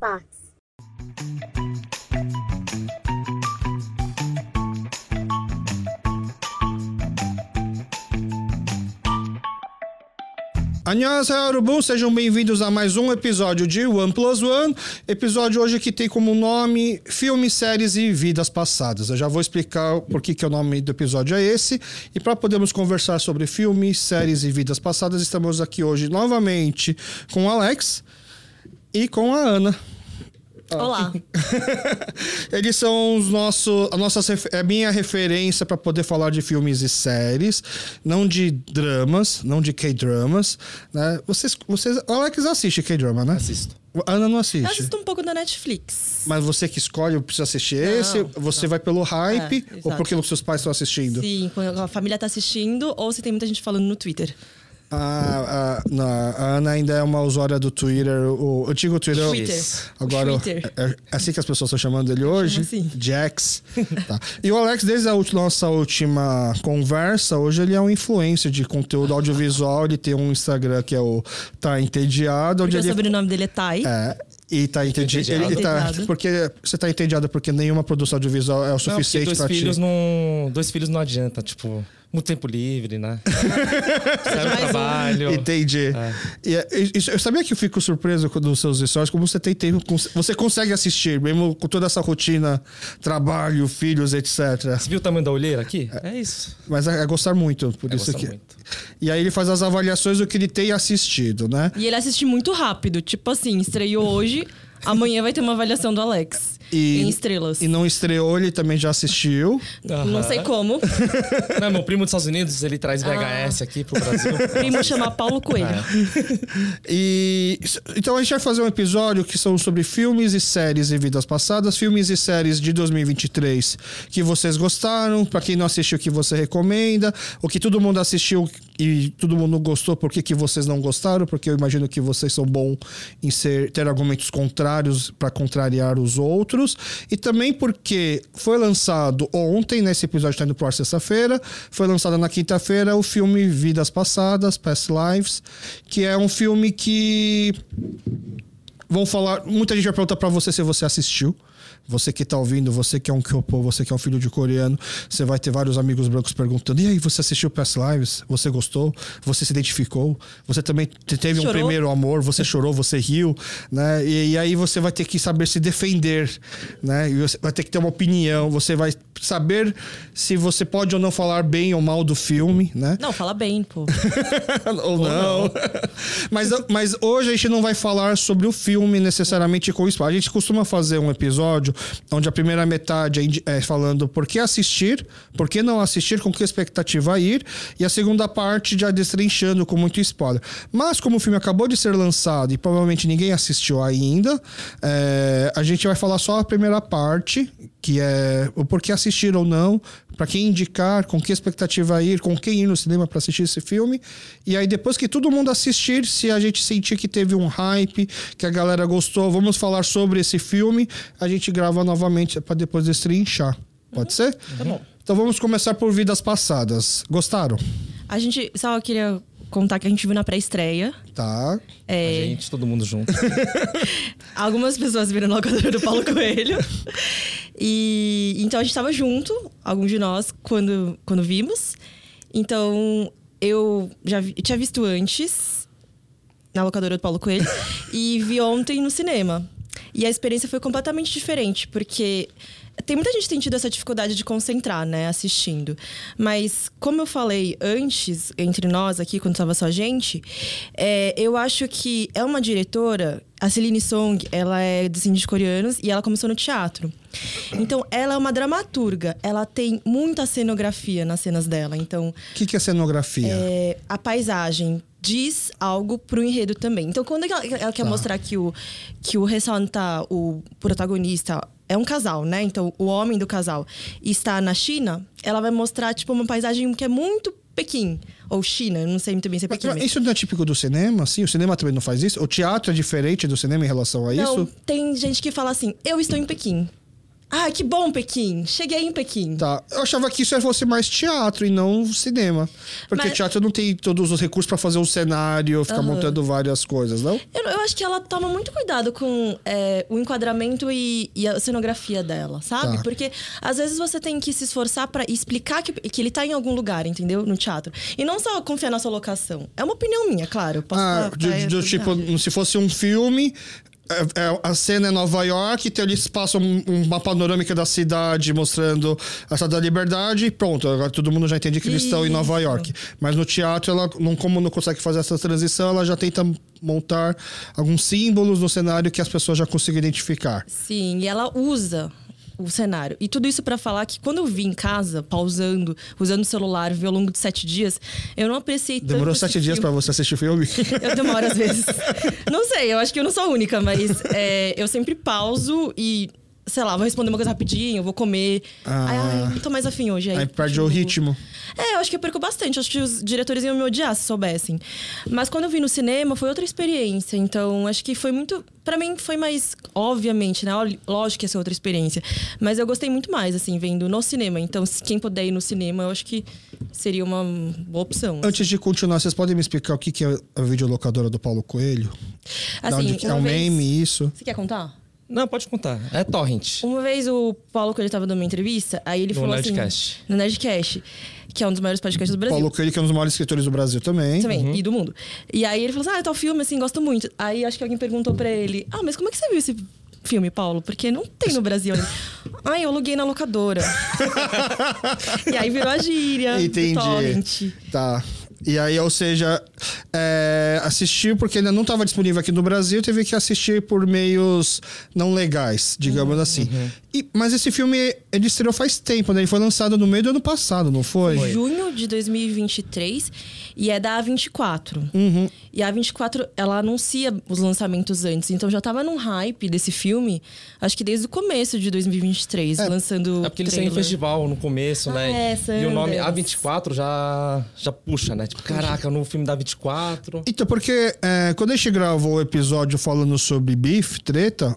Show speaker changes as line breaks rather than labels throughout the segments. Box.
Annyeonghaseyo, Arubum, sejam bem-vindos a mais um episódio de One Plus One. Episódio hoje que tem como nome Filmes, Séries e Vidas Passadas. Eu já vou explicar por que, que o nome do episódio é esse. E para podermos conversar sobre filmes, séries e vidas passadas, estamos aqui hoje novamente com o Alex e com a Ana.
Olá.
Eles são os nossos, a nossa é minha referência para poder falar de filmes e séries, não de dramas, não de K-dramas, né? Vocês, vocês, Alex assiste K-drama, né?
Assisto.
Ana não
Eu
assiste.
assisto um pouco da Netflix.
Mas você que escolhe, eu preciso assistir
Não,
esse, você
não.
vai pelo hype
É,
ou
exato.
porque os seus pais estão assistindo?
Sim, quando a família tá assistindo ou se tem muita gente falando no Twitter.
A, a- não, Ah, a Ana ainda é uma usuária do Twitter, o antigo Twitter.
Twitter.
Agora,
O Twitter.
é- é assim que as pessoas estão chamando ele hoje,
Chama assim.
Jax. Tá. E o Alex, desde a ulti- nossa última conversa, hoje ele é um influencer de conteúdo audiovisual. Ele tem um Instagram que é o Tá Entediado, onde
Porque o
ele
sobrenome dele é Tai.
é, e tá entediado.
entediado.
Ele tá,
Entediado.
porque você tá entediado porque nenhuma produção audiovisual é o
Não, porque
suficiente
dois
pra ti.
filhos não. Dois filhos não adianta, tipo, muito tempo livre, né? Sai do
mais um.
trabalho.
Entendi. E, é, isso- eu sabia que eu fico surpreso com os seus stories, como você tem tempo, cons- você consegue assistir, mesmo com toda essa rotina, trabalho, filhos, etc.
Você viu o tamanho da olheira aqui? É, isso.
Mas é, é gostar muito, por
É
isso
gostar
que.
muito.
E aí ele faz as avaliações do que ele tem assistido, né?
E ele assiste muito rápido. Tipo assim, estreou hoje, amanhã vai ter uma avaliação do Alex.
E-
em estrelas.
E não estreou, ele também já assistiu.
Não sei como.
Não, meu primo dos Estados Unidos, ele traz VHS aqui pro Brasil.
Ah. Primo chamar Paulo Coelho.
É. E então a gente vai fazer um episódio que são sobre filmes e séries e vidas passadas, filmes e séries de 2023 que vocês gostaram, pra quem não assistiu que você recomenda, o que todo mundo assistiu e todo mundo gostou, por que que vocês não gostaram? Porque eu imagino que vocês são bons em ser- ter argumentos contrários pra contrariar os outros e também porque foi lançado ontem, né, esse episódio tá indo pro ar sexta-feira, foi lançado na quinta-feira o filme Vidas Passadas, Past Lives, que é um filme que vão falar. Muita gente vai perguntar pra você se você assistiu. Você que tá ouvindo, você que é um Kyopo, você que é um filho de coreano, você vai ter vários amigos brancos perguntando: e aí, você assistiu Past Lives? Você gostou? Você se identificou? Você também te- teve um
Chorou?
primeiro amor? Você chorou? Você riu? Né? E, e aí você vai ter que saber se defender, né? E você vai ter que ter uma opinião, você vai saber se você pode ou não falar bem ou mal do filme, né?
Não, fala bem, pô.
ou não. mas, mas hoje a gente não vai falar sobre o filme necessariamente com spoiler. A gente costuma fazer um episódio onde a primeira metade é indi- é falando por que assistir, por que não assistir, com que expectativa ir, e a segunda parte já destrinchando com muito spoiler. Mas como o filme acabou de ser lançado e provavelmente ninguém assistiu ainda, é, a gente vai falar só a primeira parte, que é o porquê assistir ou não, para quem indicar, com que expectativa ir, com quem ir no cinema para assistir esse filme. E aí, depois que todo mundo assistir, se a gente sentir que teve um hype, que a galera gostou, vamos falar sobre esse filme, a gente grava novamente para depois destrinchar. Pode ser? Tá bom. Então vamos começar por vidas passadas. Gostaram?
A gente só queria contar que a gente viu na pré-estreia.
Tá.
A
É,
gente, todo mundo junto.
Algumas pessoas viram locadora do Paulo Coelho. E então a gente tava junto, alguns de nós, quando, quando vimos. Então eu já vi- tinha visto antes na locadora do Paulo Coelho e vi ontem no cinema. E a experiência foi completamente diferente, porque tem muita gente que tem tido essa dificuldade de concentrar, né, assistindo. Mas como eu falei antes, entre nós aqui, quando estava só a gente, é, eu acho que é uma diretora, a Celine Song, ela é descendente de coreanos e ela começou no teatro. Então, ela é uma dramaturga, ela tem muita cenografia nas cenas dela. Então,
O que, que é cenografia?
é, a paisagem diz algo pro enredo também. Então, quando ela, ela quer mostrar que o, que o ressalta, o protagonista é um casal, né? Então, o homem do casal está na China, ela vai mostrar, tipo, uma paisagem que é muito Pequim. Ou China, eu não sei muito bem se é
Mas,
Pequim.
mas
mesmo.
isso não é típico do cinema, sim? O cinema também não faz isso? O teatro é diferente do cinema em relação a
Não,
isso?
tem gente que fala assim, eu estou em Pequim. Ah, que bom, Pequim. Cheguei em Pequim.
Tá. Eu achava que isso fosse mais teatro e não cinema. Porque
Mas-
teatro não tem todos os recursos pra fazer um cenário, ficar
Aham.
montando várias coisas, não?
Eu, eu acho que ela toma muito cuidado com é, o enquadramento e, e a cenografia dela, sabe?
Tá.
Porque às vezes você tem que se esforçar pra explicar que, que ele tá em algum lugar, entendeu? No teatro. E não só confiar na sua locação. É uma opinião minha, claro. eu Posso
Ah,
tá-
de-
tá-
de- do
tá-
tipo, se fosse um filme, é- é- a cena é Nova York, então eles passam um- uma panorâmica da cidade mostrando a Cidade da Liberdade e pronto, agora todo mundo já entende que eles estão em Nova
Isso.
York. Mas no teatro, ela, não, como não consegue fazer essa transição, ela já tenta montar alguns símbolos no cenário que as pessoas já conseguem identificar.
Sim, assim, e ela usa o cenário. E tudo isso pra falar que quando eu vi em casa, pausando, usando o celular, vi ao longo de sete dias, eu não apreciei tanto.
Demorou
esse
sete dias
filme.
pra você assistir o filme?
Eu demoro às vezes. Não sei, eu acho que eu não sou a única, mas é, eu sempre pauso e, sei lá, vou responder uma coisa rapidinho, vou comer.
Ah.
Ai, ai, não tô mais afim hoje. Aí,
Aí perde o
continuo.
ritmo.
É, eu acho que eu perco bastante. Acho que os diretores iam me odiar se soubessem. Mas quando eu vi no cinema, foi outra experiência. Então, acho que foi muito. Pra mim, foi mais. Obviamente, né? Ó, Lógico que ia ser outra experiência. Mas eu gostei muito mais, assim, vendo no cinema. Então, se quem puder ir no cinema, eu acho que seria uma boa opção.
Antes de continuar, vocês podem me explicar o que que é a videolocadora do Paulo Coelho? Da onde que- é
Assim, uma
um
vez-
meme, isso?
Você quer contar?
Não, pode contar. É torrent.
Uma vez o Paulo, quando ele tava dando uma entrevista, aí ele
No
falou
Nerdcast.
assim... No Nerdcast. Que é um dos maiores podcasts do Brasil.
Paulo Coelho, que é um dos maiores escritores do Brasil também.
Também, e do mundo. E aí ele falou assim, ah, tal filme, assim, gosto muito. Aí acho que alguém perguntou pra ele, ah, mas como é que você viu esse filme, Paulo? Porque não tem no Brasil. Ele, Ai, eu aluguei na locadora. e aí virou a gíria. do torrent.
Entendi. Tá. E aí, ou seja, é, assistir porque ainda não estava disponível aqui no Brasil, teve que assistir por meios não legais, digamos assim. E- mas esse filme, ele estreou faz tempo, né? Ele foi lançado no meio do ano passado, não foi?
junho de 2023 e é da A24.
Uhum.
E a A24, ela anuncia os lançamentos antes. Então já tava num hype desse filme, acho que desde o começo de 2023, lançando
É porque ele
o
saiu em
trailer.
festival no começo,
Ah,
né?
é,
e o nome
Sundance.
A24 já, já puxa, né? Tipo, caraca, no filme da 24.
Então, porque é, quando a gente gravou o episódio falando sobre bife, treta,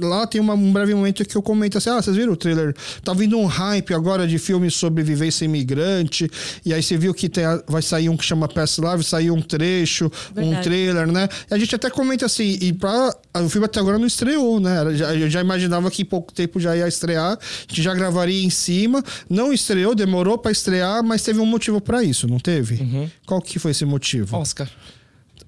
lá tem uma- um breve momento que eu comento assim: ah, vocês viram o trailer? Tá vindo um hype agora de filmes sobre vivência imigrante, e aí você viu que tem a- vai sair um que chama Pass Live, sair um trecho, um
Verdade.
trailer, né? E a gente até comenta assim: e pra, o filme até agora não estreou, né? Era- já- Eu já imaginava que em pouco tempo já ia estrear, a gente já gravaria em cima, não estreou, demorou pra estrear, mas teve um motivo pra isso, não teve? Qual que foi esse motivo?
Oscar.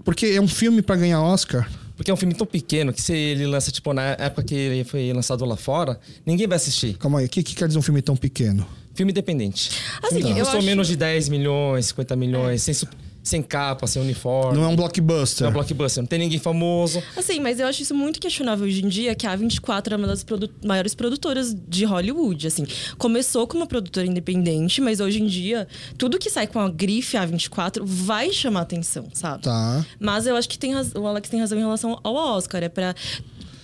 Porque é um filme pra ganhar Oscar.
Porque é um filme tão pequeno que se ele lança, tipo, na época que ele foi lançado lá fora, ninguém vai assistir.
Calma aí, o que, que quer dizer um filme tão pequeno?
Filme independente.
Assim,
Então,
eu
custou
acho- É.
menos de 10 milhões, 50 milhões, sem, su- sem capa, sem uniforme.
Não é um
Não
blockbuster.
é blockbuster, não tem ninguém famoso. É
Assim, mas eu acho isso muito questionável hoje em dia, que a A24 é uma das produ- maiores produtoras de Hollywood, assim. Começou como produtora independente, mas hoje em dia, tudo que sai com a grife A24 vai chamar atenção, sabe?
Tá.
Mas eu acho que tem raz- o Alex tem razão em relação ao Oscar, é pra...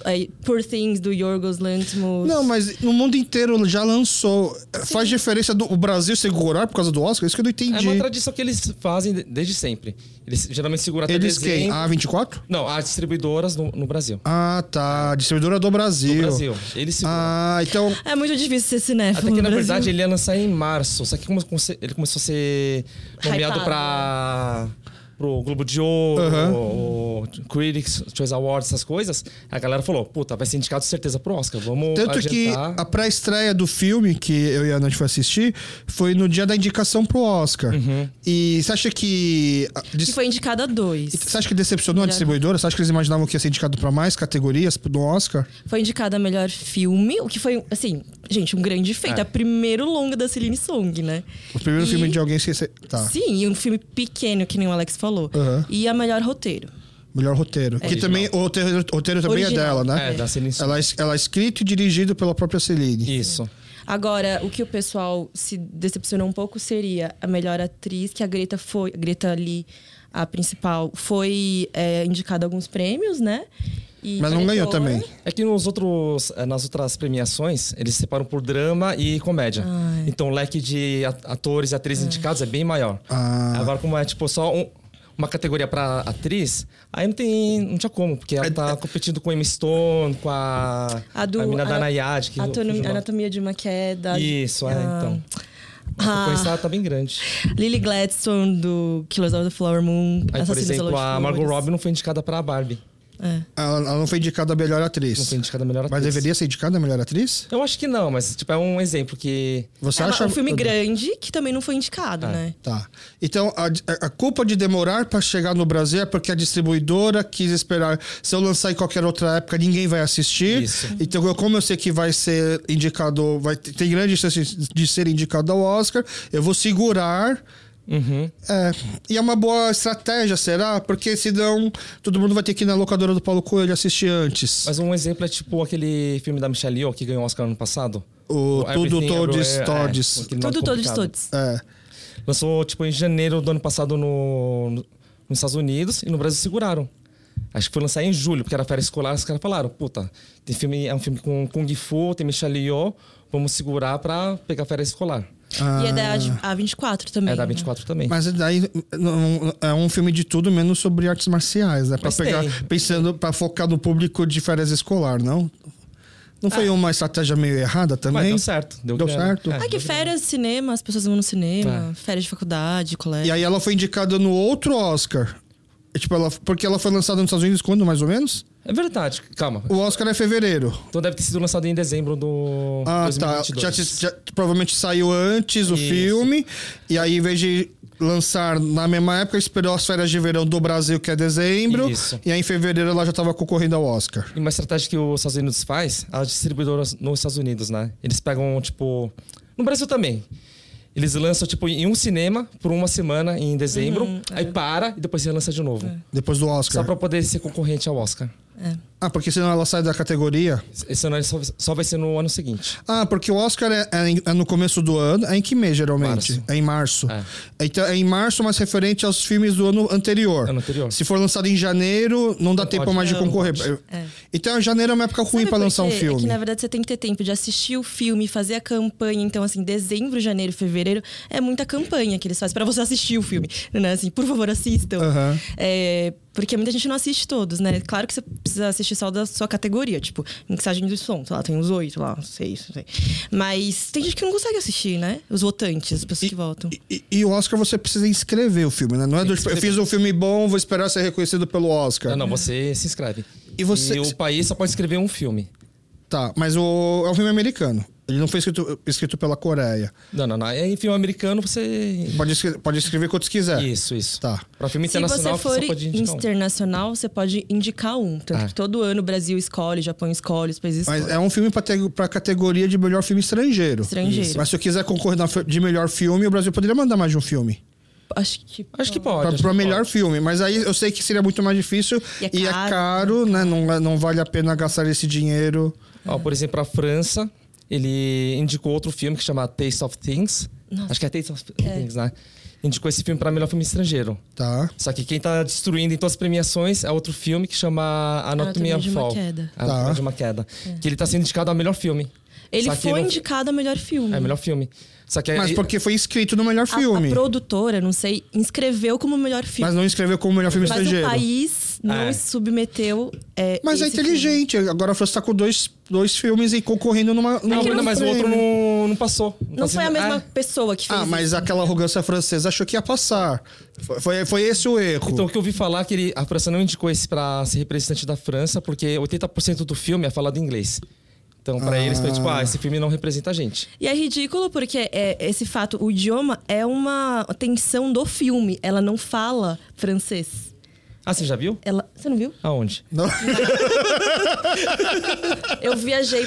aí, Poor Things, do Yorgos Lanthimos.
Não, mas no mundo inteiro já lançou. Faz diferença do o Brasil segurar por causa do Oscar? Isso que eu não
É
entendi.
uma tradição que eles fazem de- desde sempre. Eles geralmente seguram até
Eles quem?
dezembro.
A 24?
Não, as distribuidoras no, no Brasil.
Ah, tá. Distribuidora do Brasil.
No Brasil. Eles seguram.
Ah, então.
É muito difícil ser cinéfilo
Até
no
que, na
Brasil.
verdade, ele ia lançar em março. Só que como conce- ele começou a ser nomeado
Hypado,
para pro Globo de Ouro,
Aham.
o Critics, Choice Awards, essas coisas. A galera falou, puta, vai ser indicado certeza pro Oscar. Vamos
Tanto que
adiantar.
a pré-estreia do filme, que eu e a Nath foi assistir, foi no dia da indicação pro Oscar. E você acha que. ah, a-
Que foi indicada a dois.
Você acha que decepcionou a
Melhor.
distribuidora? Você acha que eles imaginavam que ia ser indicado pra mais categorias do Oscar?
Foi indicada a melhor filme, o que foi, assim, gente, um grande feito.
É.
É, o primeiro longa da Celine Song, né?
O primeiro
E-
filme de alguém esquecer. Tá.
Sim, e um filme pequeno, que nem o Alex falou.
Aham.
E a melhor roteiro.
Melhor roteiro. que
Original.
também, o roteiro, o roteiro também é
Original.
dela, né?
É, da Celine Song.
Ela, é- ela é escrito e dirigido pela própria Celine.
Isso.
Agora, o que o pessoal se decepcionou um pouco seria a melhor atriz, que a Greta foi. a Greta Lee, a principal, foi é, indicada a alguns prêmios, né? E
Mas não ganhou
diretora.
também.
É que nos outros, eh, nas outras premiações, eles separam por drama e comédia. Então o leque de a- atores e atrizes indicados é bem maior.
Ah.
Agora, como é tipo só um- uma categoria pra atriz, aí não, tem, não tinha como, porque
É,
ela tá competindo com a Emma Stone, com a,
A do.
a mina da
ana-
Nayad. Que
atono-
fugiu o nome.
Anatomia de uma queda.
Isso, é,
Ah,
então. A
Ah.
concorrência ela tá bem grande.
Lily Gladstone do Killers of the Flower Moon.
Aí, por
Assassinos da
exemplo,
Lua de
a Margot
Flores.
Robbie não foi indicada pra Barbie.
É.
Ela, ela não foi indicada a melhor atriz.
Não foi indicada a melhor atriz.
Mas deveria ser indicada a melhor atriz?
Eu acho que não, mas tipo, é um exemplo que.
Você
É uma-
acha.
um filme grande que também não foi indicado,
Ah.
né?
Tá. Então, a, a- a culpa de demorar para chegar no Brasil é porque a distribuidora quis esperar. Se eu lançar em qualquer outra época, ninguém vai assistir.
Isso.
Então, eu- como eu sei que vai ser indicado, vai ter- tem grande chance de ser indicado ao Oscar, eu vou segurar.
Uhum.
É, e é uma boa estratégia, será? Porque senão todo mundo vai ter que ir na locadora do Paulo Coelho assistir antes.
Mas um exemplo é tipo aquele filme da Michelle Yeoh que ganhou Oscar ano passado.
o Tudo,
Everything
Todes,
Everywhere- é,
Todes.
aquele nome
Tudo, todos,
complicado.
todos.
É.
Lançou tipo em janeiro do ano passado no, no- nos Estados Unidos e no Brasil seguraram. Acho que foi lançar em julho, porque era férias escolar, os caras falaram, puta, tem filme, é um filme com Kung Fu, tem Michelle Yeoh, vamos segurar pra pegar férias escolar.
E é
Ah.
da A24 também.
É da
né?
24 também.
Mas daí não- é um filme de tudo menos sobre artes marciais, né? Pra
Mas
pegar,
tem.
pensando para focar no público de férias escolar, não? Não foi uma estratégia meio errada
Ah. Mas
também?
deu certo. Deu,
Deu
grana.
certo?
Ah, que
deu grana.
férias de cinema, as pessoas vão no cinema, férias de faculdade, colégio.
É. e aí ela foi indicada no outro Oscar. E, Tipo, ela, porque ela foi lançada nos Estados Unidos quando, mais ou menos?
É verdade, calma.
O Oscar é fevereiro.
Então deve ter sido lançado em dezembro do
Ah,
2022.
tá. Já- já- provavelmente saiu antes o
Isso.
filme. E aí, em vez de lançar na mesma época, esperou as férias de verão do Brasil, que é dezembro.
Isso.
E aí, em fevereiro, ela já tava concorrendo ao Oscar.
E uma estratégia que os Estados Unidos faz, as distribuidoras nos Estados Unidos, né? Eles pegam, tipo. No Brasil também. Eles lançam, tipo, em um cinema por uma semana em dezembro,
Uhum,
aí
é.
para e depois relança de novo.
Depois do Oscar.
Só pra poder ser concorrente ao Oscar.
Ah, porque senão ela sai da categoria?
Esse ano só, só vai ser no ano seguinte.
Ah, porque o Oscar é, é em- é no começo do ano. É em que mês, geralmente?
Março.
É em março.
É.
Então, é em março, mas referente aos filmes do ano anterior.
Ano anterior.
Se for lançado em janeiro, não dá
Não
tempo
pode.
mais de
Não,
concorrer.
não pode.
É.
Então, janeiro é uma época ruim
Sabe
pra
por
lançar um
quê? É
filme.
que, na verdade, você tem que ter tempo de assistir o filme, fazer a campanha. Então, assim, dezembro, janeiro, fevereiro é muita campanha que eles fazem pra você assistir o filme. Né? Assim, por favor, assistam.
Aham.
É, porque muita gente não assiste todos, né? Claro que você precisa assistir só da sua categoria, tipo, mixagem do som, sei lá, tem uns oito lá, seis, não sei. Mas tem gente que não consegue assistir, né? Os votantes, as pessoas que votam.
E- E, e o Oscar você precisa inscrever o filme, né? Não é do, tipo, eu fiz um filme bom, vou esperar ser reconhecido pelo Oscar.
É, Não, não, você se inscreve.
É. E você-
o país só pode escrever um filme.
Tá, mas o, é um filme americano. Ele não foi escrito, escrito pela Coreia.
Não, não, não. Em filme americano você.
Pode, escre- pode escrever quantos quiser.
Isso, isso.
Tá.
Pra filme
Se você
internacional,
for
só pode indicar um.
internacional, você pode indicar um. Tanto
Ah.
que todo ano o Brasil escolhe, o Japão escolhe, os países
Mas
escolhem.
é um filme pra, te- pra categoria de melhor filme estrangeiro.
Estrangeiro. Isso.
Mas se eu quiser concorrer na fi- de melhor filme, o Brasil poderia mandar mais de um filme.
Acho que.
Acho que pode.
Pra,
acho
pra
que
melhor
pode.
filme. Mas aí eu sei que seria muito mais difícil
E é
e é
caro.
caro, né? Não, não vale a pena gastar esse dinheiro.
Ó, por exemplo, a França, ele indicou outro filme que chama Taste of Things.
Nossa.
Acho que é Taste of Things, né? Indicou esse filme para melhor filme estrangeiro.
Tá.
Só que quem tá destruindo em todas as premiações é outro filme que chama Anatomia
Anatomia
of
de uma
Fall.
Queda. É.
Anatomia
Tá.
de uma Queda. Que ele tá sendo indicado a melhor filme.
Ele
Só que
foi
não-
indicado a melhor filme.
É, melhor filme. Só que
Mas
aí-
porque foi escrito no melhor
A-
filme.
A, produtora, não sei, inscreveu como melhor filme.
Mas não escreveu como melhor filme
Mas, o
estrangeiro.
país não
É.
submeteu. É,
Mas é
esse
inteligente. Agora a França tá com dois, dois filmes e concorrendo numa.
não,
numa
É que não
mas o
prêmio.
outro não, não passou.
filme. Não
tá
foi a
sendo-
mesma
É.
pessoa que fez.
Ah,
isso.
mas aquela arrogância francesa achou que ia passar. Foi- Foi, foi esse o erro.
Então, o que eu ouvi falar é que ele- a França não indicou esse pra ser representante da França, porque 80% do filme é falado em inglês. Então, pra
Ah.
eles, foi tipo, ah, esse filme não representa a gente.
E é ridículo porque é, esse fato, o idioma é uma tensão do filme. Ela não fala francês.
Ah, você já viu?
Ela, você não viu?
Aonde?
Não,
Eu viajei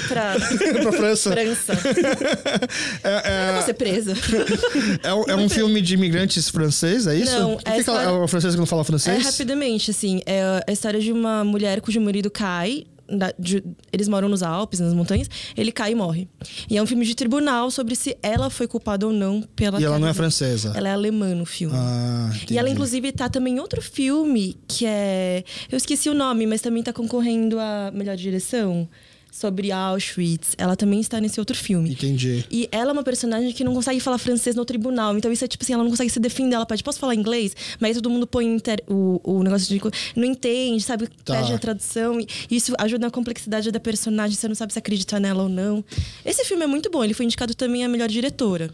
pra
pra França.
França. Eu vou ser presa.
É, um- é um filme de imigrantes francês, é isso?
Não,
Por que
é
que
só-
ela- é uma francesa que não fala
É,
francês?
rapidamente, assim, é a história de uma mulher cujo marido cai. da- de- eles moram nos Alpes, nas montanhas. Ele cai e morre. E é um filme de tribunal sobre se ela foi culpada ou não pela.
E ela não é
queda.
francesa.
Ela é alemã no filme.
Ah, entendi.
E ela, inclusive, tá também em outro filme que é. Eu esqueci o nome, mas também tá concorrendo a melhor direção. sobre Auschwitz. Ela também está nesse outro filme.
Entendi.
E ela é uma personagem que não consegue falar francês no tribunal. Então isso é tipo assim, ela não consegue se defender. Ela pede, posso falar inglês? Mas aí todo mundo põe inter- o, o negócio de... Não entende, sabe?
Tá.
Perde a tradução. E isso ajuda na complexidade da personagem. Você não sabe se acreditar nela ou não. Esse filme é muito bom. Ele foi indicado também a melhor diretora.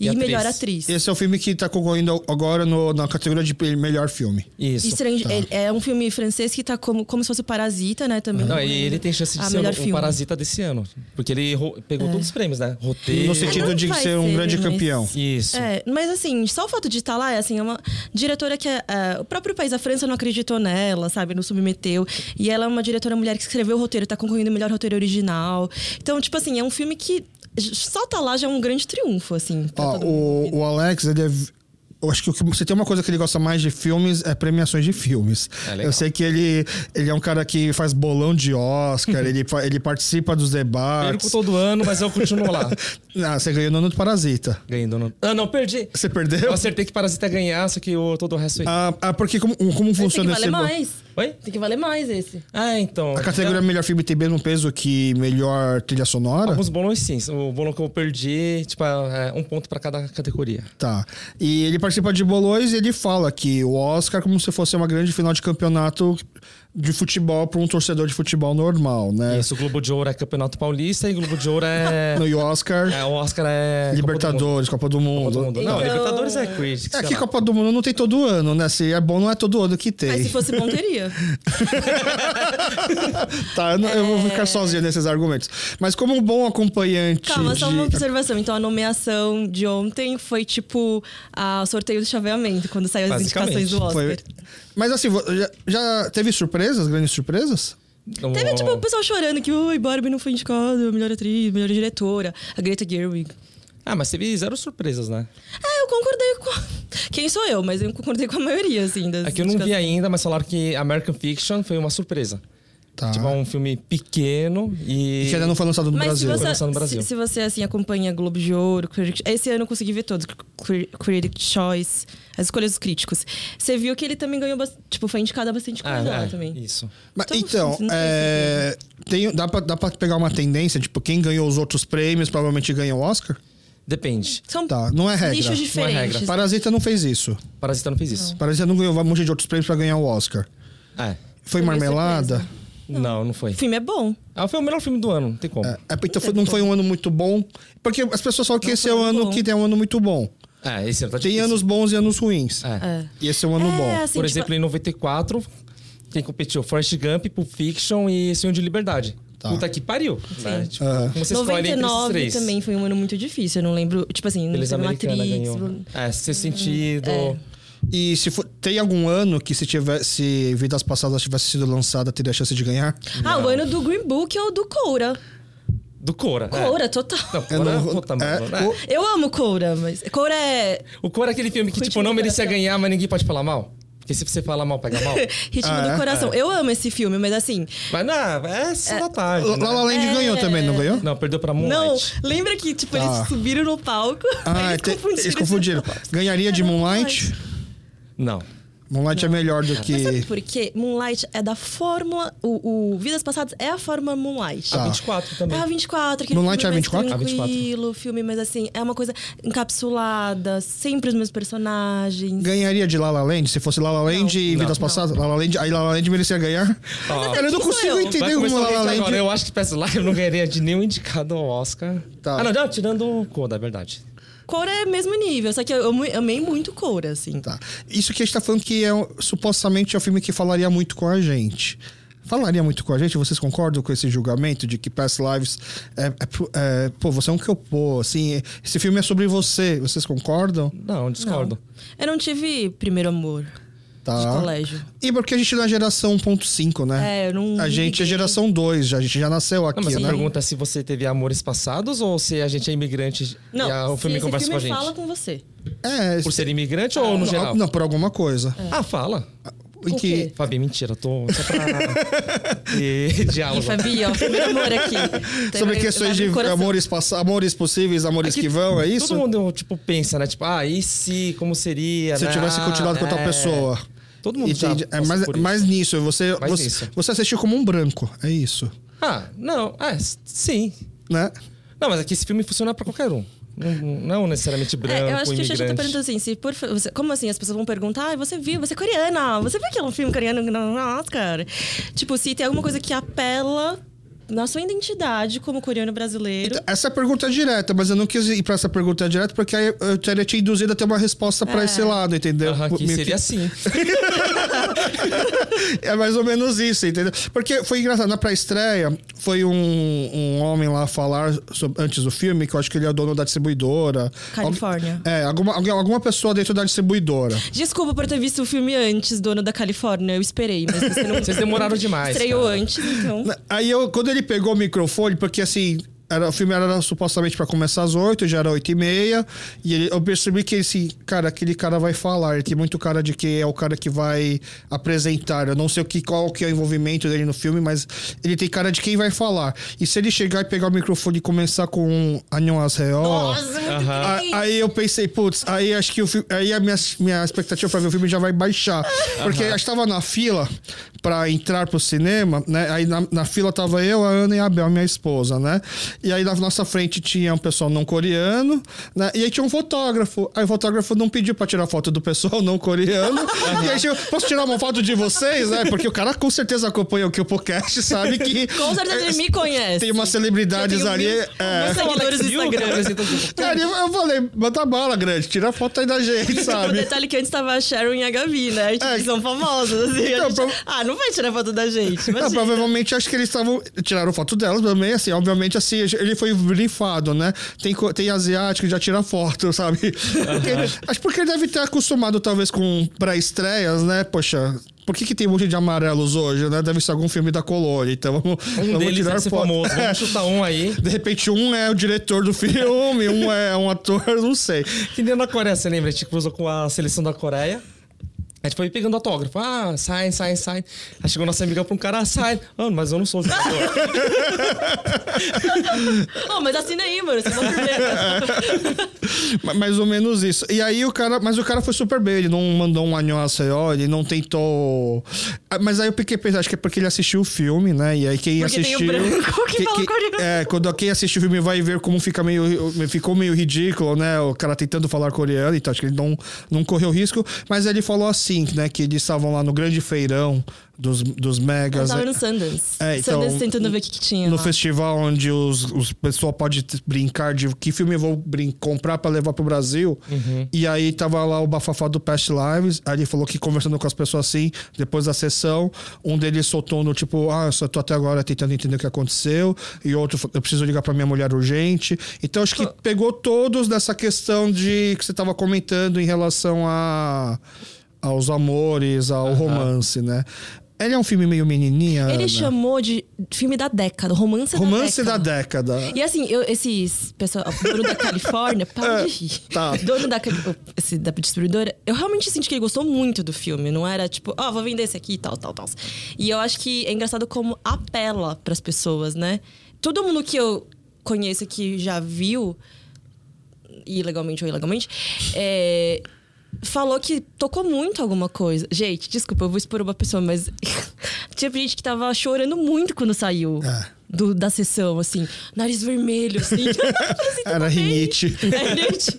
E
E,
atriz.
melhor atriz.
Esse é o filme que tá concorrendo agora no- na categoria de melhor filme.
Isso.
Estrange-
Tá.
é, é um filme francês que tá como, como se fosse o Parasita, né? Também.
Não, e ele tem chance
Ah,
de ser um
melhor
o- o,
filme. É.
parasita desse ano. Porque ele ro- pegou todos os prêmios, né? Roteiro.
No sentido
não
de
vai
ser um
ser,
grande
mas-
campeão.
Isso.
É, mas assim, só o fato de estar lá, é assim, é uma diretora que é, é, o próprio país, a França, não acreditou nela, sabe? Não submeteu. E ela é uma diretora mulher que escreveu o roteiro, tá concorrendo o melhor roteiro original. Então, tipo assim, é um filme que j- só tá lá já é um grande triunfo, assim.
Tá
Ó,
pra todo
o, o Alex, ele é. Eu acho que o que você tem uma coisa que ele gosta mais de filmes é premiações de filmes.
É legal.
eu sei que ele, ele é um cara que faz bolão de Oscar, ele, fa- ele participa dos
Perco
debates.
todo ano, mas eu continuo lá.
Ah, você ganhou no ano do Parasita.
Ganhando. no- Ah, não, perdi.
Você perdeu?
Eu acertei que Parasita ia ganhar, só que o, todo o resto aí.
Ah, ah, porque como, como
mundo. Esse tem que
funciona
valer
esse. bo-
mais.
Oi?
Tem que valer mais esse.
Ah, então.
A categoria melhor filme tem mesmo peso que melhor trilha sonora?
Alguns bolões sim. O bolão que eu perdi, tipo, é um ponto pra cada categoria.
Tá. E ele participa de bolões e ele fala que o Oscar é como se fosse uma grande final de campeonato de futebol para um torcedor de futebol normal, né?
Isso, o Globo de Ouro é Campeonato Paulista e o Globo de Ouro é.
No e o Oscar,
é o Oscar é. Copa do
Libertadores, Copa do Mundo.
Mundo. Copa do Mundo. Não,
Então-
Libertadores é Critics.
É
sei
que
lá.
Copa do Mundo não tem todo ano, né? Se é bom, não é todo ano que
Mas se
tem.
fosse bom, teria.
Tá, eu, não- eu vou
É.
ficar sozinho nesses argumentos. Mas como um bom acompanhante.
Calma, só
um
de-
uma observação. Então, a nomeação de ontem foi tipo a o sorteio do chaveamento, quando saiu as
Basicamente,
indicações do Oscar.
Foi- Mas assim, vo- já, já teve surpresas, grandes surpresas?
O-
Teve, tipo, o pessoal chorando que, oi, Barbie não foi indicado, melhor atriz, melhor diretora, a Greta Gerwig.
Ah, mas teve zero surpresas, né?
É, eu concordei com... Quem sou eu? Mas eu concordei com a maioria, assim, das...
É que eu não vi
indicações.
ainda, mas falaram que American Fiction foi uma surpresa.
Tá.
Tipo, é um filme pequeno e.
E que ainda não foi lançado no
Mas se
Brasil.
Foi
você,
lançado no Brasil.
se, se você, assim, acompanha Globo de Ouro, Critic... Esse ano eu consegui ver todos, Cri- Critic Choice, as escolhas dos críticos. Você viu que ele também ganhou, bas- tipo, foi indicado a bastante coisa lá
é,
também.
Isso.
Mas,
Então,
então,
não né? sei
é, tem, dá, pra, dá pra pegar uma tendência, tipo, quem ganhou os outros prêmios provavelmente ganha o Oscar?
Depende.
São
Tá, não é regra.
nichos diferentes.
regra.
Parasita não fez isso.
Parasita não fez isso.
Parasita não ganhou um monte de outros prêmios pra ganhar o Oscar.
É.
Foi
Foi uma
Marmelada?
Não. não, foi.
O filme é bom.
Ah, foi o melhor filme do ano, não tem como.
É, então foi- não foi um ano muito bom. Porque as pessoas falam que esse é o
foi
ano
bom.
que tem um ano muito bom.
É, esse ano tá
Tem
difícil.
anos bons e anos ruins.
É.
É.
E esse é um ano
É,
bom.
assim,
Por
tipo,
exemplo, em 94, quem competiu? Forrest Gump, Pulp Fiction e Sonho de Liberdade.
Tá.
Puta que pariu. Né? Tipo,
Aham.
Como você escolhe entre esses
99
três?
também foi um ano muito difícil. Eu não lembro, tipo assim, não
Beleza
lembro
Americana
Matrix. Uhum. É.
ganhou. É, Sexto Sentido.
E se for- tem algum ano que se tivesse se Vidas Passadas tivesse sido lançada, teria chance de ganhar?
Ah, o ano do Green Book é o do Coura.
Do Cora. É.
Coura, total.
Não,
Eu
Cora, puta, mano,
é,
né?
o-
Eu amo Coura, mas. Coura é
O Cora é aquele filme que, tipo,
Ritmo
não
do
merecia
coração.
ganhar, mas ninguém pode falar mal. Porque se você fala mal, pega mal.
ritmo
Ah, é?
do coração. Eu amo esse filme, mas assim.
mas não, é só da tarde.
La
né?
La Land
É.
ganhou também, não ganhou?
Não, perdeu pra
Não,
Moonlight.
lembra que, tipo,
Tá.
eles subiram no palco.
Ah,
aí eles
tem-
confundiram.
eles confundiram. Ganharia de
Era
Moonlight?
Não.
Moonlight é melhor do
Mas sabe
que.
por quê? Moonlight é da fórmula. O, o Vidas Passadas é a fórmula Moonlight.
Tá.
A 24
É
também.
a 24, aquele
Moonlight
filme
é
mais
24?
Ah, 24.
tranquilo, filme, mas assim, é uma coisa encapsulada, sempre os meus personagens.
Ganharia de La La Land? Se fosse La La Land e
Não.
Vidas Passadas, La La Land, aí La La Land merecia ganhar?
Ó.
Cara, eu não
Quem sou
consigo
eu?
Ah. Vai
entender como
começar
La
o
La
hate
Land...
agora. Eu acho que peço lá, eu não ganharia de nenhum indicado ao Oscar.
Tá.
Ah, não, não, tirando o Coda, é verdade.
Cora é mesmo nível, só que eu amo- amei muito Cora, assim.
Tá. Isso que a gente tá falando que é, um- supostamente é um filme que falaria muito com a gente. Falaria muito com a gente? Vocês concordam com esse julgamento de que Past Lives é... é pro- é, pô, você é um que eu pô, assim... Esse filme é sobre você. Vocês concordam?
Não, discordo.
Eu não tive primeiro amor de
Tá.
colégio.
E porque a gente é da geração 1.5, né?
É, eu não
A gente é
liguei.
geração 2, já, a gente já nasceu aqui,
Não, mas a
né?
pergunta é se você teve amores passados ou se a gente é imigrante
Não,
e a- o
se
filme
esse
conversa
filme
com a gente.
fala com você.
É,
Por ser imigrante ou no
não,
geral?
não, por alguma coisa.
É,
Ah, fala.
Em
O
que,
quê?
Fabi, mentira, eu tô só pra... e,
E
diálogo.
Fabi, ó, primeiro amor aqui. Tá
Sobre
abrindo-
questões de
abre o coração. assim.
amores, pass- amores possíveis, amores
Aqui,
que vão, é isso?
Todo mundo, tipo, pensa, né? Tipo, ah, e se, como seria,
Se eu
né?
tivesse
Ah,
continuado com outra
é.
pessoa.
Todo mundo já
Entende? É
passa
mais,
por
mais nisso. Você,
Mais
você,
isso.
você assistiu como um branco, é isso.
Ah, não. É, s- sim.
né?
Não, mas é que esse filme funciona pra qualquer um. Não, não necessariamente branco,
É, eu acho que o Xuxa tá
imigrante.
perguntando assim, se por fa- você- como assim as pessoas vão perguntar, ah, você viu, você é coreana, você viu que é um filme coreano no no Oscar? Tipo, se tem alguma coisa que apela na sua identidade como coreano brasileiro.
Então, Essa pergunta é direta, mas eu não quis ir pra essa pergunta direta porque aí eu teria te induzido a ter uma resposta pra esse lado, entendeu?
É. Aham, que
Meio
seria assim.
É mais ou menos isso, entendeu? Porque foi engraçado, na pré-estreia, foi um, um homem lá falar sob- antes do filme, que eu acho que ele é o dono da distribuidora.
Califórnia.
Algu- é, alguma, alguém- alguma pessoa dentro da distribuidora.
Desculpa por ter visto o filme antes, Dono da Califórnia, eu esperei, mas você não
Vocês demoraram demais,
estreou
cara.
antes, então...
Aí eu, quando ele pegou o microfone, porque assim. Era, o filme era supostamente pra começar às 8, já era 8 e meia. E ele- eu percebi que esse cara, aquele cara vai falar. Ele tem muito cara de que é o cara que vai apresentar. Eu não sei o que, qual que é o envolvimento dele no filme, mas ele tem cara de quem vai falar. E se ele chegar e pegar o microfone e começar com um Anhaseo.
Nossa, muito
A-
bem.
Aí eu pensei, putz, aí acho que o filme, aí a minha, minha expectativa pra ver o filme já vai baixar. Porque eu estava na fila pra entrar pro cinema, né? Aí na, na fila tava eu, a Ana e a Bel, minha esposa, né? E aí na nossa frente tinha um pessoal não coreano, né? E aí tinha um fotógrafo. Aí o fotógrafo não pediu pra tirar foto do pessoal não coreano. E aí chegou, posso tirar uma foto de vocês, né? Porque o cara com certeza acompanha aqui o podcast, sabe que.
Com certeza ele me conhece.
Tem umas celebridades
Eu tenho
ali.
mil-
é.
meus seguidores
Alex
do
Bill, que
Instagram.
apresenta o jogo.
Cara, eu, eu falei, manda bala, grande, tira a foto aí da gente,
O
Tá
sabe?
detalhe é que antes tava a Sharon e a Gabi, né? Tipo,
É.
São famosas, assim. a
Não,
gente-
prova-
Ah, não vai tirar foto da gente.
Não,
imagina.
provavelmente acho que eles estavam. Tiraram foto delas também, assim, obviamente, assim, ele foi brifado, né? Tem, co- tem asiático que já tira foto, sabe? Porque- acho porque ele deve ter acostumado, talvez, com pré-estreias, né? Poxa. Por que, que tem um monte de amarelos hoje, né? Deve ser algum filme da Colônia, então vamos,
Um
vamos
deles
tirar
deve ser
foto.
famoso.
É.
Vamos chutar um aí.
De repente, um é o diretor do filme, um é um ator, não sei.
Que nem na Coreia, você lembra? A gente cruzou com a seleção da Coreia. A gente foi pegando autógrafo. Ah, sai, sai, sai. Aí chegou nossa amiga pra um cara, ah, sai. Ah, mas eu não sou jogador.
Ô, mas assina aí, mano. Você é não problema.
Ma- Mais ou menos isso. E aí o cara, mas o cara foi super bem, ele não mandou um anhoseo, ele não tentou. Ah, Mas aí eu fiquei pensando, acho que é porque ele assistiu o filme, né? E aí quem
Porque tem o
assistiu.
branco que fala coreano.
É, quando quem assistiu o filme vai ver como fica meio, ficou meio ridículo, né? O cara tentando falar coreano, então acho que ele não, não correu risco. Mas ele falou assim, né? Que eles estavam lá no grande feirão dos, dos
Eu
megas.
tava
né?
no Sundance.
É, então,
Sundance tentando ver o que, que tinha.
No
lá.
festival onde os, os pessoal pode t- brincar de que filme eu vou brin- comprar pra levar pro Brasil. E aí tava lá o bafafá do Past Lives. Aí ele falou que conversando com as pessoas assim, depois da sessão, um deles soltou no tipo, ah, eu só tô até agora tentando entender o que aconteceu. E outro, fa- eu preciso ligar pra minha mulher urgente. Então acho que pegou todos dessa questão de que você tava comentando em relação a aos amores, ao romance, né? Ele é um filme meio menininha.
Ele
Ana?
chamou de filme da década, romance,
Romance
da
da
década.
década.
E assim, eu, esses pessoal, o dono da Califórnia, para de rir.
tá.
Dono da, Cali- o- esse, da distribuidora, eu realmente senti que ele gostou muito do filme. Não era tipo, ó, vou vender esse aqui e tal, tal, tal. E eu acho que é engraçado como apela pras pessoas, né? Todo mundo que eu conheço que já viu, ilegalmente ou ilegalmente, é, falou que tocou muito alguma coisa. Gente, desculpa, eu vou expor uma pessoa, mas tinha gente que tava chorando muito quando saiu.
É.
do- da sessão, assim, nariz vermelho, assim. Eu falei assim,
Era
tudo bem.
rinite.
É rinite.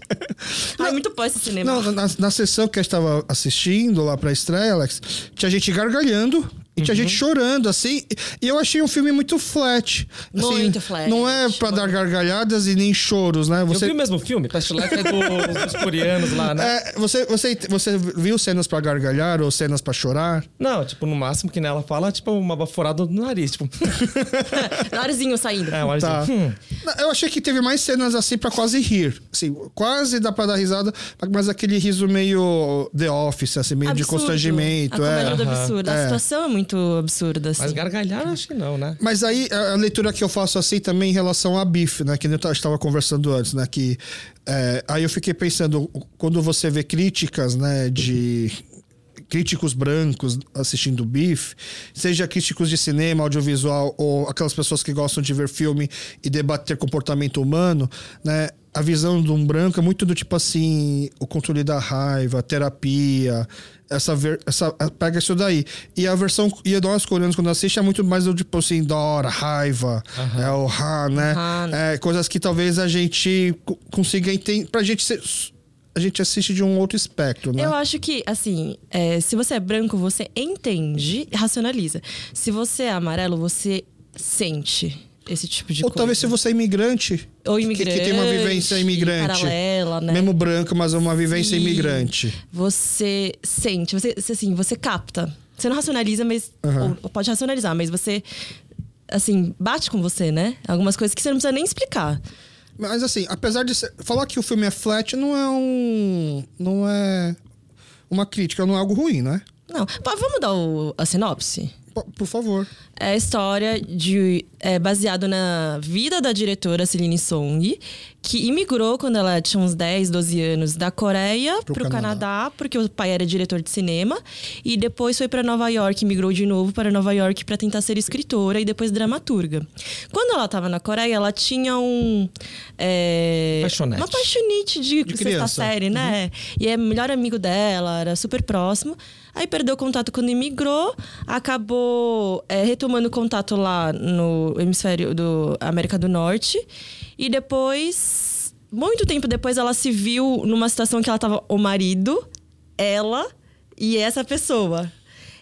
Ai, muito pó esse cinema.
Não, na, na sessão que eu estava assistindo lá pra estreia, Alex, tinha gente gargalhando e tinha
Uhum.
gente chorando, assim. E eu achei um filme muito flat. Assim,
Muito flat.
Não é pra dar gargalhadas e nem choros, né?
Eu
Você,
vi o mesmo filme. Past Life é do- dos coreanos lá, né?
é, você, você, você viu cenas pra gargalhar ou cenas pra chorar?
Não, tipo, no máximo que nela fala, tipo, uma baforada no nariz. Tipo,
Narizinho saindo.
é, uma
Tá.
Hum.
Não, Eu achei que teve mais cenas assim pra quase rir. Assim, quase dá pra dar risada, mas aquele riso meio The Office, assim, meio de
Absurdo.
constrangimento.
A
é.
comédia do absurdo.
É.
A situação é muito absurda, assim.
Mas gargalhar, eu acho que não, né?
Mas aí a a leitura que eu faço assim também em relação a bife, né? Que nem eu estava conversando antes, né? Que é, aí eu fiquei pensando quando você vê críticas, né? De críticos brancos assistindo bife, seja críticos de cinema, audiovisual ou aquelas pessoas que gostam de ver filme e debater comportamento humano, né? a visão de um branco é muito do tipo assim, o controle da raiva, a terapia, essa, ver, essa pega isso daí. E a versão e nós coreanos quando assiste é muito mais do tipo assim, da hora, raiva, é o ha, né?
Ha,
É, coisas que talvez a gente co- consiga entender, pra gente ser- a gente assiste de um outro espectro, né?
Eu acho que, assim, é, se você é branco, você entende e racionaliza. Se você é amarelo, você sente esse tipo de
Ou
coisa.
talvez se você é imigrante.
Ou
que-
imigrante.
Que, tem uma vivência imigrante.
Paralela, né?
Mesmo branca, mas uma vivência
Sim.
imigrante.
Você sente, você, você, assim, você capta. Você não racionaliza, mas.
Aham.
Ou pode racionalizar, mas você. Assim, bate com você, né? Algumas coisas que você não precisa nem explicar.
Mas assim, apesar de ser- falar que o filme é flat, não é um. Não é. Uma crítica, não é algo ruim, né?
Não. Pá, vamos dar o- a sinopse?
P- por favor.
É a história de é, baseado na vida da diretora Celine Song, que imigrou quando ela tinha uns 10, 12 anos da Coreia
Pro
para o
Canadá.
Canadá, porque o pai era diretor de cinema, e depois foi para Nova York, migrou de novo para Nova York para tentar ser escritora e depois dramaturga. Quando ela estava na Coreia, ela tinha um é,
Paixonete.
uma paixonite de,
De
sexta
criança.
série, né? E é melhor amigo dela, era super próximo. Aí perdeu o contato quando imigrou, acabou é, retomando o contato lá no hemisfério do América do Norte. E depois, muito tempo depois, ela se viu numa situação que ela tava o marido, ela e essa pessoa.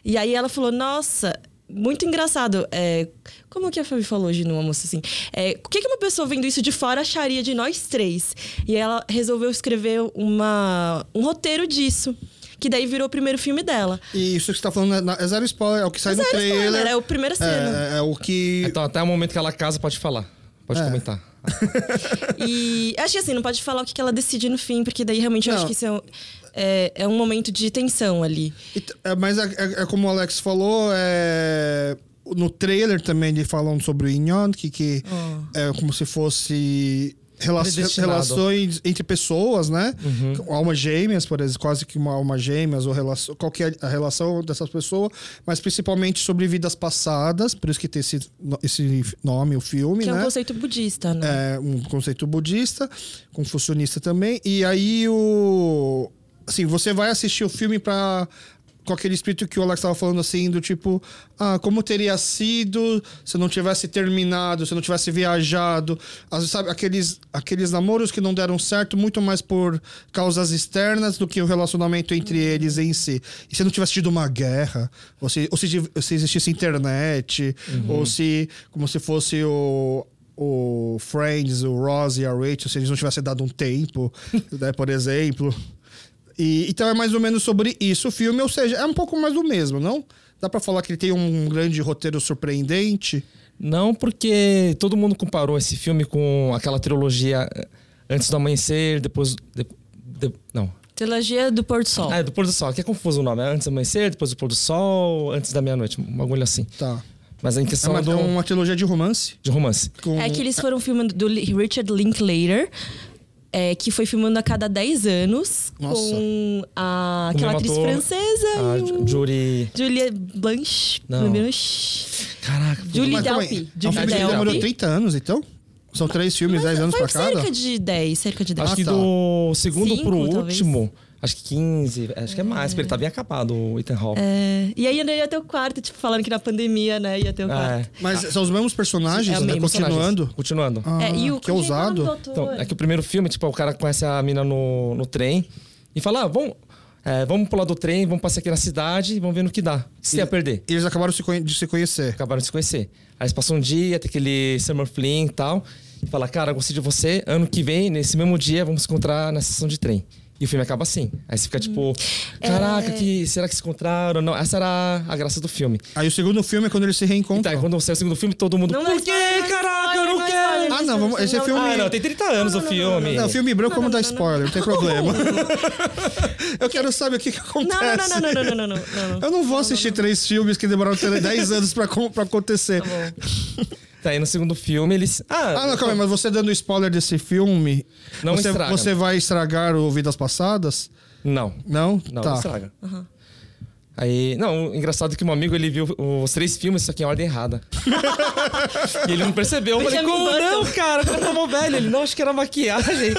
E aí ela falou: Nossa, muito engraçado. É, como que a Fabi falou hoje no almoço assim? É, o que, que uma pessoa vendo isso de fora acharia de nós três? E ela resolveu escrever uma, um roteiro disso. Que daí virou o primeiro filme dela.
E isso que você tá falando é, na- é zero spoiler, é o que sai
Zero
no trailer.
spoiler, é o primeiro cena.
É, é o que.
Então, até o momento que ela casa, pode falar. Pode
É.
comentar.
E acho que assim, não pode falar o que, que ela decide no fim, porque daí realmente eu
Não.
acho que isso é um, é- é um momento de tensão ali.
Então, é, mas é, é- é como o Alex falou, é, no trailer também ele falando sobre o Inyon, que, que
Oh.
é como se fosse rela-
Predestinado.
relações entre pessoas, né? Almas gêmeas, por exemplo, quase que uma alma gêmeas, ou relação, qual que é a relação dessas pessoas, mas principalmente sobre vidas passadas, por isso que tem esse, no- esse nome, o filme,
Que é um
né?
conceito budista, né?
é, um conceito budista, confucionista também. E aí o. Assim, você vai assistir o filme pra. Com aquele espírito que o Alex estava falando assim, do tipo, ah, como teria sido se eu não tivesse terminado, se eu não tivesse viajado. Às vezes, sabe, aqueles, aqueles namoros que não deram certo, muito mais por causas externas do que o relacionamento entre eles em si. E se não tivesse tido uma guerra, ou se, ou se, tiv- se existisse internet, ou se, como se fosse o o Friends, o Ross e a Rachel, se eles não tivessem dado um tempo, né, por exemplo. E, então é mais ou menos sobre isso o filme, ou seja, é um pouco mais do mesmo, não? Dá pra falar que ele tem um grande roteiro surpreendente?
Não, porque todo mundo comparou esse filme com aquela trilogia eh, Antes do Amanhecer, depois. de- de- não.
Trilogia do Porto Sol.
Ah, é do Pôr do Sol. Aqui é confuso o nome. É Antes do Amanhecer, depois do Pôr do Sol, antes da meia-noite. Um bagulho assim.
Tá.
Mas em
É
questão
uma,
do,
é uma trilogia de romance?
de romance.
Com...
É que eles foram filmando do Li- Richard Linklater, é, que foi filmando a cada 10 anos
Nossa.
com a, aquela
mesmo
atriz
ator,
francesa
A
e o...
Jury.
Julia Blanche.
Não.
Blanche.
Caraca.
Julie
Mas calma aí,
Delpy.
É um filme
Julie
que demorou
Delpy.
30 anos, então? São três filmes, 10 anos
Foi
pra cada?
cerca de 10, cerca de 10.
Acho
Ah,
que
tá.
do segundo
Cinco,
pro
talvez.
último, acho que 15, acho que é mais, porque ele tá bem acabado, o Ethan Hawke.
É, e aí ainda ia ter o quarto, tipo, falando que na pandemia, né, ia ter o
Ah,
quarto.
é.
Mas são os mesmos personagens,
É o
né?
mesmo
Continuando.
Continuando.
Ah,
É, e o
que ousado.
Então, é que o primeiro filme, tipo, o cara conhece a mina no, no trem e fala, ah, vamos, é, vamos pular do trem, vamos passar aqui na cidade e vamos ver no que dá. Se ia perder.
Eles acabaram se conhe- de se conhecer.
Acabaram de se conhecer. Aí eles passam um dia, tem aquele summer fling e tal. E fala, cara, gostei de você. Ano que vem, nesse mesmo dia, vamos se encontrar na estação de trem. E o filme acaba assim. Aí você fica tipo, caraca, que, será que se encontraram? Não, essa era a graça do filme.
Aí o segundo filme é quando eles se
E tá,
reencontram.
e quando sai o segundo filme, todo mundo.
Não dá
Por quê,
spoiler, não dá
caraca? Eu
spoiler,
não
não dá
quero!
spoiler.
Ah, não, vamos, esse é
Não,
filme.
Ah, não, tem 30 anos o filme.
Não, filme branco,
Não,
como dar
não, não, não.
spoiler, não tem problema. Eu quero saber o que, que
Não,
acontece.
não, não, não, não, não, não, não, não.
Eu não vou assistir três filmes que demoraram 10 anos pra, com- pra acontecer.
Tá aí no segundo filme eles. Ah,
ah, não, calma aí, mas você dando spoiler desse filme.
Não
você,
estraga.
você vai estragar o Vidas Passadas?
não.
Não?
Não,
tá.
não estraga. Aí, não, o engraçado é que meu amigo ele viu os três filmes, só que em ordem errada. e ele não percebeu. Eu falei,
Benjamin
como
Button."
não, cara? Como tá mó velho? Ele, não, acho que era maquiagem.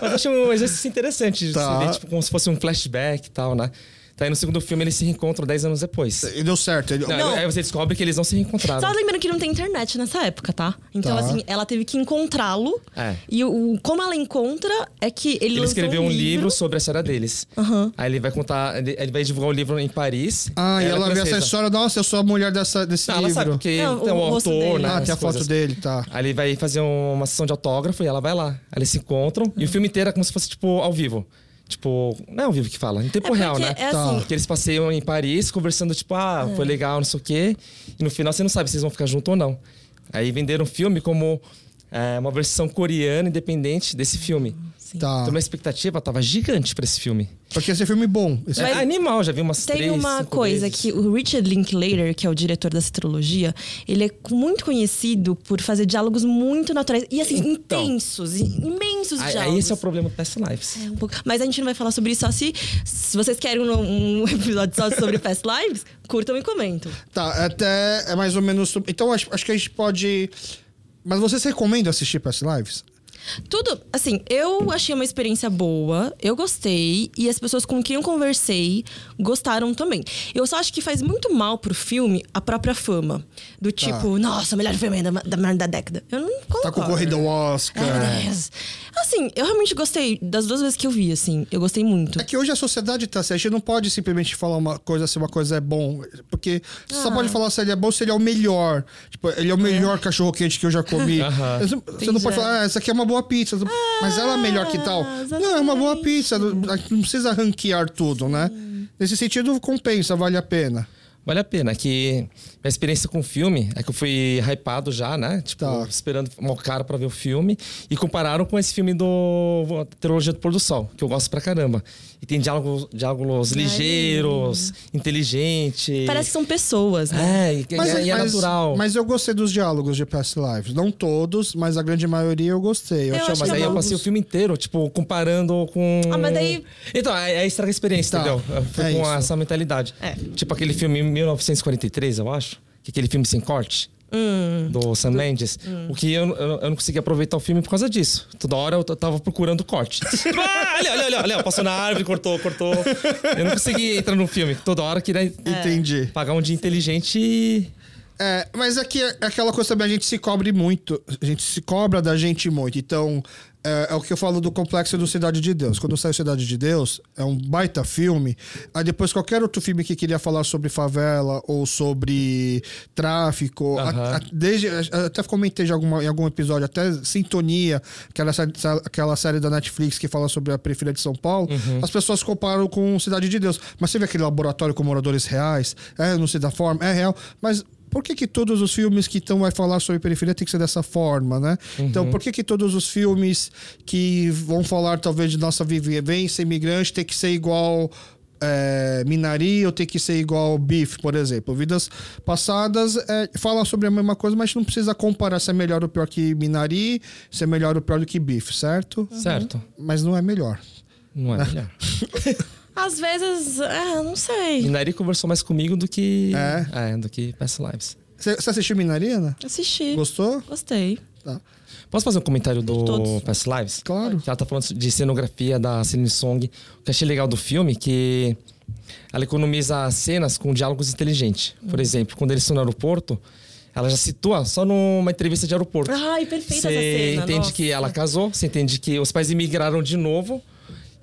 Mas eu achei um exercício interessante.
Tá.
Você vê, tipo, como se fosse um flashback e tal, né? Tá, aí no segundo filme eles se reencontram 10 anos depois.
E deu certo. Ele-
Não,
Não.
Aí você descobre que eles não se reencontraram.
Só lembrando que não tem internet nessa época, tá? Então,
Tá.
assim, ela teve que encontrá-lo.
É.
E o, como ela encontra é que ele,
Ele
lançou
escreveu um livro sobre a história deles. Aí ele vai contar, ele, ele vai divulgar o livro em Paris.
Ah, e ela Tá, vê essa
francesa.
história. Nossa, eu sou a mulher dessa, desse
Não, Ah, ela
livro.
sabe, porque
Não,
tem
É, o
um
rosto
autor,
dele.
né?
Ah,
as
tem a foto
coisas.
dele, tá.
Aí ele vai fazer um, uma sessão de autógrafo e ela vai lá. Aí eles se encontram e o filme inteiro é como se fosse, tipo, ao vivo. Tipo, não é ao vivo que fala, em tempo
É
real,
porque
né?
é
Tá.
assim, É.
Que eles passeiam em Paris conversando, tipo, ah, foi legal, não sei o quê. E no final você não sabe se eles vão ficar juntos ou não. Aí venderam o filme como é, uma versão coreana independente desse filme.
Tá.
Então minha expectativa tava gigante pra esse filme.
Porque esse filme é bom. Esse
É animal, já vi umas
Tem
três,
uma
cinco
coisa
vezes.
que o Richard Linklater, que é o diretor dessa trilogia, ele é muito conhecido por fazer diálogos muito naturais e assim
Então.
intensos, i- imensos
Aí, aí
diálogos.
esse é o problema do Past Lives.
É um pouco- Mas a gente não vai falar sobre isso só se, se vocês querem um, um episódio só sobre Past Lives, curtam e comentam.
Tá, até é mais ou menos. sub- Então acho, acho que a gente pode. Mas vocês recomendam assistir para as lives?
Tudo, assim, eu achei uma experiência boa, eu gostei, e as pessoas com quem eu conversei gostaram também. Eu só acho que faz muito mal pro filme a própria fama. Do tipo, nossa, o melhor filme da, da, merda da década. Eu não concordo.
Tá concorrendo ao Oscar.
É. Assim, eu realmente gostei das duas vezes que eu vi, assim. Eu gostei muito.
É que hoje a sociedade tá assim, a gente não pode simplesmente falar uma coisa se uma coisa é bom, porque você
Ah.
só pode falar se ele é bom se ele é o melhor. Tipo, ele é o melhor cachorro quente que eu já comi. Você não- Você não
Entendi. Ah,
pode falar, ah, essa aqui é uma boa pizza, mas ela é melhor que tal. Não, é uma boa pizza, não a gente não precisa ranquear tudo, né? Nesse sentido, compensa, vale a pena.
Vale a pena, que minha experiência com o filme é que eu fui hypado já, né? Tipo,
Tá.
esperando mal cara pra ver o filme. E compararam com esse filme do da Trilogia do Pôr do Sol, que eu gosto pra caramba. E tem diálogos, diálogos ligeiros, inteligentes.
Parece que são pessoas, né?
É, e, e é, e é natural.
mas eu gostei dos diálogos de Past Lives. Não todos, mas a grande maioria eu gostei. Eu
Eu
achei
acho
mas
uma-
que é
aí eu
diálogos-
passei o filme inteiro, tipo, comparando com.
Ah, mas daí-
Então, aí aí estraga a experiência,
Tá.
entendeu? Eu fui
É
com
isso.
essa mentalidade.
É.
Tipo aquele filme em 1943, eu acho. Que é aquele filme sem corte.
Hum.
Do Sam Mendes. O que eu, eu, eu não consegui aproveitar o filme por causa disso. Toda hora eu t- tava procurando corte. Tipo, ah, olha, olha, olha, olha, passou na árvore, cortou, cortou. Eu não consegui entrar no filme. Toda hora eu
É.
queria
Entendi.
pagar um dia inteligente e.
É, mas aqui é aquela coisa também, a gente se cobre muito. A gente se cobra da gente muito. Então, é, é o que eu falo do complexo do Cidade de Deus. Quando saiu Cidade de Deus, é um baita filme. Aí depois qualquer outro filme que queria falar sobre favela ou sobre tráfico. a-
Aham.
a- desde, eu até comentei de alguma, em algum episódio, até Sintonia, é aquela, sé- aquela série da Netflix que fala sobre a periferia de São Paulo. As pessoas comparam com Cidade de Deus. Mas você vê aquele laboratório com moradores reais? É, não sei da forma, é real. Mas por que, que todos os filmes que então vai falar sobre periferia tem que ser dessa forma, né? Então, por que, que todos os filmes que vão falar talvez de nossa vivência imigrante tem que ser igual é, minaria ou tem que ser igual bife, por exemplo. Vidas passadas é, fala sobre a mesma coisa, mas não precisa comparar se é melhor ou pior que minari, se é melhor ou pior do que bife, certo?
Uhum.
Certo.
Mas não é melhor.
Não é melhor.
Às vezes, é, não sei.
Minari conversou mais comigo do que.
É?
do que Past Lives.
Você você assistiu Minaria, Ana?
Assisti.
Gostou?
Gostei.
Tá.
Posso fazer um comentário do
Todos.
Past Lives?
Claro.
Que ela tá falando de cenografia da Celine Song. O que eu achei legal do filme é que ela economiza cenas com diálogos inteligentes.
Uhum.
Por exemplo, quando eles estão no aeroporto, ela já situa só numa entrevista de aeroporto.
Ai, perfeita Ah, essa
Você
cena.
entende
nossa.
que ela casou, você entende que os pais imigraram de novo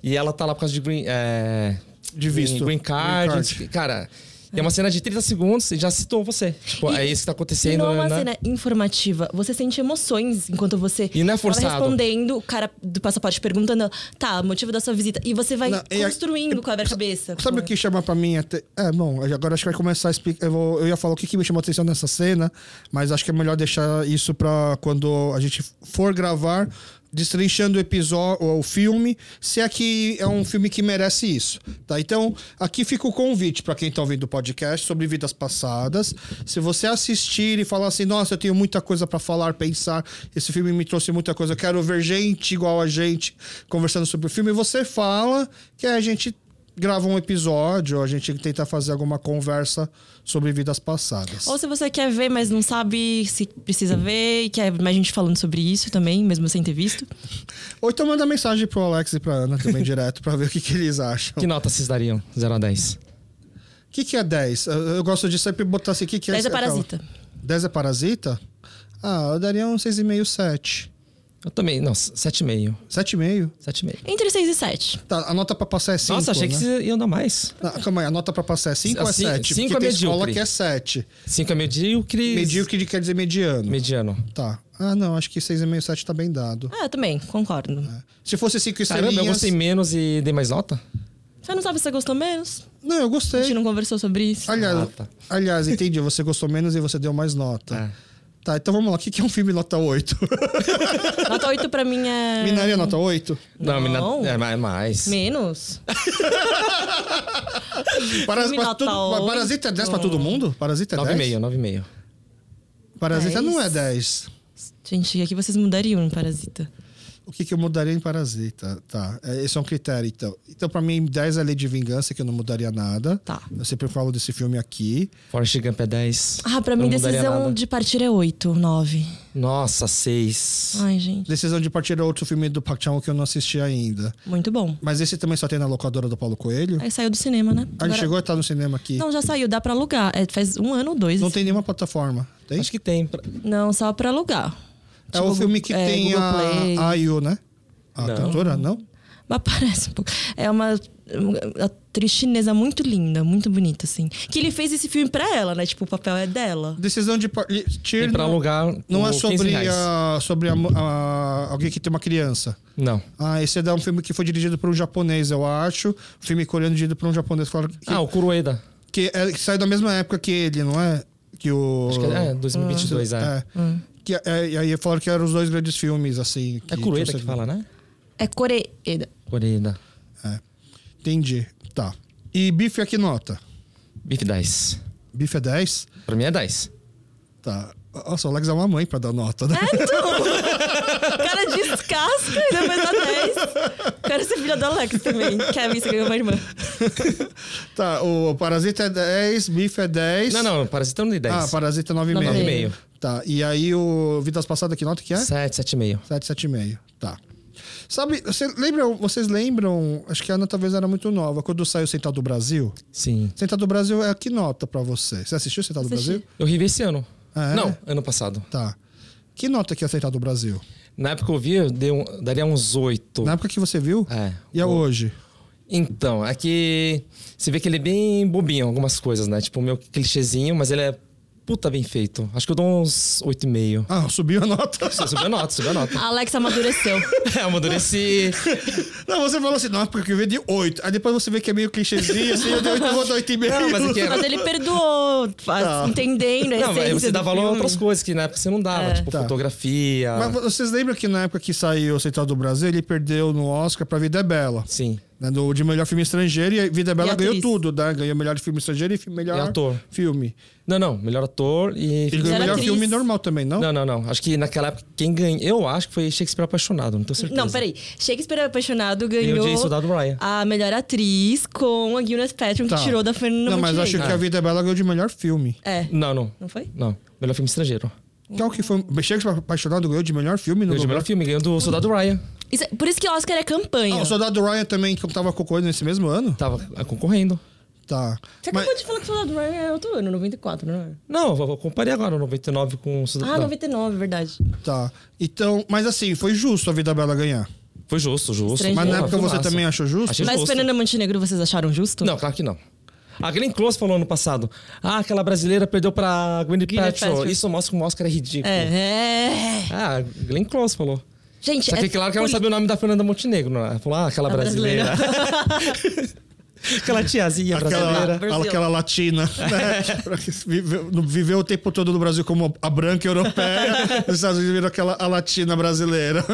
e ela tá lá por causa de green, é,
De visto.
green card.
Green card.
Cara, é uma cena de 30 segundos e já citou você. Tipo,
E-
é isso que tá
E
acontecendo.
não é
né?
uma cena informativa. Você sente emoções enquanto você
E não é
tava
forçado.
respondendo, o cara do passaporte perguntando, tá, motivo da sua visita. E você vai
Não, e a-
construindo com a cabeça.
Sabe o que chama pra mim? até- É, bom, eu agora acho que vai começar a explicar. Eu, vou- eu ia falar o que, que me chamou a atenção nessa cena, mas acho que é melhor deixar isso pra quando a gente for gravar, destrinchando o episódio, o filme, se é que é um filme que merece isso. Tá? Então, aqui fica o convite pra quem tá ouvindo o podcast sobre vidas passadas. Se você assistir e falar assim, nossa, eu tenho muita coisa pra falar, pensar, esse filme me trouxe muita coisa, eu quero ver gente igual a gente conversando sobre o filme, você fala que a gente grava um episódio, a gente tenta fazer alguma conversa sobre vidas passadas.
Ou se você quer ver, mas não sabe se precisa ver e quer mais gente falando sobre isso também, mesmo sem ter visto.
Ou então manda mensagem pro Alex e pra Ana também direto pra ver o que, que eles acham.
Que nota vocês dariam? 0 a 10.
O que, que é 10? Eu, eu gosto de sempre botar assim, o que, que é
10 é
aquela-
parasita.
10 é parasita? Ah, eu daria um 6,5, 7.
Eu também, não, 7,5.
7,5
7,5ho.
Entre 6 e 7.
Tá, a nota pra passar é 5.
Nossa, achei
né?
que vocês iam dar mais.
Ah, calma aí, a nota pra passar é 5 ou é
Assim,
7?
cinco
Porque
é
tem
medíocre.
escola que é 7.
5 é medíocre.
Medíocre quer dizer mediano.
Mediano.
Tá. Ah, não, acho que 6,5, 7 tá bem dado.
Ah, eu também, concordo.
Se fosse 5
Caramba, Tá, eu
estrelinhas...
gostei menos e dei mais nota?
Você não sabe se você gostou menos?
Não, eu
A
gostei.
gente não conversou sobre isso.
Aliás,
Ah, tá.
aliás, entendi. Você gostou menos e você deu mais nota.
Tá.
Tá, então vamos lá. O que que é um filme nota 8?
Nota 8 pra mim é.
Minária nota 8?
Não,
Não.
mina- é ma- é mais.
Menos?
Para,
Filme
pra
nota
tudo-
oito.
Parasita é 10 pra todo mundo? Parasita é 10?
9,5, 9,5.
Parasita
Dez.
não é 10.
Gente, aqui vocês mudariam um parasita.
O que, que eu mudaria em Parasita? Tá, é, esse é um critério, então. Então, pra mim, 10 é a Lei de Vingança, que eu não mudaria nada.
Tá.
Eu sempre falo desse filme aqui.
Forrest Gump é 10.
Ah, pra
Não
mim,
mudaria
decisão
nada.
de partir é 8, 9.
Nossa, 6.
Ai, gente.
Decisão de Partir é outro filme do Park Chan que eu não assisti ainda.
Muito bom.
Mas esse também só tem na locadora do Paulo Coelho.
Aí saiu do cinema, né?
Ah, ele chegou a estar no cinema aqui. Não,
Não, já saiu, dá pra alugar. É, faz um ano ou dois.
tem nenhuma plataforma. Tem?
Acho que tem. pra-
Não, só pra alugar.
é o
Tipo,
filme que
é,
tem
Google
a,
Play.
a IU, né? A
Não.
cantora, não?
Mas parece um pouco. É uma uma atriz chinesa muito linda, muito bonita, assim. Que ele fez esse filme pra ela, né? Tipo, o papel é dela.
Decisão de Partir
Tem pra
não,
alugar.
não é
por 15
sobre,
reais.
a, sobre a mo- a- alguém que tem uma criança.
Não.
Ah, esse é um filme que foi dirigido por um japonês, eu acho. Filme coreano dirigido por um japonês, claro. Que,
Ah, o Kuroeda.
que, é, que saiu da mesma época que ele, não é? Que o.
Acho que é, é 2022, é.
Ah. É.
Hum.
Que, é, e aí falaram que eram os dois grandes filmes, assim.
É Kuroeda que
trouxeram-
fala, né?
É coreana.
Kuroeda.
É. Entendi. Tá. E bife a que nota?
Bife 10.
Bife é 10?
Pra mim é 10.
Tá. Nossa, o Alex é uma mãe pra dar nota, né?
O cara descasca e depois dá 10. Quero ser é filha do Alex também. Kevin, você ganhou uma irmã.
Tá, o Parasita é 10, bife é 10.
Não, tá não, Parasita eu não dei 10.
Ah, Parasita é 9,5.
9,5.
Tá. E aí o Vidas Passadas, que nota que é?
7, 7,5.
7, 7,5. Tá. Sabe, você lembra, vocês lembram, acho que a Ana talvez era muito nova, quando saiu Sentado do Brasil?
Sim.
Sentado do Brasil é que nota pra você? Você assistiu Sentado do
Assisti.
Brasil?
Eu revi esse ano.
Ah, é?
Não, ano passado.
Tá. Que nota que é Sentado do Brasil?
Na época que eu vi, eu dei um- daria uns 8.
Na época que você viu?
É.
E é hoje?
Então, é que você vê que ele é bem bobinho em algumas coisas, né? Tipo, meio clichêzinho, mas ele é puta bem feito. Acho que eu dou uns 8,5.
Ah, subiu a nota.
Você Subiu a nota, subiu a nota.
A Alex amadureceu.
É, eu amadureci.
Não, você falou assim, não, porque eu vi de 8. Aí depois você vê que é meio clichêzinho, assim, eu dei 8, eu vou dar 8,5.
Não, mas é que
Mas
era...
ele perdoou, faz-
Tá.
entendendo a
Não, mas
essência
você dá
do
valor a
filme.
outras coisas que na época você não dava.
É.
Tipo,
Tá.
Ah.
fotografia.
Mas vocês lembram que na época que saiu o Central do Brasil, ele perdeu no Oscar pra Vida é Bela.
Sim.
né, do, de melhor filme estrangeiro, e a Vida é Bela
E
ganhou
atriz.
tudo, né? Ganhou melhor filme estrangeiro e fi- melhor
E ator.
filme.
Não, não. Melhor ator e...
Ele ganhou
era
melhor
atriz.
filme normal também, não?
Não, não, não. Acho que naquela época quem ganhou... Eu acho que foi Shakespeare Apaixonado, não tenho certeza.
Não, peraí. Shakespeare Apaixonado
Ganhou
ganhou
de Soldado Ryan.
a melhor atriz com a Gwyneth Paltrow, que
Tá.
tirou da Fernanda
Não, mas acho
Montenegro.
que
Ah.
a Vida é Bela ganhou de melhor filme.
É,
Não, não.
não foi?
Não. Melhor filme estrangeiro.
Qual que foi? Shakespeare Apaixonado ganhou de melhor filme no
Ganhou de melhor
lugar?
filme. Ganhou do Soldado Ryan.
Isso é- por isso que o Oscar é campanha.
Ah, o Soldado Ryan também, que tava concorrendo nesse mesmo ano?
Tava concorrendo.
Tá.
Você
Mas-
acabou de falar que o Soldado Ryan é outro ano, 94, não é?
Não, eu comparei agora o 99 com o Soldado
Ah,
não.
99, verdade.
Tá. Então, mas assim, foi justo a Vida Bela ganhar.
Foi justo, justo.
Estrangeiro.
Mas na
Porra,
época você
filmaço.
também achou justo?
Achei
Mas
justo.
Fernanda Montenegro, vocês acharam justo?
Não, claro que não. A Glenn Close falou ano passado. Ah, aquela brasileira perdeu pra Gwyneth
Gwyneth
Paltrow.
Paltrow.
Isso mostra como o Oscar é ridículo.
É, é.
Ah, a Glenn Close falou.
Gente,
Só que
é
claro que ela não sabia o nome da Fernanda Montenegro, né? Ela falou, ah, aquela
A brasileira.
brasileira. aquela tiazinha brasileira.
Aquela,
Brasil.
aquela latina, né? Pra que viveu, viveu o tempo todo no Brasil como a branca europeia, nos Estados Unidos virou aquela a latina brasileira.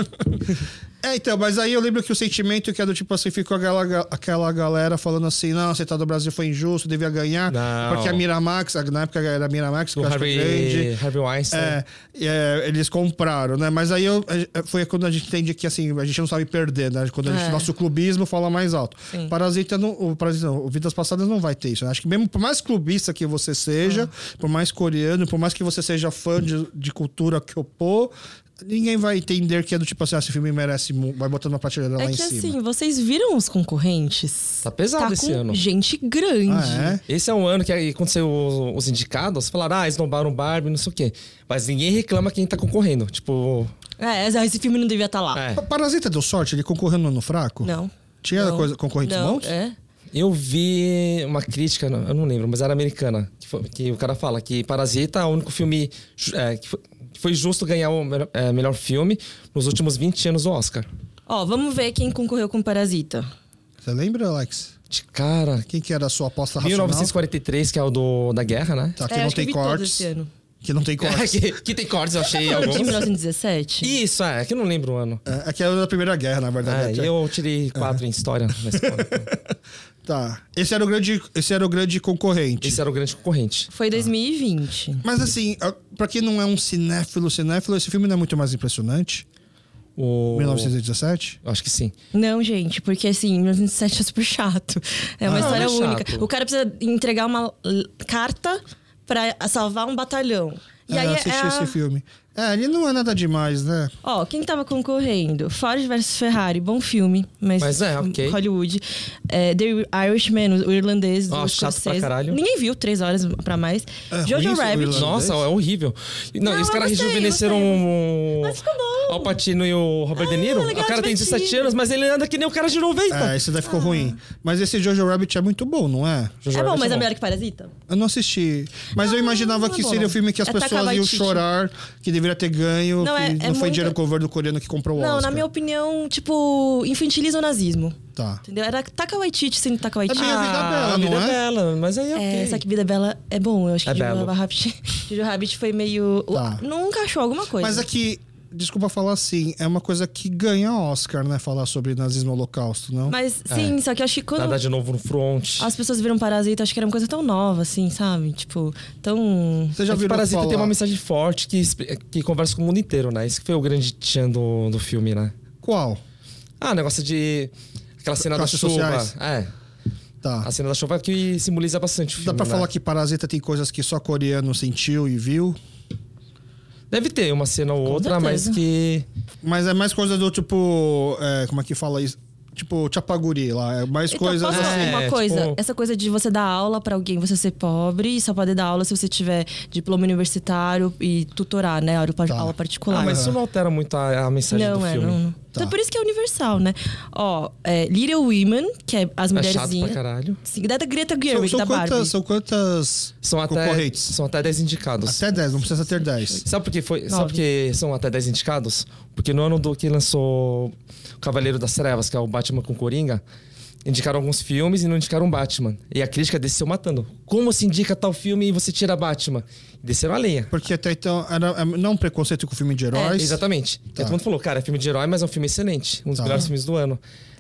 É, então, mas aí eu lembro que o sentimento que é do tipo assim, ficou aquela, ga- aquela galera falando assim, não, você tá do Brasil foi injusto, devia ganhar.
Não.
Porque a Miramax, na época era a Miramax, que
Do
eu acho que é grande.
Harvey, Harvey Weinstein.
É, é, eles compraram, né? Mas aí eu, é, foi quando a gente entende que assim, a gente não sabe perder, né? Quando a gente,
É.
nosso clubismo fala mais alto. Parasita não, o Parasita não, o Vidas Passadas não vai ter isso. né? Acho que mesmo por mais clubista que você seja,
Ah.
por mais coreano, por mais que você seja fã de, de cultura Kyopo, ninguém vai entender que é do tipo assim, ah, esse filme merece, mu- vai botando uma prateleira lá
É
em
que
cima.
assim, vocês viram os concorrentes?
Tá pesado
tá
esse
com
ano.
gente grande.
Ah, é?
Esse é um ano que aí aconteceu os, os indicados, falaram, ah, esnobaram Barbie, não sei o quê. Mas ninguém reclama quem tá concorrendo. Tipo,
É, esse filme não devia estar lá.
é.
Pa- Parasita deu sorte, ele concorreu no ano fraco?
Não.
Tinha
não,
coisa- concorrente
não,
bons?
É.
Eu vi uma crítica, eu não lembro, mas era americana, que, foi- que o cara fala que Parasita é o único filme ju- é, que, foi, que foi justo ganhar o melhor, é, melhor filme nos últimos 20 anos do Oscar.
Ó, vamos ver quem concorreu com Parasita.
Você lembra, Alex?
De cara,
Quem que era a sua aposta racional?
1943, que é o do, da guerra, né? É
Tá, que
É,
não
acho que eu
tem
vi todos
cortes.
esse ano.
Que não tem cortes.
que, que tem cortes, eu achei
Não,
alguns.
de 1917?
Isso, é, que eu não lembro o ano.
É, é que era da Primeira Guerra, na
É,
Ah,
verdade.
eu tirei quatro em história né? na escola.
Tá. Esse era o grande, esse era o grande concorrente.
é
Esse era o grande concorrente.
Foi 2020.
Mas assim, a- pra quem não é um cinéfilo, cinéfilo, esse filme não é muito mais impressionante?
O...
1917?
Eu Acho que sim.
Não, gente, porque assim, 1907 é super chato. É uma
Ah,
história
é chato.
única. O cara precisa entregar uma l- carta pra salvar um batalhão. E
é,
aí
eu
é
assisti
a-
esse filme. É, ele não é nada demais, né?
Ó, quem tava concorrendo? Ford versus Ferrari, bom filme, mas,
Mas é, ok.
Hollywood. É, The Irishman, o irlandês do
Ó, chato pra
Scorsese.
caralho.
Ninguém viu, três horas pra mais.
É, ruim
Jojo
esse
Rabbit.
irlandês.
Nossa, é horrível. Não,
Não,
e os
eu
caras
gostei,
rejuvenesceram
gostei,
o.
Mas ficou bom.
Al Pacino e o Robert De Niro.
Ah, legal,
o cara tem
divertido.
17 anos, mas ele anda que nem o cara de 90.
Então,
É, esse daí
ah.
ficou ruim. Mas esse Jojo Rabbit é muito bom, não é?
Jojo
É bom,
Rabbit
mas é melhor que Parasita?
Eu não assisti. Mas eu imaginava
não é
que
bom,
seria o
não.
filme que as
É
pessoas iam
Takawaititi.
chorar, que deveria ter ganho,
Não,
que
é- é
não foi
muito-
dinheiro do governo coreano que comprou o
Não, na
Oscar.
minha opinião, tipo, infantiliza o nazismo.
Tá.
Entendeu? Era Taka Waititi sendo Taka
É
Waititi.
minha vida
Ah,
bela,
a
não
vida
é?
dela, mas aí ok.
É, só que Vida Bela é bom. Eu acho que
É
Jojo
belo.
Rabbit, Jojo Rabbit foi meio...
Tá.
Nunca achou alguma coisa.
Mas é que, desculpa falar assim, é uma coisa que ganha Oscar, né? Falar sobre nazismo e holocausto, não?
Mas,
É.
sim, só que eu acho que quando
Nadar de novo no front.
as pessoas viram Parasita, acho que era uma coisa tão nova, assim, sabe? Tipo, tão...
Você já
É que
viu
Parasita
falar?
tem uma mensagem forte que, expli- que conversa com o mundo inteiro, né? Isso que foi o grande tchan do, do filme, né?
Qual?
Ah, negócio de. Aquela cena
Classes
da chuva.
sociais.
É.
Tá.
A cena da chuva que simboliza bastante o filme.
Dá pra
né?
falar que Parasita tem coisas que só coreano sentiu e viu,
Deve ter uma cena ou
Com
outra, mas
certeza.
que.
mas é mais coisa do tipo. é, como é que fala isso? Tipo, chapaguri lá. É mais
Então,
coisas
posso falar
assim.
É,
uma coisa?
tipo-
Essa coisa de você dar aula pra alguém, você ser pobre e só poder dar aula se você tiver diploma universitário e tutorar, né? Aula, par-
Tá.
aula particular.
Ah, mas isso não altera muito a, a mensagem
Não,
do
é,
filme.
não. não. Então, por isso que é universal, né? Ó, é, Little Women, que é as
É chato pra
mulherzinhas.
caralho.
Sim, da da Greta
São,
Gerwig,
são
da Barbie.
quantas, são quantas
São até,
concorrentes?
são até 10 indicados.
Até 10, não precisa ter 10.
Sabe por que foi?
Nove.
Sabe por que são até 10 indicados? Porque no ano do que lançou o Cavaleiro das Trevas, que é o Batman com Coringa, indicaram alguns filmes e não indicaram Batman. E a crítica desceu matando. Como se indica tal filme e você tira Batman? Desceram a lenha.
Porque até então era é, não um preconceito com filme de heróis.
É. Exatamente. E Todo mundo falou, cara, é filme de herói, mas é um filme excelente. Um dos
Tá.
melhores filmes do ano.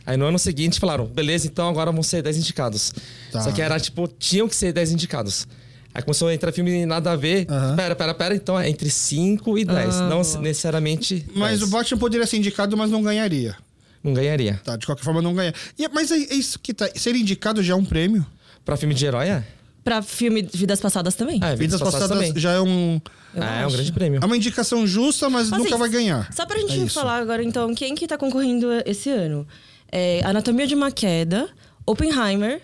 Aí no ano seguinte falaram, beleza, então agora vão ser 10 indicados.
Tá.
Só que era tipo, tinham que ser 10 indicados. Aí começou a entrar filme nada a ver.
Aham.
Pera, pera, pera. Então é entre 5 e 10. não
Ah.
necessariamente.
Mas
10.
o Batman poderia ser indicado, mas não ganharia.
Não ganharia.
Tá, de qualquer forma não ganha. E é- mas é é isso que tá. Ser indicado já é um prêmio.
Pra filme de herói é?
Pra filme Vidas Passadas também.
Ah, é
Vidas passadas,
também.
já é um.
Eu
Ah, é um
acho.
grande prêmio.
É uma indicação justa, mas
Assim,
nunca vai ganhar.
Só pra
É
gente
isso.
falar agora, então, quem que tá concorrendo esse ano? É Anatomia de uma Queda, Oppenheimer,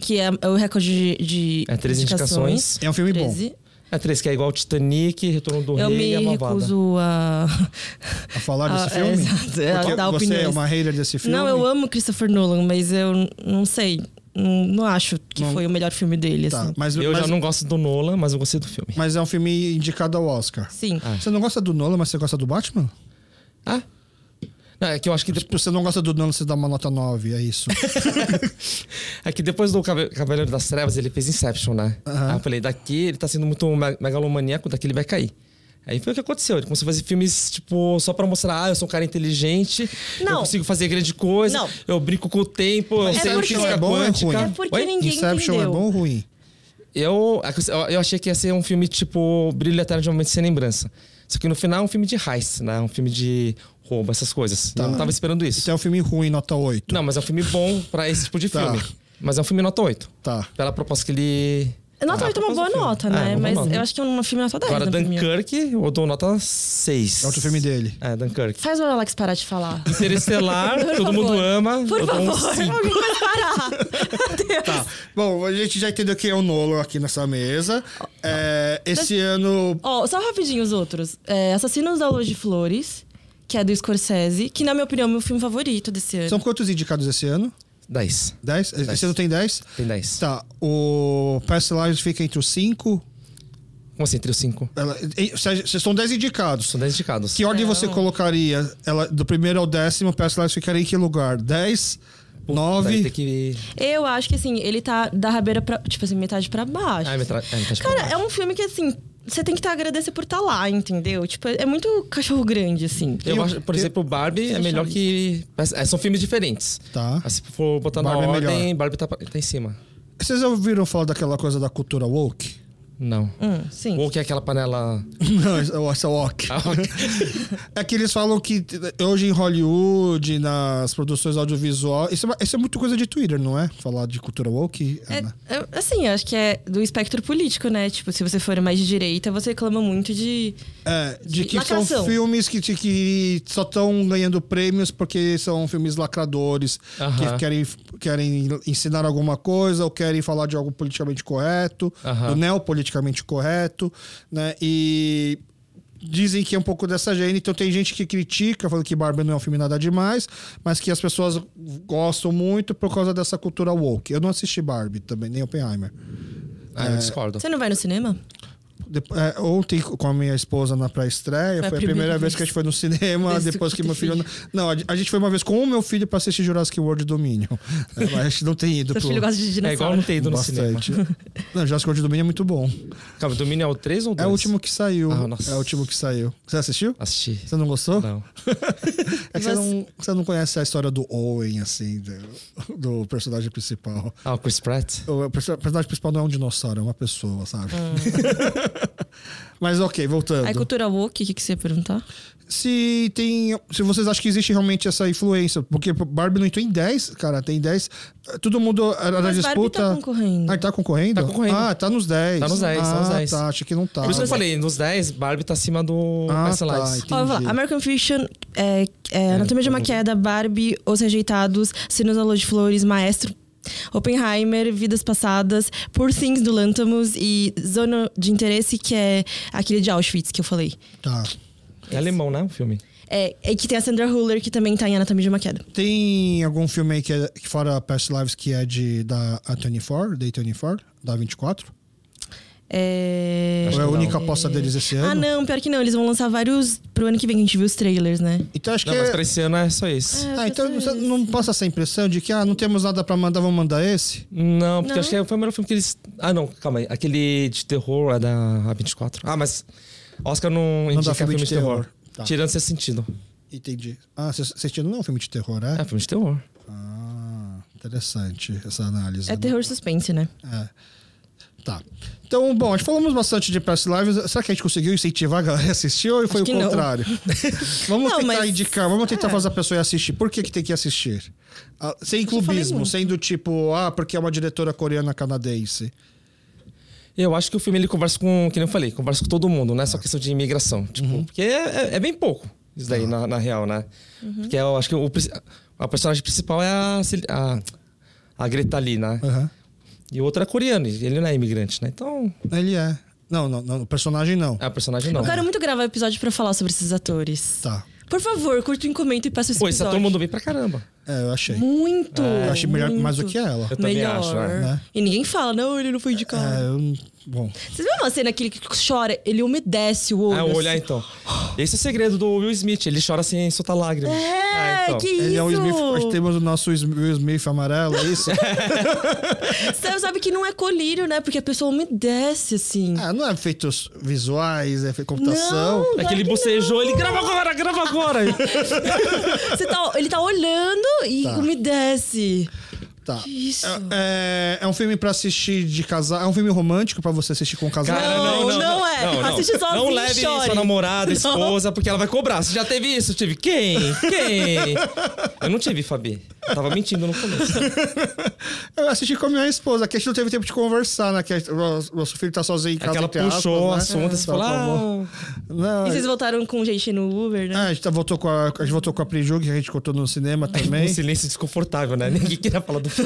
que é é o recorde de, de
É, três indicações.
É um filme bom.
13.
É três, que é igual Titanic, Retorno do
Eu
Rei é e
me
a Malvada.
recuso a...
A falar desse
Ah, é,
filme?
exato, é,
Porque
dar
você é
opiniões.
uma hater desse filme?
Não, eu amo Christopher Nolan, mas eu n- não sei. Não, não acho que
Não.
foi o melhor filme dele,
Tá,
assim.
mas,
Eu
mas,
já não gosto do Nolan, mas eu gostei do filme.
mas é um filme indicado ao Oscar.
Sim.
Você não gosta do Nolan, mas você gosta do Batman?
Ah? Não, é que eu acho que de-
Tipo, você não gosta do Nolan, você dá uma nota 9, é isso.
É que depois do Cave- Cavaleiro das Trevas, ele fez Inception, né? Aí eu falei, daqui ele tá sendo muito me- megalomaníaco, daqui ele vai cair. Aí foi o que aconteceu. Ele começou a fazer filmes, tipo, só pra mostrar, ah, eu sou um cara inteligente, eu
Não.
consigo fazer grande coisa,
Não.
eu brinco com o tempo, eu
É
sei
porque-
o que
é bom ou é ruim?
É porque
Oi?
ninguém
Inception
entendeu.
é bom ou ruim?
Eu, eu achei que ia ser um filme tipo Brilho Eterno de um Momento Sem Lembrança. Só que no final é um filme de heist, né? Um filme de roubo, essas coisas. Eu não tava esperando isso.
Isso é um filme ruim, nota 8.
Não, mas é um filme bom pra esse tipo de
Tá.
filme. Mas é um filme nota 8.
Tá.
Pela proposta que ele...
Nota
Ah,
8 é uma boa
proposta do filme.
nota,
É,
né?
uma boa
Mas
nota.
eu acho que é um filme nota 10.
Agora,
na minha.
Dunkirk, eu dou nota 6.
É outro filme dele.
É, Dunkirk.
Faz o Alex parar de falar.
Interestelar,
Por
todo
favor.
mundo ama.
Por
eu dou um
favor,
cinco.
alguém vai parar. Meu Deus.
Tá. Bom, a gente já entendeu quem é o Nolan aqui nessa mesa. É, esse ano.
Ó, só rapidinho os outros. É, Assassinos da Lua de Flores, que é do Scorsese, que na minha opinião é o meu filme favorito desse ano.
São quantos indicados esse ano?
10.
10? Esse ano tem 10?
Tem 10.
Tá. O Past Lives fica entre os 5.
Como assim, entre os 5?
Vocês são 10 indicados.
São 10 indicados.
Que ordem você colocaria? Ela, do primeiro ao décimo, Past Lives ficaria em que lugar? 10?
Daí tem
9?
que...
Eu acho que assim, ele tá da rabeira pra. Tipo assim, metade pra baixo.
Ah, metra... é, metragem
Cara,
pra
é um filme que assim. Você tem que estar tá agradecer por estar lá, entendeu? Tipo, é é muito cachorro grande, assim.
Eu acho, por exemplo, Barbie é melhor que. é, São filmes diferentes.
Tá.
Mas se for botar
Barbie é
na ordem,
melhor.
Barbie tá, pra- tá em cima.
Vocês já ouviram falar daquela coisa da cultura woke?
Não.
Hum, sim.
Ou que é aquela panela. Ah,
Não, essa woke. É que eles falam que t- hoje em Hollywood, nas produções audiovisuais. Isso é, uma- isso é muito coisa de Twitter, não é? Falar de cultura woke.
É,
né?
Ana.
é, assim, eu acho que é do espectro político, né? Tipo, se você for mais de direita, você reclama muito de.
É, de
de
que são
lacração.
filmes que, te- que só estão ganhando prêmios porque são filmes lacradores, que
Aham.
querem, querem ensinar alguma coisa ou querem falar de algo politicamente correto,
Aham.
do neopoliticamente correto, né? E dizem que é um pouco dessa gênero. Então tem gente que critica, falando que Barbie não é um filme nada demais, mas que as pessoas gostam muito por causa dessa cultura woke. Eu não assisti Barbie também, nem Oppenheimer.
Ah,
É.
eu discordo.
Você não vai no cinema?
Dep- é, ontem com a minha esposa na pré-estreia, foi, a primeira vez que a gente foi no cinema,
Desde
depois
que
que
eu
meu filho.
tive
Não, a a gente foi uma vez com o meu filho pra assistir Jurassic World Dominion. É, mas a gente não tem ido
Seu
pro.
filho gosta de
É igual
dinossauro.
não ter ido no cinema.
Bastante. Não, Jurassic World Dominion é muito bom.
Calma, Domínio é o 3 ou o 2?
É o último que saiu.
Ah, nossa.
É o último que saiu. Você assistiu?
Assisti.
Você não gostou?
Não.
É que você não, você não conhece a história do Owen, assim, do, do personagem principal.
Ah, o Chris Pratt?
O perso- personagem principal não é um dinossauro, é uma pessoa, sabe? Mas ok, voltando.
Aí, cultura woke, o que, que você ia perguntar?
se tem. Se vocês acham que existe realmente essa influência. Porque Barbie não entrou em 10, cara, tem 10. Eh, Todo mundo era da
Mas Barbie
disputa.
tá concorrendo.
Ah, tá concorrendo?
Tá concorrendo.
Ah, tá nos 10.
Tá nos 10,
ah,
tá nos 10.
Tá, acho que não tá.
Por isso que eu falei, nos 10, Barbie tá acima do
Ah,
Past
tá,
Lives.
entendi.
Ó, eu vou falar, American Fiction, é, é, Anatomia de uma Queda, Barbie, Os Rejeitados, Sinos da Lua de Flores, Maestro, Oppenheimer, Vidas Passadas, Poor Things do Lanthimos e Zona de Interesse, que é aquele de Auschwitz que eu falei.
Tá.
É alemão, né? O filme.
É, é que tem a Sandra Huller, que também tá em Anatomia de uma Queda.
Tem algum filme aí que, é, que fora Past Lives que é de da A24, Day 24, da 24? Ou é
É...
a
que não.
única aposta deles esse ano?
Ah, não, pior que não. Eles vão lançar vários pro ano que vem, a gente viu os trailers, né?
Então acho
Não,
que.
mas
é-
pra esse ano é só esse.
Ah, então não, não passa essa impressão de que ah, não temos nada pra mandar, vamos mandar esse?
Não, porque
Não.
acho que é, foi o melhor filme que eles. Ah, não, calma aí. Aquele de terror é da A24. Ah, mas. Oscar não indica
filme
filme,
de
de terror.
terror. Tá.
Tirando esse sentido.
Entendi. Ah, você assistiu não é um filme de terror, é?
É, filme de terror.
Ah, interessante essa análise. É.
É terror suspense, né?
Tá. Então, bom, a gente falamos bastante de Past Lives. Será que a gente conseguiu incentivar a galera a assistir ou foi
que
o
não.
contrário? vamos
Não,
tentar
mas-
indicar, vamos tentar
é.
fazer a pessoa ir assistir. Por que, que tem que assistir? Ah, sem
falei
clubismo,
muito.
sendo tipo, ah, porque é uma diretora coreana canadense.
Eu acho que o filme ele conversa com, que nem eu falei, conversa com todo mundo, não
Tá.
é só questão de imigração. Tipo,
Uhum.
porque é, é- é bem pouco isso
Tá.
daí, na, na real, né? Porque eu acho que o, pri- a personagem principal é a, Cel- a, a Greta Lee, né?
Aham.
E o outro é coreano, e ele não é imigrante, né? Então,
Ele é. Não, não, não, o personagem não.
a personagem não.
Eu quero muito gravar episódio pra falar sobre esses atores.
Tá.
Por favor, curta e comenta e peça esse
Pô, isso
episódio.
tá todo mundo bem pra caramba.
É, eu achei.
Muito!
eu achei melhor,
muito.
mais do que ela.
É. Eu também
Melhor.
acho, né?
Né?
E ninguém fala, não, ele não foi indicado.
É, eu- bom.
Vocês viram uma cena que ele chora, ele umedece o olho.
Ah,
assim.
olhar então. Esse é o segredo do Will Smith, ele chora sem soltar lágrimas.
É,
tal.
que
Ele é um
isso?
Smith. Hoje temos o nosso Will Smith amarelo, é isso?
Você sabe que não é colírio, né? Porque a pessoa umedece, assim.
ah, não é efeitos visuais, é efeito computação.
Não.
É que
Claro que
ele bocejou, ele grava agora, grava agora.
Você tá- ele tá olhando e
Tá.
umedece.
Tá.
Isso.
É, é um filme pra assistir de casal. É um filme romântico pra você assistir com um casal.
Cara, não, não é. Assiste sozinho
Não
e
leve
chore.
sua namorada,
Não.
esposa, porque ela vai cobrar. Você já teve isso? Eu tive. Quem? Quem? Eu não tive, Fabi. Eu tava mentindo no começo.
Eu assisti com a minha esposa, que a gente não teve tempo de conversar, né? Que a- o nosso filho tá sozinho em casa.
Aquela
entre
puxou o
aspas, né?
assunto e você
Tá,
falou.
tá bom.
"Ah,
Não,
E vocês voltaram com gente no Uber, né?
Ah, a gente tá- voltou com a, a gente voltou com a Priju, que a gente contou no cinema
Um
também.
silêncio desconfortável, né? Ninguém queria falar do filme.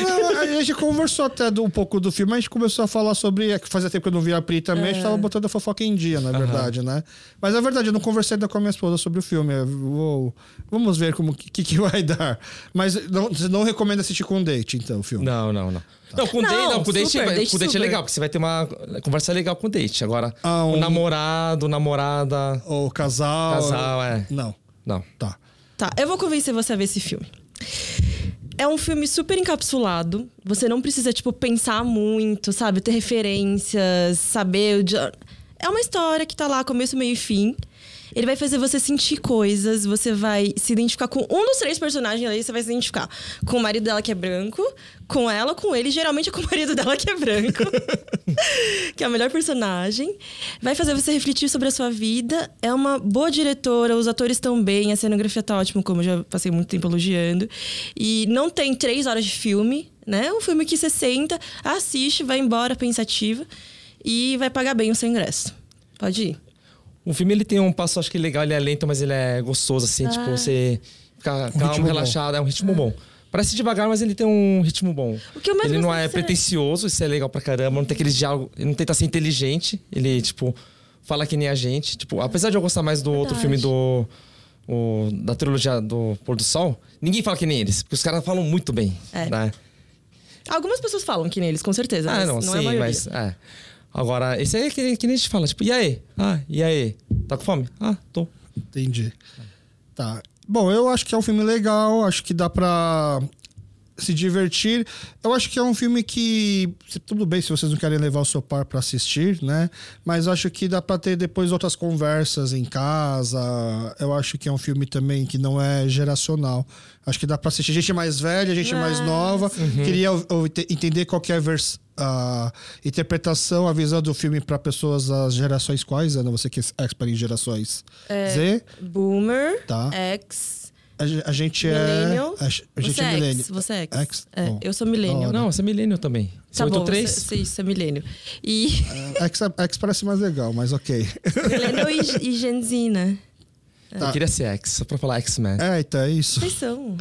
Não, É, a gente conversou até do- um pouco do filme, a gente começou a falar sobre. é que Fazia tempo que eu não via a Pri também,
É.
a gente tava botando a fofoca em dia, na verdade, né? Mas é verdade, eu não conversei ainda com a minha esposa sobre o filme. eu vou- vamos ver como que, que vai dar. Mas não, você não recomendo assistir com um date, então, o filme.
Não, não, não.
Tá.
Não, com
Não,
date, não, com date,
super,
vai-
date
com date é
super.
legal, porque você vai ter uma conversa legal com o date. Agora,
Ah, um-
o namorado, namorada.
Ou casal.
Casal, é.
Não.
Não.
Tá.
Tá, eu vou convencer você a ver esse filme. É um filme super encapsulado. Você não precisa, tipo, pensar muito, sabe? Ter referências, saber. o de- É uma história que tá lá, começo, meio e fim. Ele vai fazer você sentir coisas, você vai se identificar com um dos três personagens ali, você vai se identificar com o marido dela que é branco, com ela, com ele, geralmente é com o marido dela que é branco, que é o melhor personagem. Vai fazer você refletir sobre a sua vida. É uma boa diretora, os atores estão bem, a cenografia tá ótima, como eu já passei muito tempo elogiando. E não tem três horas de filme, né? É um filme que você senta, assiste, vai embora pensativa e vai pagar bem o seu ingresso. Pode ir.
O filme ele tem um passo, acho que legal, ele é lento, mas ele é gostoso,
Ah.
assim, tipo, você fica
ritmo
calmo, relaxado, é um ritmo bom. Parece devagar, mas ele tem um ritmo bom.
O que eu mais
ele não
gostei
é
dessa-
pretencioso, isso é legal pra caramba, não tem aqueles diálogo, ele não tenta ser inteligente, ele, tipo, fala que nem a gente. Tipo, apesar de eu gostar mais do outro
Ah. Verdade.
filme do. o- da trilogia do Pôr do Sol, ninguém fala que nem eles, porque os caras falam muito bem.
É.
né?
Algumas pessoas falam que neles, com certeza.
Ah,
mas
não,
é a
sim,
maioria.
mas. É. Agora, esse aí é que, que nem a gente fala, tipo, e aí? Ah, e aí? Tá com fome? Ah, tô.
Entendi. Tá. Bom, eu acho que é um filme legal, acho que dá pra se divertir. Eu acho que é um filme que. se- Tudo bem se vocês não querem levar o seu par pra assistir, né? Mas acho que dá pra ter depois outras conversas em casa. Eu acho que é um filme também que não é geracional. Acho que dá pra assistir gente mais velha, gente mais
Ah,
nova. Queria ou- ou ente- entender qual que é a vers- a interpretação, a visão do filme pra pessoas das gerações quais, Ana? Você que é expert em gerações Z?
Boomer,
Tá.
ex,
A, ge- a gente é.
millennial.
A, ge- a gente
você
é
é
milênio.
ex, você é ex.
Ex?
É,
Bom,
eu sou millennial.
da hora.
Não, você é milênio também. Você
Tá
é
bom,
83?
você, você- isso é milênio. E
Ex, ex é, parece mais legal, mas ok.
millennial e, e Gen Z, né?
Eu queria ser X, só pra falar X-Men.
É, então é isso.
Vocês são.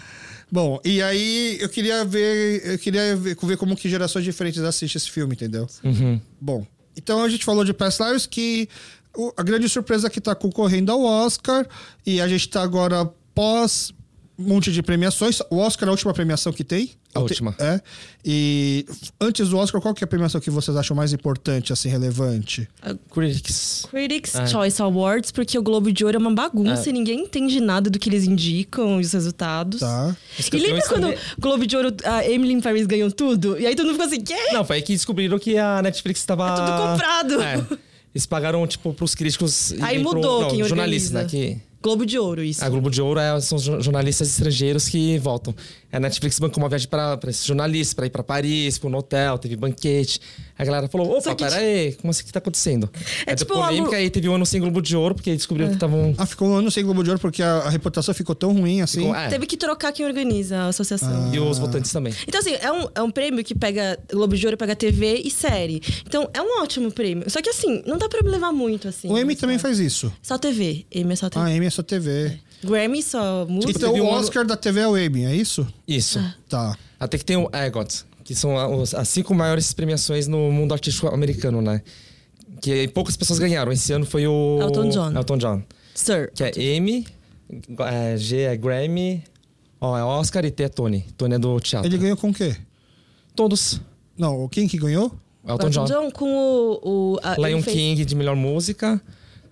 Bom, e aí eu queria ver. Eu queria ver, ver como que gerações diferentes assistem esse filme, entendeu?
Uhum.
Bom, então a gente falou de Past Lives que o- a grande surpresa é que tá concorrendo ao Oscar e a gente tá agora pós um monte de premiações. O Oscar é a última premiação que tem.
A última.
É. E f- antes do Oscar, qual que é a premiação que vocês acham mais importante, assim, relevante?
Ah.
Critics.
Critics
É.
Choice Awards, porque o Globo de Ouro é uma bagunça
É.
e ninguém entende nada do que eles indicam e os resultados.
Tá.
Os
E lembra
campeões
quando
também-
o Globo de Ouro, a Emily in Paris ganhou tudo? E aí todo mundo ficou assim, quê?
Não, foi aí que descobriram que a Netflix tava.
É tudo comprado.
É. Eles pagaram, tipo, pros críticos. e
Aí
pro-
mudou
não,
quem
jornalistas, né?
organiza.
Que
Globo de Ouro, isso.
a Globo de Ouro é- são jo- jornalistas estrangeiros que voltam. A Netflix bancou uma viagem pra, pra esses jornalistas, pra ir pra Paris, pra um hotel, teve banquete. A galera falou:
Só
opa,
que-
peraí, como assim que tá acontecendo?
É
Aí deu
tipo uma É.
polêmica,
lu-
aí teve um ano sem Globo de Ouro, porque descobriram que estavam.
Ah, ficou um ano sem Globo de Ouro porque a, a reputação ficou tão ruim assim.
com- é.
Teve que trocar quem organiza a associação.
Ah.
E os votantes também.
Então, assim, é um, é um prêmio que pega Globo de Ouro, pega TV e série. Então, é um ótimo prêmio. Só que, assim, não dá pra me levar muito, assim.
o Emmy
sabe?
também faz isso.
Só TV. Emmy é só TV.
A Emmy é só TV.
Grammy só música.
Então
Tipo, teve
o
um ano-
Oscar da TV é o Emmy, é isso?
Isso.
Ah.
Tá.
Até que tem o EGOT, que são a- os- as cinco maiores premiações no mundo artístico americano, né? Que poucas pessoas ganharam. Esse ano foi o.
Elton John.
Elton John.
Sir.
Que é M, é G é Grammy, O é Oscar e T é Tony. Tony é do
Tá,
teatro.
Ele ganhou com o quê?
Todos.
Não, quem que ganhou?
Elton John.
com o... o a- ele
Lion
fez-
King de melhor música.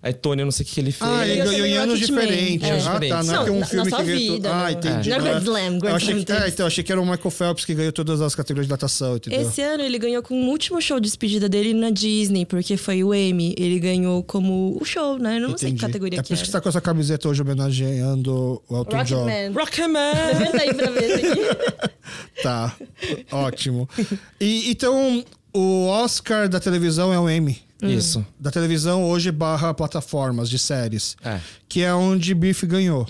Aí Tony, eu não sei o que que ele fez.
Ah, ele
Ele
ganhou em
ganhou
anos
Rocketman.
diferentes.
É.
Ah, tá. Não é
Não,
que é um
na-
filme
na
que
sua
ganhou.
vida,
ah,
né?
entendi.
Não é
Ah,
Grand Slam,
eu
Grand
achei
Slam
que,
teve.
é, então, eu achei que era o Michael Phelps que ganhou todas as categorias de natação, entendeu?
Esse ano ele ganhou com o último show de despedida dele na Disney, porque foi o Emmy. Ele ganhou como o show, né? Eu não sei que
Entendi.
categoria
É
que
por isso que você
era.
tá com essa camiseta hoje homenageando o
tá
Elton John.
Rocketman.
Rockman!
Levanta tá aí pra ver isso aqui.
Tá, ótimo. E, então, o Oscar da televisão é o M.
Isso.
Da televisão hoje barra plataformas de séries.
É.
Que é onde Biff ganhou.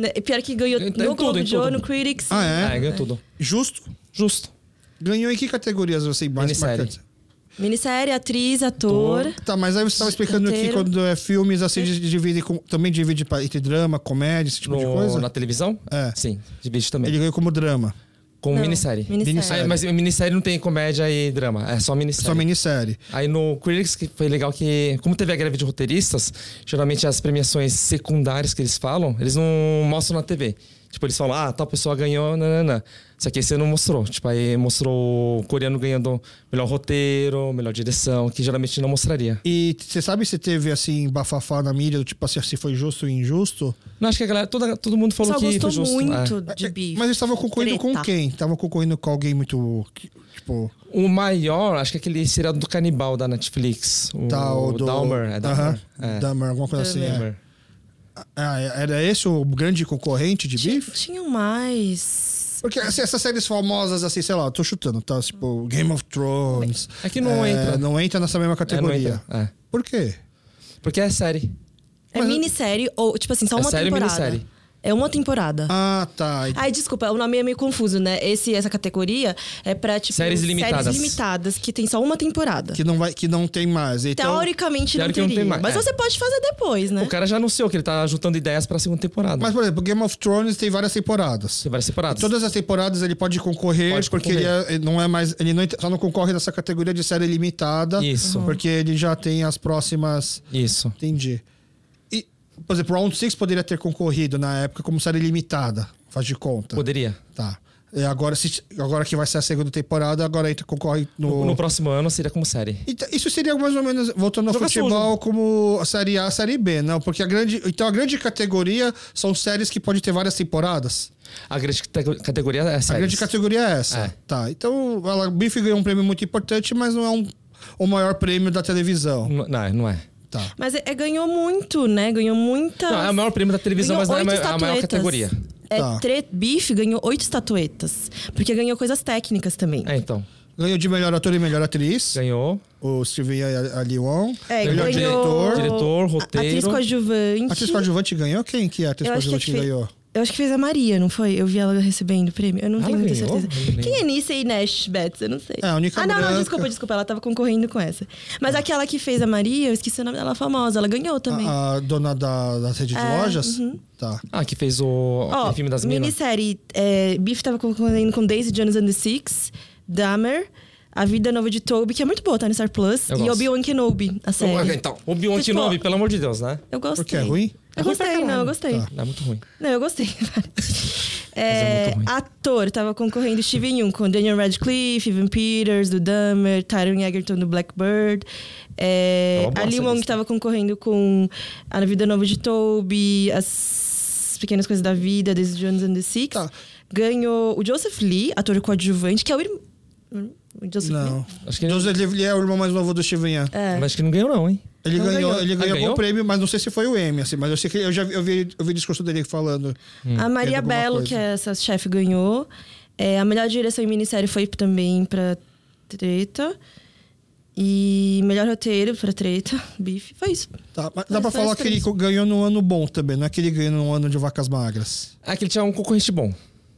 Né, e Pior que ganhou
tá Em tudo,
no
em
Globo
tudo,
de
em
Ouro,
tudo.
no Critics.
Ah, é?
Ah, ganhou tudo.
Justo.
Justo.
Ganhou em que categorias você mais
Minissérie.
marcantes?
Minissérie, atriz, ator.
Tá, mas aí você estava explicando que
Roteiro.
quando é filmes, assim, di- divide com- também divide pra- entre drama, comédia, esse tipo de
No-
coisa?
na televisão?
É.
Sim, de bicho também.
Ele ganhou como drama,
Com
Não,
minissérie.
minissérie.
Ah, mas minissérie não tem comédia e drama, é só minissérie.
só minissérie.
Aí no Critics, que foi legal que, como teve a greve de roteiristas, geralmente as premiações secundárias que eles falam, eles não mostram na TV. Tipo, eles falam, ah, tal pessoa ganhou, nananã. Só que esse não mostrou. Tipo, aí mostrou o coreano ganhando melhor roteiro, melhor direção, que geralmente não mostraria.
E você sabe se teve, assim, bafafá na mídia, do tipo assim, se foi justo ou injusto?
Não, acho que a galera, toda, todo mundo falou
Só
que
gostou
foi justo.
muito
É.
de bife.
Mas eles estavam concorrendo com
Treta.
quem? Estavam concorrendo com alguém muito, que- tipo...
O maior, acho que é aquele seriado do canibal da Netflix. O,
tal Tá, do...
Dahmer. É
Aham,
Dahmer. É.
Dahmer, alguma coisa assim, é.
Dahmer.
Ah, era esse o grande concorrente de
Tinha-
Biff?
Tinham mais.
Porque assim, essas séries famosas, assim, sei lá, eu tô chutando, tá? Tipo, Game of Thrones.
É que não
É,
entra.
Não entra nessa mesma
É, não
categoria.
entra. É.
Por quê?
Porque é série.
É minissérie ou, tipo assim, só
É
uma
série ou
temporada.
minissérie?
É uma temporada.
Ah, tá.
Ai, desculpa, o nome é meio confuso, né? Esse, essa categoria é pra, tipo,
Séries limitadas.
séries limitadas que tem só uma temporada.
Que não, vai, que não tem mais. Então,
Teoricamente não
Teórico não
teria.
tem mais,
Mas
é.
você pode fazer depois, né?
O cara já anunciou que ele tá juntando ideias pra segunda temporada.
mas, por exemplo, Game of Thrones tem várias temporadas.
Tem várias temporadas.
Todas as temporadas ele pode concorrer,
Pode
porque
concorrer.
Ele, é- ele não é mais. Ele não, entra- só não concorre nessa categoria de série limitada.
Isso. Uhum.
Porque ele já tem as próximas.
Isso.
Entendi. E, por exemplo, Round Six poderia ter concorrido na época como série limitada. Faz de conta.
Poderia.
Tá. E agora, se, agora que vai ser a segunda temporada, agora entra, concorre no.
No próximo ano seria como série.
Então, isso seria mais ou menos, voltando ao
Joga
futebol, como a Série A, a Série B, não? Porque a grande. Então a grande categoria são séries que podem ter várias temporadas.
A grande cate- categoria é
A
série.
grande categoria é essa.
É.
Tá. Então, ela, Biff ganhou um prêmio muito importante, mas não é um, o maior prêmio da televisão.
Não, não é.
Tá.
Mas é, é- ganhou muito, né? Ganhou muita.
Não, é o maior prêmio da televisão, mas não é a maior- a maior categoria.
É,
Tá.
tre- Bife ganhou oito estatuetas. Porque ganhou coisas técnicas também.
É, então.
Ganhou de melhor ator e melhor atriz.
Ganhou.
O Steven A- A- Leon.
É,
melhor
ganhou-
diretor.
Diretor,
Atriz
roteiro.
coadjuvante.
Atriz coadjuvante ganhou? Quem que é a atriz
Eu acho que
coadjuvante que
fe-
ganhou?
Eu acho que fez a Maria, não foi? Eu vi ela recebendo o prêmio. Eu não
Ela
tenho muita
ganhou?
certeza.
Eu não
Quem é Nissa e Nash Betts? Eu não sei.
É, a única
ah, não,
branca. Ah.
não, desculpa, desculpa. Ela tava concorrendo com essa. Mas aquela que fez a Maria, eu esqueci o nome dela, famosa. Ela ganhou também.
A, a dona da, da rede de
É,
lojas? Tá.
Ah, que fez o aquele filme das minas.
minissérie. É, Biff tava concorrendo com Daisy Jones and the Six, Dahmer, A Vida Nova de Toby, que é muito boa, tá no Star Plus.
Eu
e
gosto.
Obi-Wan Kenobi, a série.
Então, o Beyond
Tipo,
Kenobi, pelo amor de Deus, né?
Eu gostei.
Porque é ruim? Tá.
Eu gostei, não, eu gostei.
Não, é muito ruim.
Não, eu gostei.
é
É,
muito ruim.
ator, tava concorrendo Steve em um com Daniel Radcliffe, Evan Peters, do Dahmer, Tyron Egerton do Blackbird. É,
É uma boa
a
essa
Limon
lista.
tava concorrendo com A Vida Nova de Toby, As Pequenas Coisas da Vida, This Jones and the Six.
Tá.
Ganhou o Joseph Lee, ator coadjuvante, que é o irmão. o Joseph Lee?
Não.
Acho que,
Joseph Lively é o irmão mais novo do Steven Yeun.
mas acho que não ganhou, não, hein?
Ele
É. Não
ganhou,
ganhou.
ele
Ah,
ganhou algum
ganhou?
prêmio, mas não sei se foi o M, assim, mas eu sei que eu já vi- eu vi, eu vi o discurso dele falando.
A
Teve
Maria
alguma
Bello,
coisa.
que é essa chefe, ganhou. É, a melhor direção em minissérie foi também pra Treta. E melhor roteiro pra Treta, Bife. Foi isso.
Tá, mas dá pra
Mas são
falar
os
que ele ganhou num ano bom também, não é que ele ganhou num ano de vacas magras.
Ah, que ele tinha um concorrente bom.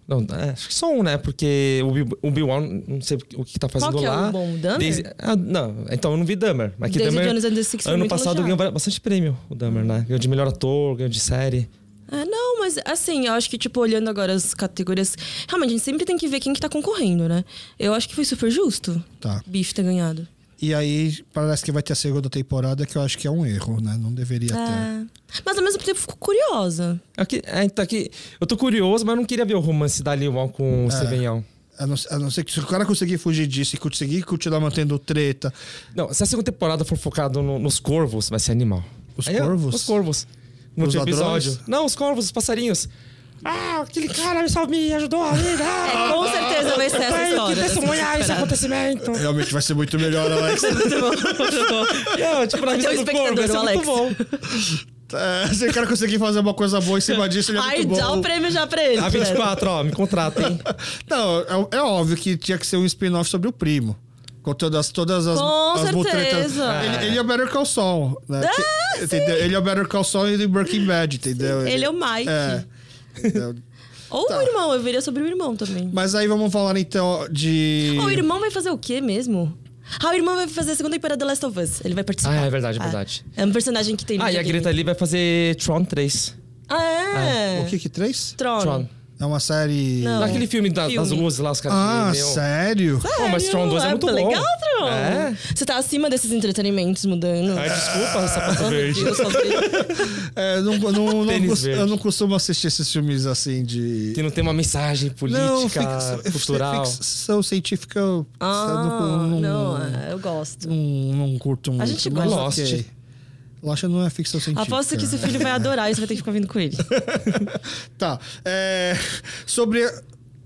Não, é, acho que só um, né? Porque o Bill- o Bill Wan, não sei o que tá fazendo
Qual que é o
lá.
bom? O Dahmer?
ah, não, então eu não vi Dahmer. Mas que
Daisy
Dahmer,
Jones and the Six foi
ano
muito
passado
elogiado.
ganhou ba- bastante prêmio o Dahmer, né? Ganhou de melhor ator, ganhou de série.
Ah, não, mas assim, eu acho que, tipo, olhando agora as categorias. Realmente, a gente sempre tem que ver quem que tá concorrendo, né? Eu acho que foi super justo
Tá.
Bife ter ganhado.
E aí parece que vai ter a segunda temporada, que eu acho que é um erro, né? Não deveria ter.
É. Mas ao mesmo tempo, eu fico curiosa.
É que, é, então, aqui, eu tô curioso, mas eu não queria ver o romance da Lil Wan
É.
com o Steven Yeun.
A não, a não ser que se o cara conseguir fugir disso e conseguir continuar mantendo treta.
Não, se a segunda temporada for focada no- nos corvos, vai ser animal.
Os
Aí, ó,
corvos?
Os corvos. No
Os
último
ladrões?
episódio. Não, os corvos, os passarinhos. Ah, aquele cara me, salvou, me ajudou ali. Ah,
É, com certeza vai ser essa
tenho
história
que
dessa
testemunhar esse
temporada.
acontecimento.
Então-
Realmente vai ser muito melhor, né, Alex.
Muito bom, muito bom.
Não, tipo, na
Vai ter
visão
um
do corvo, vai ser
espectador,
muito
o
bom.
É, se o cara conseguir fazer uma coisa boa em cima disso, ele é
Ai,
muito
dá
bom.
o prêmio já pra ele.
A 24, ó, me contrata, hein?
Não, é, é óbvio que tinha que ser um spin-off sobre o primo. Com todas, todas as,
Com
as mutretas.
certeza. Ah,
Ele, ele é o Better Call Saul, né? Que- entendeu? Ele é o Better Call Saul e do Breaking Bad, entendeu?
Ele é o Mike.
É. Entendeu?
Ou
tá.
o irmão, eu veria sobre o irmão também.
Mas aí vamos falar então de...
Ou o irmão vai fazer o quê mesmo? Ah, o irmão vai fazer a segunda temporada do Last of Us. Ele vai participar.
Ah, é verdade, é verdade.
É um personagem que tem. no
Ah, e a
videogame.
Greta ali vai fazer Tron 3.
Ah, é.
O que que três?
Tron.
Tron.
É uma série...
Não.
Naquele filme, da- das
Filme.
luzes lá, os caras.
Ah,
meio-
sério?
Pô, mas Tron 2 é muito bom.
Ah, tá legal, Tron.
É.
Você tá acima desses entretenimentos mudando.
Ai, desculpa,
Meu
sapato verde.
Deus, Rodrigo.
É, eu não, não- não-
Tênis
cos- eu
verde.
não costumo assistir esses filmes assim de...
Que não tem uma mensagem política,
fic-
cultural.
ficção científica. eu-
tá
Ah,
eu
não,
não,
é, eu gosto.
não- não curto muito.
A gente
mas
gosta.
ok.
Lost.
Lost não é ficção científica.
Aposto que seu filho vai adorar e você vai ter que ficar vindo com ele.
Tá. é, sobre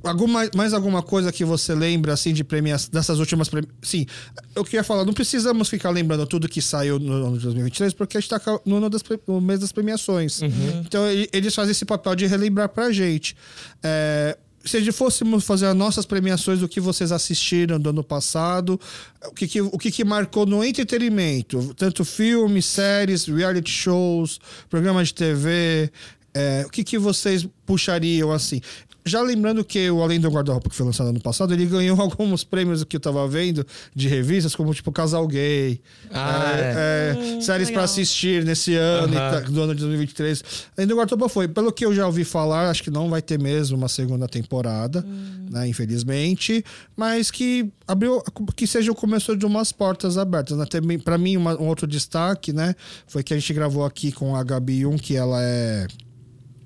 alguma, mais alguma coisa que você lembra, assim, de premias, dessas últimas premias. Sim, eu queria falar, não precisamos ficar lembrando tudo que saiu no ano de 2023, porque a gente tá ca- no ano das, pre- no mês das premiações. Então, e- eles fazem esse papel de relembrar pra gente. É, se fôssemos fazer as nossas premiações do que vocês assistiram do ano passado, o que, que- o que, que marcou no entretenimento, tanto filmes, séries, reality shows, programas de TV, é, o que, que vocês puxariam assim? Já lembrando que o Além do Guarda-Roupa, que foi lançado ano passado, ele ganhou alguns prêmios que eu tava vendo de revistas, como tipo Casal Gay,
Ah,
é, é, séries pra
legal.
assistir nesse ano, e
Aham.
tal, do ano de 2023. Ainda o Guarda-Roupa foi. Pelo que eu já ouvi falar, acho que não vai ter mesmo uma segunda temporada, né, infelizmente. Mas que abriu, que seja o começo de umas portas abertas. Né? Também, pra mim, uma- um outro destaque, né, foi que a gente gravou aqui com a Gabi Yun, que ela é...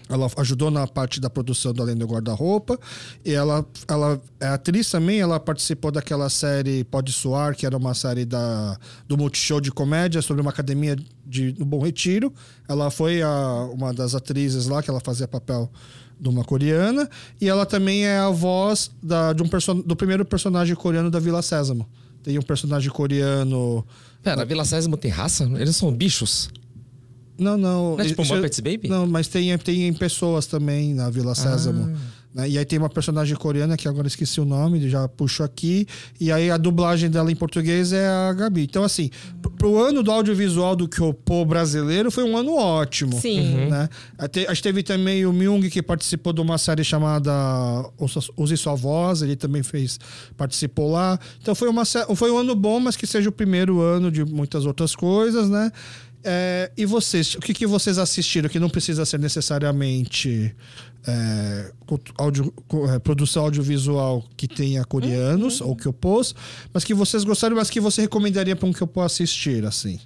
Ela ajudou na parte da produção do Além do Guarda-Roupa. E ela, ela é atriz também. Ela participou daquela série Pode Soar, que era uma série da, do Multishow de comédia sobre uma academia de, no Bom Retiro. Ela foi a- uma das atrizes lá, que ela fazia papel de uma coreana. E ela também é a voz da, de um person, do primeiro personagem coreano da Vila Sésamo. Tem um personagem coreano...
Pera, Vila Sésamo tem raça? Eles são bichos?
Não, não.
Não é tipo
Isso-
Muppets Baby? Ah.
Não, mas tem, tem em pessoas também na Vila Sésamo. né? E aí tem uma personagem coreana que agora esqueci o nome, já puxo aqui. E aí a dublagem dela em português é a Gabi. Então, assim, pro- pro ano do audiovisual do Kyopo brasileiro foi um ano ótimo.
Uhum.
Sim.
Né? Até- A gente teve também o Myung, que participou de uma série chamada Ouça- Use Sua Voz, ele também fez, participou lá. Então foi, uma, sé- foi um ano bom, mas que seja o primeiro ano de muitas outras coisas, né? É, e vocês, o que, que vocês assistiram que não precisa ser necessariamente é, cultu- audio- co- é, produção audiovisual que tenha coreanos ou que eu pôs, mas que vocês gostaram, mas que você recomendaria para um que eu possa assistir, assim,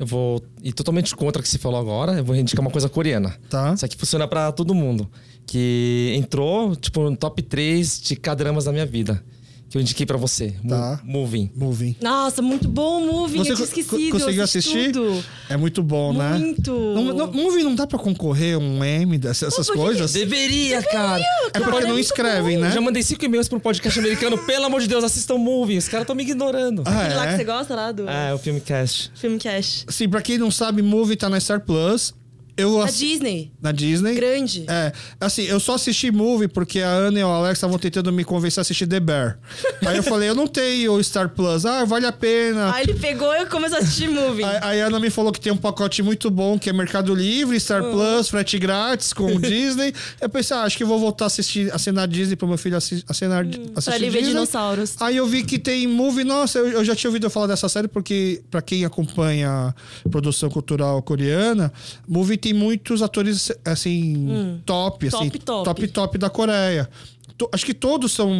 Eu vou ir totalmente contra o que você falou agora. Eu vou indicar uma coisa coreana.
tá?
Isso aqui funciona pra todo mundo. Que entrou, tipo, no top 3 de K-dramas da minha vida. Que eu indiquei pra você. Mo-
Tá.
Moving.
Moving.
Nossa, muito bom o Moving. eu tinha
co- co-
esquecido.
conseguiu
eu assisti
assistir?
Tudo.
É muito bom, né?
Muito.
Não, não, movie não dá pra concorrer um M dessas essas
por que
coisas.
Deveria, cara!
É porque
é
não
muito
escrevem, né?
Já mandei cinco e-mails pra um podcast americano. Pelo amor de Deus, assistam Moving. Os caras estão me ignorando.
Ah,
Aquele lá que
é?
você gosta lá do
Ah, é o filme Cast.
filme Cash.
Sim, pra quem não sabe, Movie tá na Star Plus. Eu
A
assi-
Disney.
Na Disney.
Grande.
É, assim, eu só assisti Movie porque a Ana e o Alex estavam tentando me convencer a assistir The Bear. Aí eu falei, eu não tenho o Star Plus. Ah, vale a pena.
Aí ele pegou e eu comecei a assistir Moving.
Aí aí a Ana me falou que tem um pacote muito bom, que é Mercado Livre, Star
Hum.
Plus, frete grátis com o Disney. Eu pensei, ah, acho que eu vou voltar a assistir, assinar Disney pro meu filho assi- assinar, assistir
Hum, Pra ele ver
Disney.
dinossauros.
Aí eu vi que tem movie. Nossa, eu, eu já tinha ouvido falar dessa série, porque pra quem acompanha a produção cultural coreana, movie tem muitos atores, assim, top,
Hum. Top,
assim,
top.
top, top da Coreia. To- acho que todos são.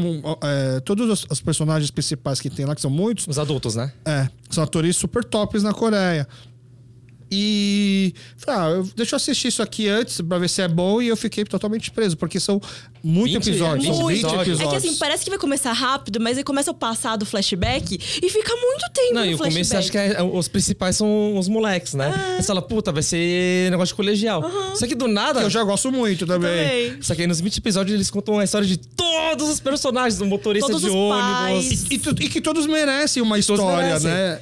é, todos os, os personagens principais que tem lá, que são muitos,
Os adultos, né?
é, são atores super tops na Coreia. E. falei, Ah, eu, deixa eu assistir isso aqui antes pra ver se é bom. E eu fiquei totalmente preso, porque são Muito
20,
episódio,
é,
são 20
muito.
episódios.
É que assim, parece que vai começar rápido, mas aí começa o passado flashback e fica muito tempo
Não,
no
e o
flashback. Ah.
começo acho que é- os principais são os moleques, né? Aí Você fala, puta, vai ser negócio de colegial. Só que do nada.
Eu já gosto muito também.
também.
Só que aí nos 20 episódios eles contam a história de todos os personagens, do motorista
Todos
de
os
ônibus.
pais.
E, tu- e que todos merecem uma
todos
história,
merecem.
né?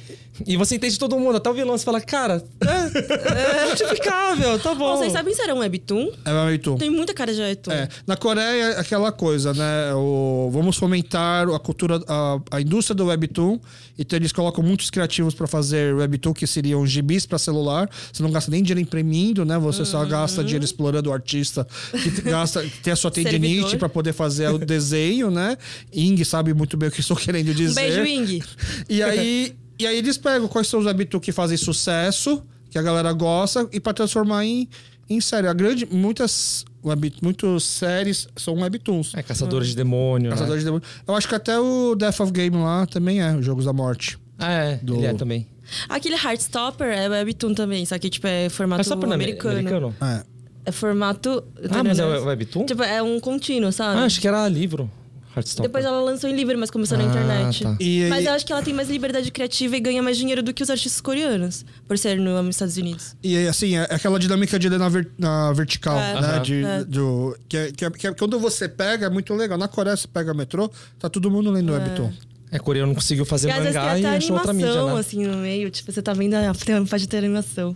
E você entende todo mundo, até o vilão. Você fala, cara, é, é justificável, tá bom.
Vocês sabem se era um webtoon?
É Webtoon.
Tem muita cara de webtoon.
É, na Coreia, aquela coisa, né? O, vamos fomentar a cultura, a, a indústria do webtoon. Então, eles colocam muitos criativos para fazer webtoon, que seriam gibis para celular. Você não gasta nem dinheiro imprimindo, né? Você
Uhum.
só gasta dinheiro explorando o artista que te- gasta, que tem a sua tendinite
Servidor.
para poder fazer o desenho, né? Ing sabe muito bem o que estou querendo
Um
dizer.
beijo, Ing.
E aí, e aí eles pegam quais são os hábitos que fazem sucesso, que a galera gosta, e pra transformar em, em série. A grande, muitas, web, muitas séries são webtoons.
É, né? caçadores de demônio.
Caçadores de Demônios. Eu acho que até o Death of Game lá também é, os Jogos da Morte.
Né? Ah, é,
Do-
ele é também.
Aquele Heartstopper é webtoon também, só que tipo é formato
Mas só por
americano.
americano.
É.
É formato...
Ah, mas é webtoon?
Tipo, é um contínuo, sabe?
Ah, acho que era livro. Heartstopper.
Depois ela lançou em livro, mas começou na
Ah,
internet.
tá.
E aí-
Mas eu acho que ela tem mais liberdade criativa e ganha mais dinheiro do que os artistas coreanos, por ser no, nos Estados Unidos.
E aí, assim, é aquela dinâmica de ler na, ver- na vertical,
É.
né?
Aham.
De,
É.
do, que, é- que, é- que é- quando você pega, é muito legal. Na Coreia, você pega metrô, tá todo mundo lendo webtoon.
É, coreano conseguiu fazer
e às vezes tem
mangá e
até
achou outra
animação,
mídia, né?
assim, no meio. Tipo, você tá vendo, ah, tem- pode ter animação.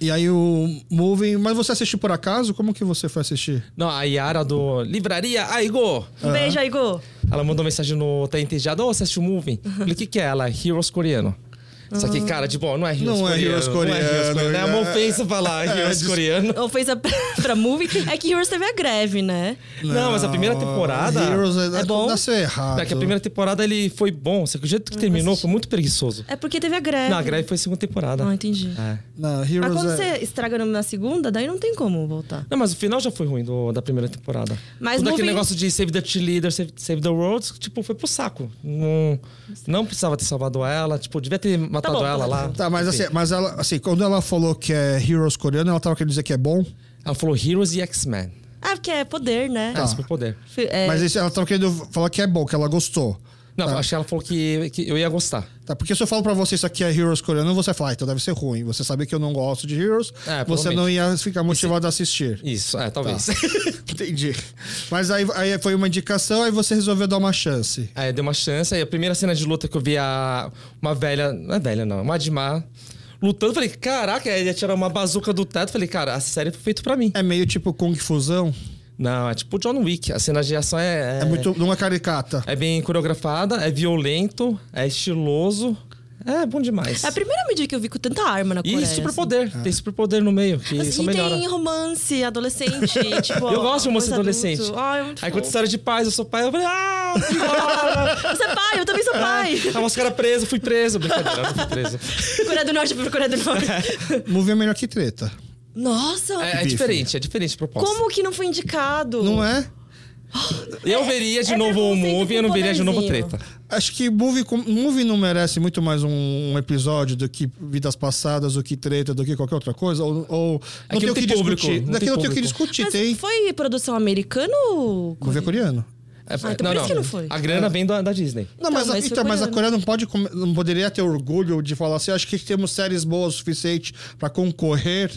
E aí o Moving... Mas você assistiu por acaso? Como que você foi assistir?
Não, a Yara do Livraria Aigo.
Um beijo, Aigo!
Ela mandou mensagem no Tá Entediado, ô, você assistiu o movie? Eu Falei, o que que é? Ela, Heroes coreano. Só
Ah.
que, cara, tipo, ó, não é Heroes
Não é
coreano.
Heroes
Não é Heroes
coreano,
coreano. É uma
é-
ofensa falar Heroes
des-
coreano.
Ofensa pra, pra movie. É que Heroes teve a greve, né?
Não, mas a primeira temporada...
Ah, Heroes
É
é
bom?
bom. Nasceu errado.
É que a primeira temporada ele foi bom, só que o jeito que terminou foi muito preguiçoso.
É porque teve a greve.
Não, a greve foi a segunda temporada.
Ah, entendi.
É.
Não,
Mas
Heroes
quando
é...
você estraga na segunda, daí não tem como voltar.
Não, mas o final já foi ruim do- da primeira temporada.
Mas
Todo
no
aquele
fim-
negócio de Save the Cheerleader, Save, Save the World, tipo, foi pro saco. Não, não precisava ter salvado ela, tipo, devia ter matado
bom, tá
ela
bom.
lá.
Tá, mas
Enfim.
assim, mas ela, assim, quando ela falou que é Heroes coreano, ela tava querendo dizer que é bom.
Ela falou Heroes e X-Men.
Ah, porque é poder, né?
Tá.
É, superpoder.
Fi- é,
Mas isso, ela tava querendo falar que é bom, que ela gostou.
Não,
Tá.
acho que ela falou que, que eu ia gostar.
Tá, porque se eu falo pra você isso aqui é Heroes coreano, você fala, ah, então deve ser ruim. Você sabe que eu não gosto de Heroes,
É,
você
provavelmente.
não ia ficar motivado a assistir.
Isso, é, talvez.
Tá. Entendi. Mas aí, aí foi uma indicação, aí você resolveu dar uma chance.
Aí deu uma chance, aí a primeira cena de luta que eu vi a uma velha, não é velha não, uma Admar lutando, eu falei, caraca, aí ia tirar uma bazuca do teto, eu falei, cara, a série foi feita pra mim.
É meio tipo Kung Fusão.
Não, é tipo John Wick, a cena de ação é
É, muito. Não é caricata.
É bem coreografada, é violento, é estiloso. É bom demais.
É a primeira mídia que eu vi com tanta arma na Coreia.
e superpoder.
É.
Tem superpoder no meio, que
Assim.
só
E
melhora.
tem romance adolescente, tipo...
Eu gosto de romance
coisa
adolescente.
adulto. Ai, é muito
Aí
fofo.
quando história de paz, eu sou pai, eu falei, ah, que da hora!
Você é pai, eu também sou pai.
Aí os caras presos, fui preso. Brincadeira, não fui preso.
Coreia do Norte pra Coreia do Norte.
Movie é melhor que treta.
Nossa,
É, é
bife.
diferente, é diferente a proposta.
como que não foi indicado?
Não é?
Eu veria de
é
novo o
preconceito
movie,
com
eu não veria de novo
poderzinho.
treta.
Acho que movie, com- movie não merece muito mais um, um episódio do que vidas passadas, do que treta, do que qualquer outra coisa. Ou, ou não tem
Aqui É não
o que
tem público,
discutir.
não
Daqui
tem
não tem o que
público.
discutir.
Mas
tem
foi produção americana ou...
movie é coreano.
É,
então por isso que não foi.
A
É.
grana vem da, da Disney.
Não,
Então,
mas, a-
mas foi
então, mas a
coreano.
Coreia não pode, come- não poderia ter orgulho de falar assim. Acho que temos séries boas o suficiente pra concorrer.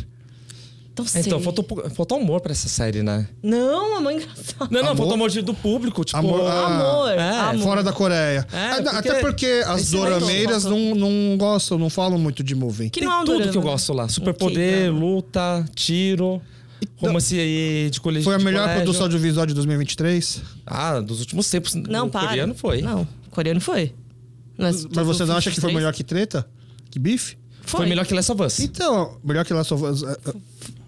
Então, sei.
Então, faltou, pou- faltou humor pra essa série, né?
Não, é a mãe engraçada.
Não, não,
Amor?
faltou amor de- do público, tipo...
Amor- ah,
Amor,
é,
amor.
Fora da Coreia.
É,
Ah, não,
porque-
Até porque as
Esse
dorameiras
voltou,
não, não gostam, não falam muito de movie.
Que
Tem
não é um
tudo
dorama.
que eu gosto lá. Superpoder,
Ok, tá
luta, tiro, romance aí de colégio.
Então, Foi a
de
melhor
colégio.
produção de visual de 2023?
Ah, dos últimos tempos.
Não,
o
para.
coreano foi.
Não, coreano foi. Mas,
Mas você não acha que foi melhor que treta? Que bife?
Foi.
Foi.
melhor que Last of Us.
Então, melhor que lá só.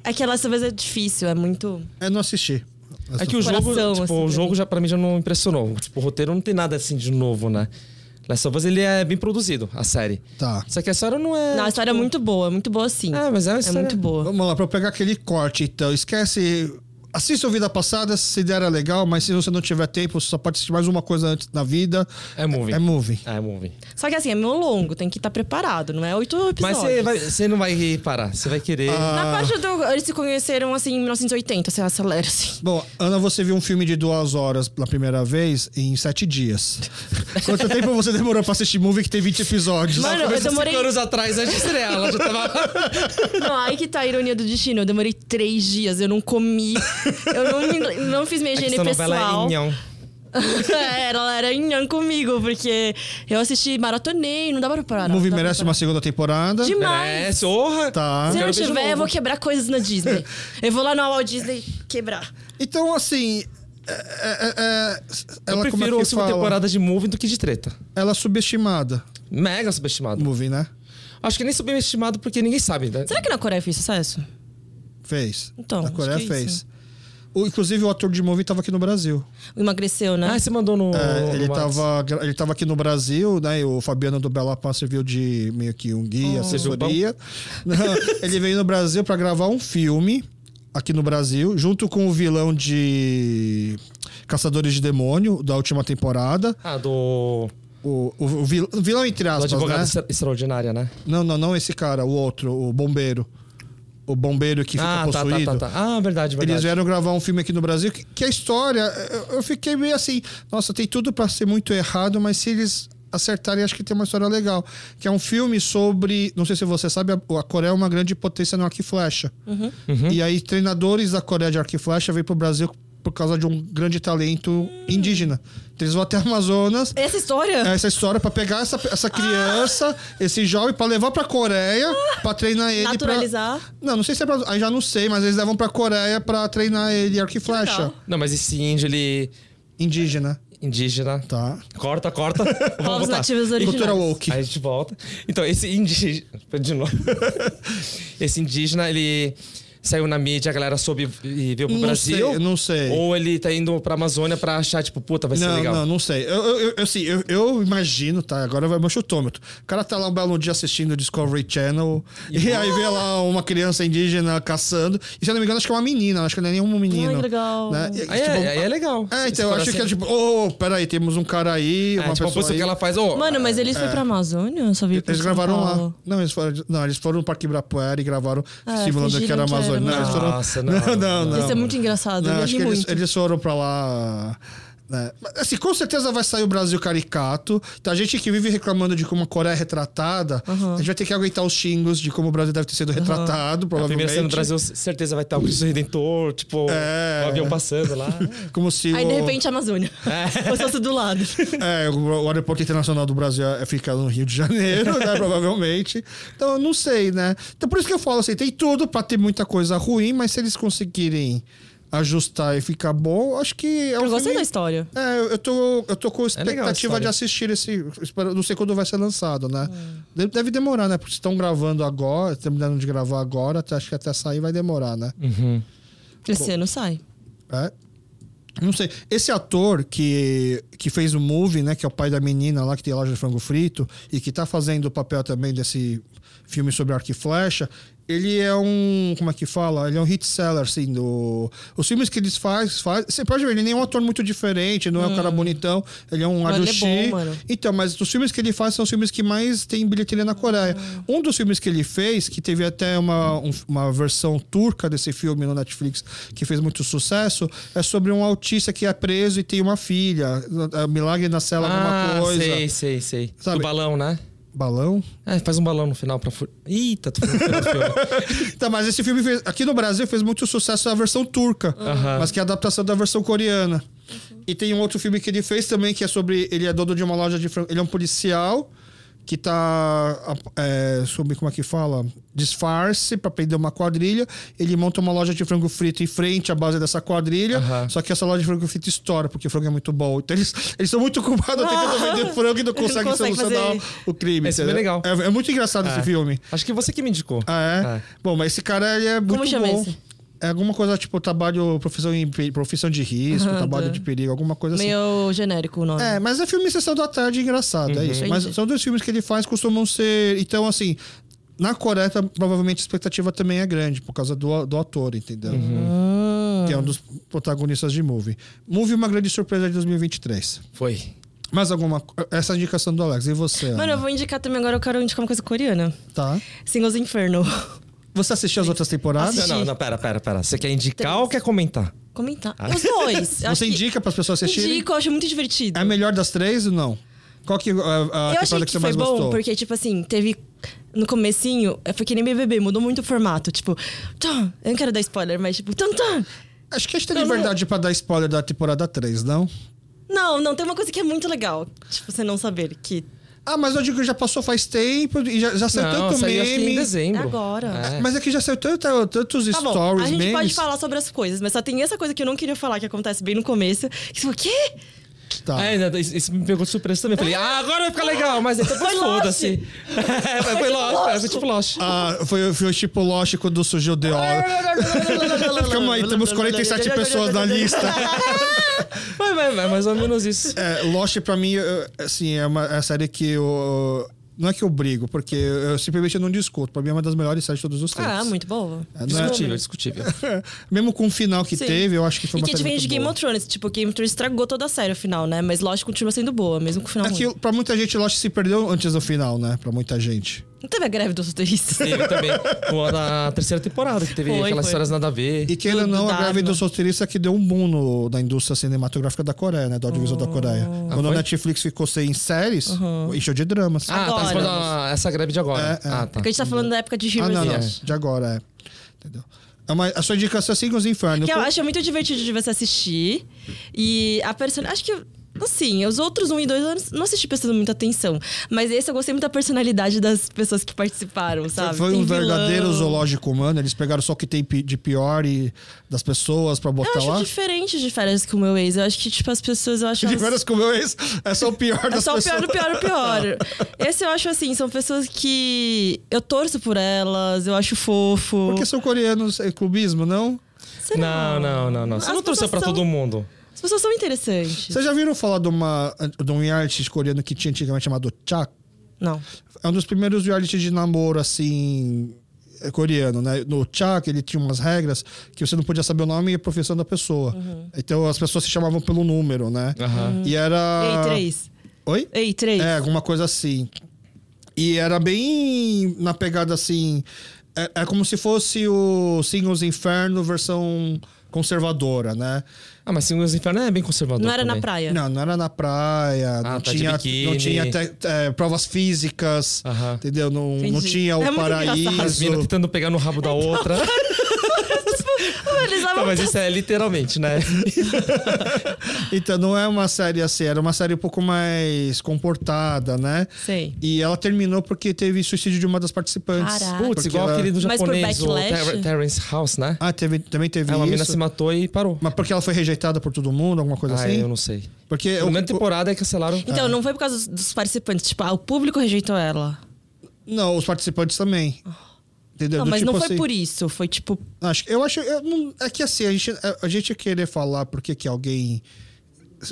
Aquela essa vez é difícil, é muito...
É, não assisti.
É que
Coração,
o jogo, tipo,
assim,
o
pra
jogo
mim.
já pra mim já não impressionou. Tipo, o roteiro não tem nada assim de novo, né? Last of Us ele é bem produzido, a série.
Tá.
Só que a série não é.
Não, a história é muito boa, é muito boa sim.
É, mas é
É
uma história-
muito boa.
Vamos lá, pra eu pegar aquele corte, então. Esquece Assista o Vida Passada, se der é legal, mas se você não tiver tempo, você só pode assistir mais uma coisa antes da vida.
É movie.
É movie.
Ah, é movie.
Só que assim, é meio longo, tem que estar preparado, não é oito
Mas
episódios.
você vai- Ah. você não vai parar. Você vai querer.
Ah.
Na parte do. Eles se conheceram assim em 1980, você acelera assim.
Bom, Ana, você viu um filme de duas horas pela primeira vez em sete dias. Quanto tempo você demorou pra assistir movie que tem 20 episódios?
Mano, eu
Começou
demorei-
cinco anos atrás antes de estrear. Ela já tava.
Não, aí que tá a ironia do destino. Eu demorei três dias, eu não comi, eu não, me- não fiz minha
É que
higiene
essa novela é
pessoal.
Inhão.
É, Ela era inhã comigo, porque eu assisti, maratonei, não dá pra parar.
o movie
não dá pra
merece uma
parar.
segunda temporada.
Demais.
Merece, honra.
Tá.
Se
Eu
não
quero ver um de
tiver, eu
novo.
vou quebrar coisas na Disney. Eu vou lá no Walt Disney quebrar.
Então, assim. é- é- é-
Eu
ela, como é
prefiro
que
a segunda
fala?
temporada de movie do que de treta.
Ela é subestimada.
Mega subestimado.
Movie, né?
Acho que nem subestimado porque ninguém sabe, né?
Será que na Coreia fez sucesso?
Fez.
Então,
A Coreia
acho que é
fez.
isso.
O, inclusive, o ator de movie tava aqui no Brasil.
Emagreceu, né?
Ah, você mandou no.
É,
no
ele,
Whats.
tava, ele tava aqui no Brasil, né? E o Fabiano do Bela Paz serviu de meio que um guia, assessoria. ele veio no Brasil pra gravar um filme aqui no Brasil, junto com o vilão de Caçadores de Demônio, da última temporada.
Ah, do.
O, o, o vil- vilão, entre
Do
aspas,
advogado
né?
extra- extraordinária, né?
Não, não, não esse cara, o outro, o bombeiro. O bombeiro que fica
ah, tá, tá,
possuído.
tá, tá. Ah, verdade, verdade.
Eles vieram gravar um filme aqui no Brasil, que, que a história, eu, eu fiquei meio assim, nossa, tem tudo pra ser muito errado, mas se eles acertarem, acho que tem uma história legal. Que é um filme sobre, não sei se você sabe, a, a Coreia é uma grande potência no arco e flecha.
Uhum.
E aí, treinadores da Coreia de arco e flecha vêm pro Brasil por causa de um grande talento indígena. Então, eles vão até Amazonas
Essa
É.
história?
essa história pra pegar essa, essa criança,
Ah!
esse jovem, pra levar pra Coreia, pra treinar ele. pra-
Naturalizar.
Não, não sei se é pra. Aí já não sei, mas eles levam pra Coreia pra treinar ele arco e flecha.
legal.
Não, mas esse índio, ele.
Indígena.
Indígena.
Tá.
Corta, corta. Vamos
Povos
voltar.
nativos
Cultura
originais.
woke.
Aí a gente volta. Então, esse indígena. De novo. esse indígena, ele saiu na mídia, a galera soube e veio pro
Não
Brasil.
sei, não sei.
Ou ele tá indo pra Amazônia pra achar, tipo, puta, vai ser
Não,
legal.
não, não sei. Eu, eu, eu, assim, eu, eu imagino, tá? Agora vai meu chutômetro. O cara tá lá um belo dia assistindo o Discovery Channel e, aí vê lá uma criança indígena caçando. E se eu não me engano, acho que é uma menina, acho que não é nenhum menino.
Ai, que legal.
Né? E,
Aí,
tipo,
é, aí é legal.
É,
Se
então, eu
for
acho que é
assim.
tipo, ô, oh, peraí, temos um cara aí, uma
É, tipo, a
pessoa
música
aí.
que ela faz. ó,
Mano, mas eles foram pra Amazônia? Eu só vi pra
Eles
São
gravaram lá.
Paulo.
Não, eles foram, não, eles foram no Parque Ibirapuera e gravaram
Ah,
simulando que era
fingiram que era
Amazônia. Não, eles foram-
Nossa,
não,
não,
não, não.
não.
Isso é muito engraçado,
Não,
eu
acho
vi
que eles,
muito.
eles foram pra lá. né? Mas, Assim, com certeza vai sair o Brasil caricato. Tá gente que vive reclamando de como a Coreia é retratada. A gente vai ter que aguentar os xingos de como o Brasil deve ter sido retratado,
É A
provavelmente.
primeira cena do Brasil, certeza vai estar o Cristo Redentor, tipo,
É.
o avião passando lá.
Como se
Aí,
o,
de repente, a Amazônia. Ou se fosse do lado.
É, o, o aeroporto internacional do Brasil é- fica no Rio de Janeiro, né? provavelmente. Então, eu não sei, né? Então, por isso que eu falo assim, tem tudo pra ter muita coisa ruim, mas se eles conseguirem ajustar e ficar bom, acho que é um
Eu gostei da
filme...
história.
É, eu tô, eu tô com
É a
expectativa de
história. Hum.
assistir esse. espero- Não sei quando vai ser lançado, né? Deve- Deve demorar, né? Porque estão gravando agora, terminando de gravar agora, até- acho que até sair vai demorar, né?
Esse ano sai.
É. Não sei. Esse ator que, que fez o movie, né? Que é o pai da menina lá que tem a loja de frango frito e que tá fazendo o papel também desse filme sobre arco e flecha. Ele é um. Como é que fala? Ele é um hit seller, assim, do. Os filmes que eles faz, faz. Você pode ver, ele nem é um ator muito diferente, não é um cara bonitão. Ele é um
Mas Hum. ele é
ajuste.
bom, mano.
Então, mas os filmes que ele faz são os filmes que mais tem bilheteria na Coreia.
Uhum.
Um dos filmes que ele fez, que teve até uma, um- uma versão turca desse filme no Netflix, que fez muito sucesso, é sobre um autista que é preso e tem uma filha. É, Milagre na cela,
ah,
alguma coisa.
sei, sei, sei.
Sabe?
Do balão, né?
Balão?
É, faz um balão no final pra... Fu... Eita, tô falando do filme.
Tá, mas esse filme fez- aqui no Brasil fez muito sucesso a versão turca,
Aham.
mas que é a adaptação da versão coreana.
Uhum.
E tem um outro filme que ele fez também, que é sobre. Ele é dono de uma loja de. fran- Ele é um policial que tá. É, sobre como é que fala? Disfarce pra prender uma quadrilha. Ele monta uma loja de frango frito em frente à base dessa quadrilha.
Aham.
Só que essa loja de frango frito estoura, porque o frango é muito bom. Então eles, eles são muito culpados tentando vender frango e não conseguem
consegue
solucionar
fazer-
o crime.
Esse filme é
entendeu? É, é muito engraçado esse
É.
filme.
Acho que você que me indicou.
Ah, é?
É.
Bom, mas esse cara, ele é muito
chama
bom.
esse?
É alguma coisa tipo trabalho, profissão, em pe- profissão de risco,
Ah,
trabalho
tá.
de perigo, alguma coisa assim.
Meio genérico o nome.
É, mas é filme Sessão da Tarde engraçado, é isso. Mas
Entendi.
são dois filmes que ele faz, costumam ser... Então, assim, na Coreia, tá- provavelmente a expectativa também é grande, por causa do, do ator, entendeu?
Hum. Ah.
que é um dos protagonistas de Movie. Movie é uma grande surpresa de 2023.
Foi.
Mais alguma. co- Essa é a indicação do Alex. E você?
Mano,
Ana?
eu vou indicar também agora, eu quero indicar uma coisa coreana.
Tá.
Singles Inferno.
Você assistiu as outras temporadas?
Assisti.
Não, não, pera, pera, pera. Você quer indicar ou quer comentar?
Comentar. Os dois. Eu acho
Ah. Você
que-
indica para as pessoas assistirem?
Indico, eu acho muito divertido.
É a melhor das três ou não? Qual que é a, a
eu achei
temporada
que,
que você
foi
mais
bom,
gostou?
porque, tipo assim, teve. No comecinho, eh, foi que nem BBB, mudou muito o formato. Tipo, tã, eu não quero dar spoiler, mas tipo, tan, tan.
Acho que a gente tem liberdade pra dar spoiler da temporada 3, não?
Não, não, tem uma coisa que é muito legal. Tipo, você não saber que.
Ah, mas eu digo que já passou faz tempo e já, já saiu
não,
tanto
saiu, acho que em
meme.
dezembro.
Agora.
É.
Mas é que já saiu tanto, tantos
Tá bom,
stories,
a gente
memes.
pode falar sobre as coisas, mas só tem essa coisa que eu não queria falar, que acontece bem no começo. Que você fala, o quê?
Tá.
É, ainda- isso isso me pegou de surpresa também. Eu Falei, ah, agora vai ficar legal, mas então
Foi Lost.
foda-se. É, foi, foi Lost, é, foi tipo Lost.
Ah, foi, foi tipo Lost quando surgiu The Order. Calma aí, temos 47 pessoas na lista.
Mas, mas, mas mais ou menos isso.
É, Lost pra mim, eu- assim, é uma é a série que eu... Não é que eu brigo, porque eu simplesmente não discuto. Pra mim é uma das melhores séries de todos os tempos.
Ah, muito boa.
É, não é-
Discutível, discutível.
Mesmo com o final que
Sim.
teve, eu acho que foi
E
uma
que é
série
diferente de
muito
Game
boa.
of Thrones, tipo, Game of Thrones estragou toda a série o final, né? Mas lógico continua sendo boa, mesmo com o final.
É que
ruim.
pra muita gente, Lost se perdeu antes do final, né? Pra muita gente.
Não teve a greve dos roteiristas.
Teve também o- na terceira temporada, que teve
Foi,
aquelas
foi.
histórias nada a ver.
E queira ou
Do-
não,
do
a greve
Dharma.
dos roteiristas que deu um boom no- na indústria cinematográfica da Coreia, né? Da audiovisual da Coreia.
Oh.
Quando a
Ah, foi?
Netflix ficou sem séries,
Uhum.
encheu de dramas.
Ah, tá,
Agora.
você falou da- essa greve de agora.
É, é.
Ah, tá.
Porque a gente tá falando da época de
Ah,
Heroes.
não, não.
né?
De agora, é. Entendeu? É uma- a sua indicação é Singles Inferno.
Que eu acho muito divertido de você assistir. E a personagem. Acho que. Assim, os outros um e dois eu não assisti prestando muita atenção. Mas esse eu gostei muito da personalidade das pessoas que participaram, sabe?
Foi um
Tem vilão.
verdadeiro zoológico humano. Eles pegaram só o que tem pi- de pior e das pessoas pra
Eu
botar
acho
lá.
diferente de férias com o meu ex. Eu acho que, tipo, as pessoas. Eu acho
De
elas-
veras com o meu ex, é só o pior
É
das
só o
pessoas.
pior, o pior, o pior. Esse eu acho assim, são pessoas que eu torço por elas, eu acho fofo.
Porque são coreanos, é clubismo, não?
Será?
Não, não, não, não. Você
As
não torceu pra
pessoas são-
todo mundo.
As pessoas são interessantes.
Vocês já viram falar de, uma, de um reality coreano que tinha antigamente chamado Chak?
Não.
É um dos primeiros reality de namoro, assim, é, coreano, né? No Chak, ele tinha umas regras que você não podia saber o nome e a profissão da pessoa. Então as pessoas se chamavam pelo número, né? E era.
Ei, três.
Oi?
Ei, três.
Ah. É, alguma coisa assim. E era bem na pegada assim. É, é como se fosse o Singles Inferno versão conservadora, né?
Ah, mas Singles Inferno é bem conservador.
não era na
também.
praia.
Não, não era na praia, não,
tá de
tinha,
biquíni.
não tinha te- é, provas físicas,
Aham.
entendeu? Não, não
Entendi.
tinha o
É muito
As tá- meninas
paraíso.
tentando pegar no rabo da
Então,
outra.
Eles
Não,
davam
mas isso é literalmente, né?
Então não é uma série assim, era uma série um pouco mais comportada, né?
Sei.
E ela terminou porque teve suicídio de uma das participantes.
Caraca.
Putz,
Porque
igual
ela-
aquele do
Mas por
japonês, o
backlash?
Ter- Terrence House, né?
Ah, teve, também teve
É, uma menina
isso?
se matou e parou.
Mas porque ela foi rejeitada por todo mundo, alguma coisa
Ah,
assim?
eu não sei.
Porque tipo
Na
eu,
primeira temporada é cancelaram.
Ah.
Então, não foi por causa dos- dos participantes. Tipo, ah, o público rejeitou ela.
não, os participantes também. Entendeu?
Ah. Não,
Do
mas
tipo
não foi
assim,
por isso. Foi tipo.
Acho, eu acho. Eu não, é que assim, a gente, a gente querer falar porque que alguém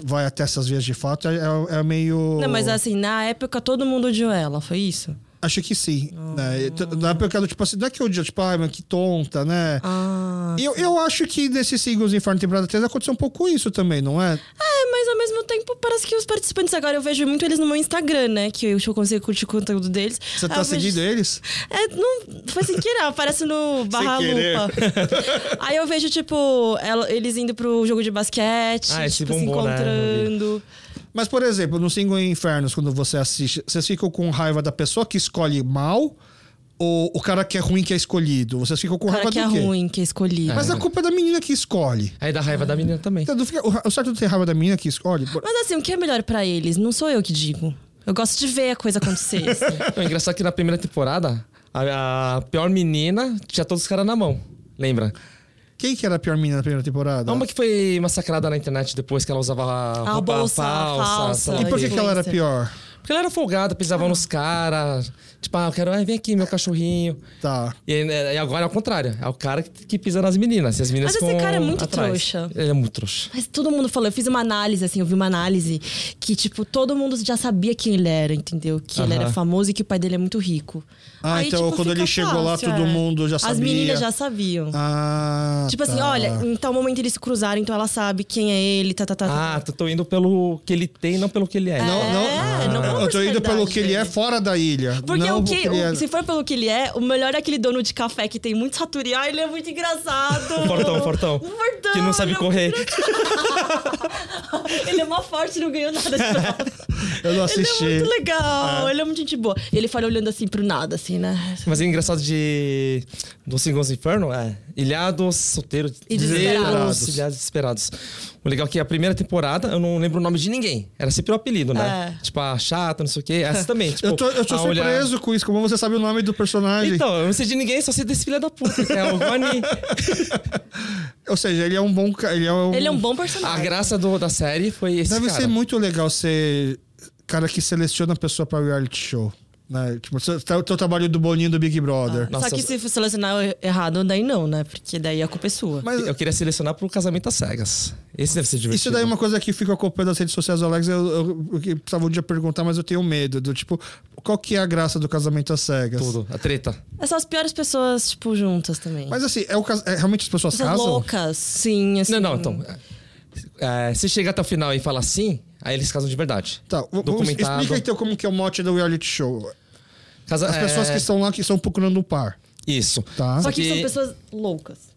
vai até essas vias de fato é, é- é meio.
Não, mas assim, na época todo mundo odiou ela. Foi isso?
Acho que sim. né? E t- Na época do tipo assim, não é que eu digo, tipo, ai, mas que tonta, né?
Ah.
Eu, eu acho que nesse Singles Inferno Temporada 3 aconteceu um pouco isso também, não é?
É, mas ao mesmo tempo, parece que os participantes agora eu vejo muito eles no meu Instagram, né? Que eu eu consigo curtir o conteúdo deles.
Você
Aí
tá
eu vejo-
seguindo eles?
É, não, foi sem querer, aparece no Barra
querer.
Lupa. Aí eu vejo, tipo, ela- eles indo pro jogo de basquete,
Ah, esse
tipo, se
bombou, né?
encontrando.
Mas, por exemplo, no Single Infernos, quando você assiste, vocês ficam com raiva da pessoa que escolhe mal ou o cara que é ruim que é escolhido? Vocês ficam com
O
raiva
cara que é
do quê?
ruim, que é escolhido.
Mas a culpa é da menina que escolhe.
Aí dá raiva da menina também.
Então, não fica- o ra- o certo é não ter raiva da menina que escolhe. Por-
Mas assim, o que é melhor pra eles? Não sou eu que digo. Eu gosto de ver a coisa acontecer. assim.
Não, é engraçado que na primeira temporada, a, a pior menina tinha todos os caras na mão. Lembra?
Quem que era a pior menina na primeira temporada?
Há uma que foi massacrada na internet depois que ela usava roupa
bolsa
falsa.
falsa.
sei lá
E
o
por
quê.
que, que ela era pior?
Porque ela era folgada, pisava nos caras. Tipo, ah, eu quero, ah, vem aqui, meu cachorrinho.
Tá.
E, né, e agora é o contrário. É o cara que, que pisa nas meninas. E as meninas
Mas esse
ficam
cara é muito
atrás.
trouxa.
Ele é muito trouxa.
Mas todo mundo falou, eu fiz uma análise, assim, eu vi uma análise que, tipo, todo mundo já sabia quem ele era, entendeu? Que ele
Aham.
era famoso e que o pai dele é muito rico. tipo,
Ah, então quando
fica é.
ele chegou lá, todo mundo já
As
sabia.
meninas já sabiam.
Ah.
tipo assim,
tá.
olha, em tal momento eles se cruzaram, então ela sabe quem é ele, tá, tá, tá. tá.
Ah, tu tô indo pelo que ele tem, não pelo que ele é.
Não, não.
É, não pela
eu tô indo pelo
personalidade
que ele é
dele.
fora da ilha.
Porque
não
o que,
ele é-
o- se for pelo que ele é, o melhor é aquele dono de café que tem muito saturi. Ah, ele é muito engraçado.
O fortão, o fortão.
O fortão.
Que não sabe
ele é
correr.
muito engraçado. ele é mó forte, não ganhou nada de prova.
Eu não
Ele
assisti.
é muito legal, ele é muito gente boa. E ele fala olhando assim pro nada, assim, né?
Mas é engraçado de. Do Singles Inferno é. Ilhados, solteiros.
E desesperados.
desidratados, Ilhados, desesperados. O legal é que a primeira temporada eu não lembro o nome de ninguém. Era sempre o apelido, né?
É.
Tipo, a chata, não sei o quê. Essa também. Tipo,
Eu tô, eu tô
a olhar-
surpreso com isso, como você sabe o nome do personagem.
Então, eu não sei de ninguém, só sei desse filho da puta, que é o Guani.
Ou seja, ele é um bom. ca- Ele é um,
Ele é um bom
A
personagem.
graça do- da série foi esse
Deve
cara.
ser muito legal ser cara que seleciona a pessoa pra reality show. Né? Tipo, seu- seu- teu trabalho do Boninho do Big Brother.
Nossa,
Só que se selecionar errado, daí não, né? Porque daí a culpa é sua.
Mas
Eu queria selecionar pro casamento às cegas. Esse deve ser divertido.
isso daí é uma coisa que fica acompanhando as redes sociais do Alex. Eu, eu, eu que precisava um dia perguntar, mas eu tenho medo. Do tipo, qual que é a graça do casamento às cegas?
Tudo, a treta.
É só as piores pessoas, tipo, juntas também.
Mas assim, é o cas- é, realmente as pessoas
Pessoas
casam?
loucas, sim, assim.
Não, não, então. é, se chegar até o final e falar sim, aí eles casam de verdade.
Tá, v- vamos,
Documentado.
explica então como que é o mote do reality show.
Casa-
As pessoas
é,
que estão lá que estão procurando um par,
Isso.
tá?
Só que são
que-
pessoas loucas.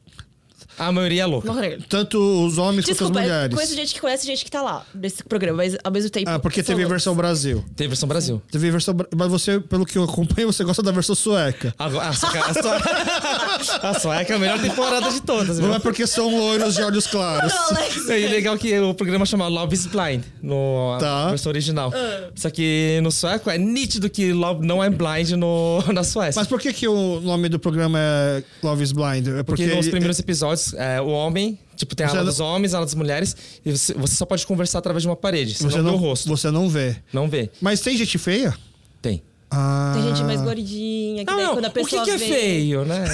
A maioria é louca.
Não acredito.
Tanto os homens
Desculpa, é
quanto as
eu
mulheres.
conheço gente que conhece gente que tá lá desse programa, mas ao mesmo tempo.
Ah, porque
são
teve a
loucas.
versão Brasil.
Tem versão Brasil.
Teve a versão. bra- Mas você, pelo que eu acompanho, você gosta da versão sueca.
Agora, a, sueca, a, sueca, a sueca é a melhor temporada de todas.
Não
viu?
é porque são loiros de olhos claros.
Não, Alex.
E legal que o programa chama Love is Blind no
Tá.
na versão original.
Ah.
Só que no sueco é nítido que Love não é blind no, na Suécia.
Mas por que, que o nome do programa é Love is Blind? É
Porque
porque.
nos
ele-
primeiros episódios, é, o homem, tipo, tem a
Você
ala
não-
dos homens, a ala das mulheres, e você, você só pode conversar através de uma parede. Você,
você
não,
não,
vê o rosto.
você não vê.
Não vê.
Mas tem gente feia?
Tem.
Ah.
Tem gente mais gordinha, que daí
Não,
quando
não.
a
O que,
pessoa
que é
vê-
feio, né?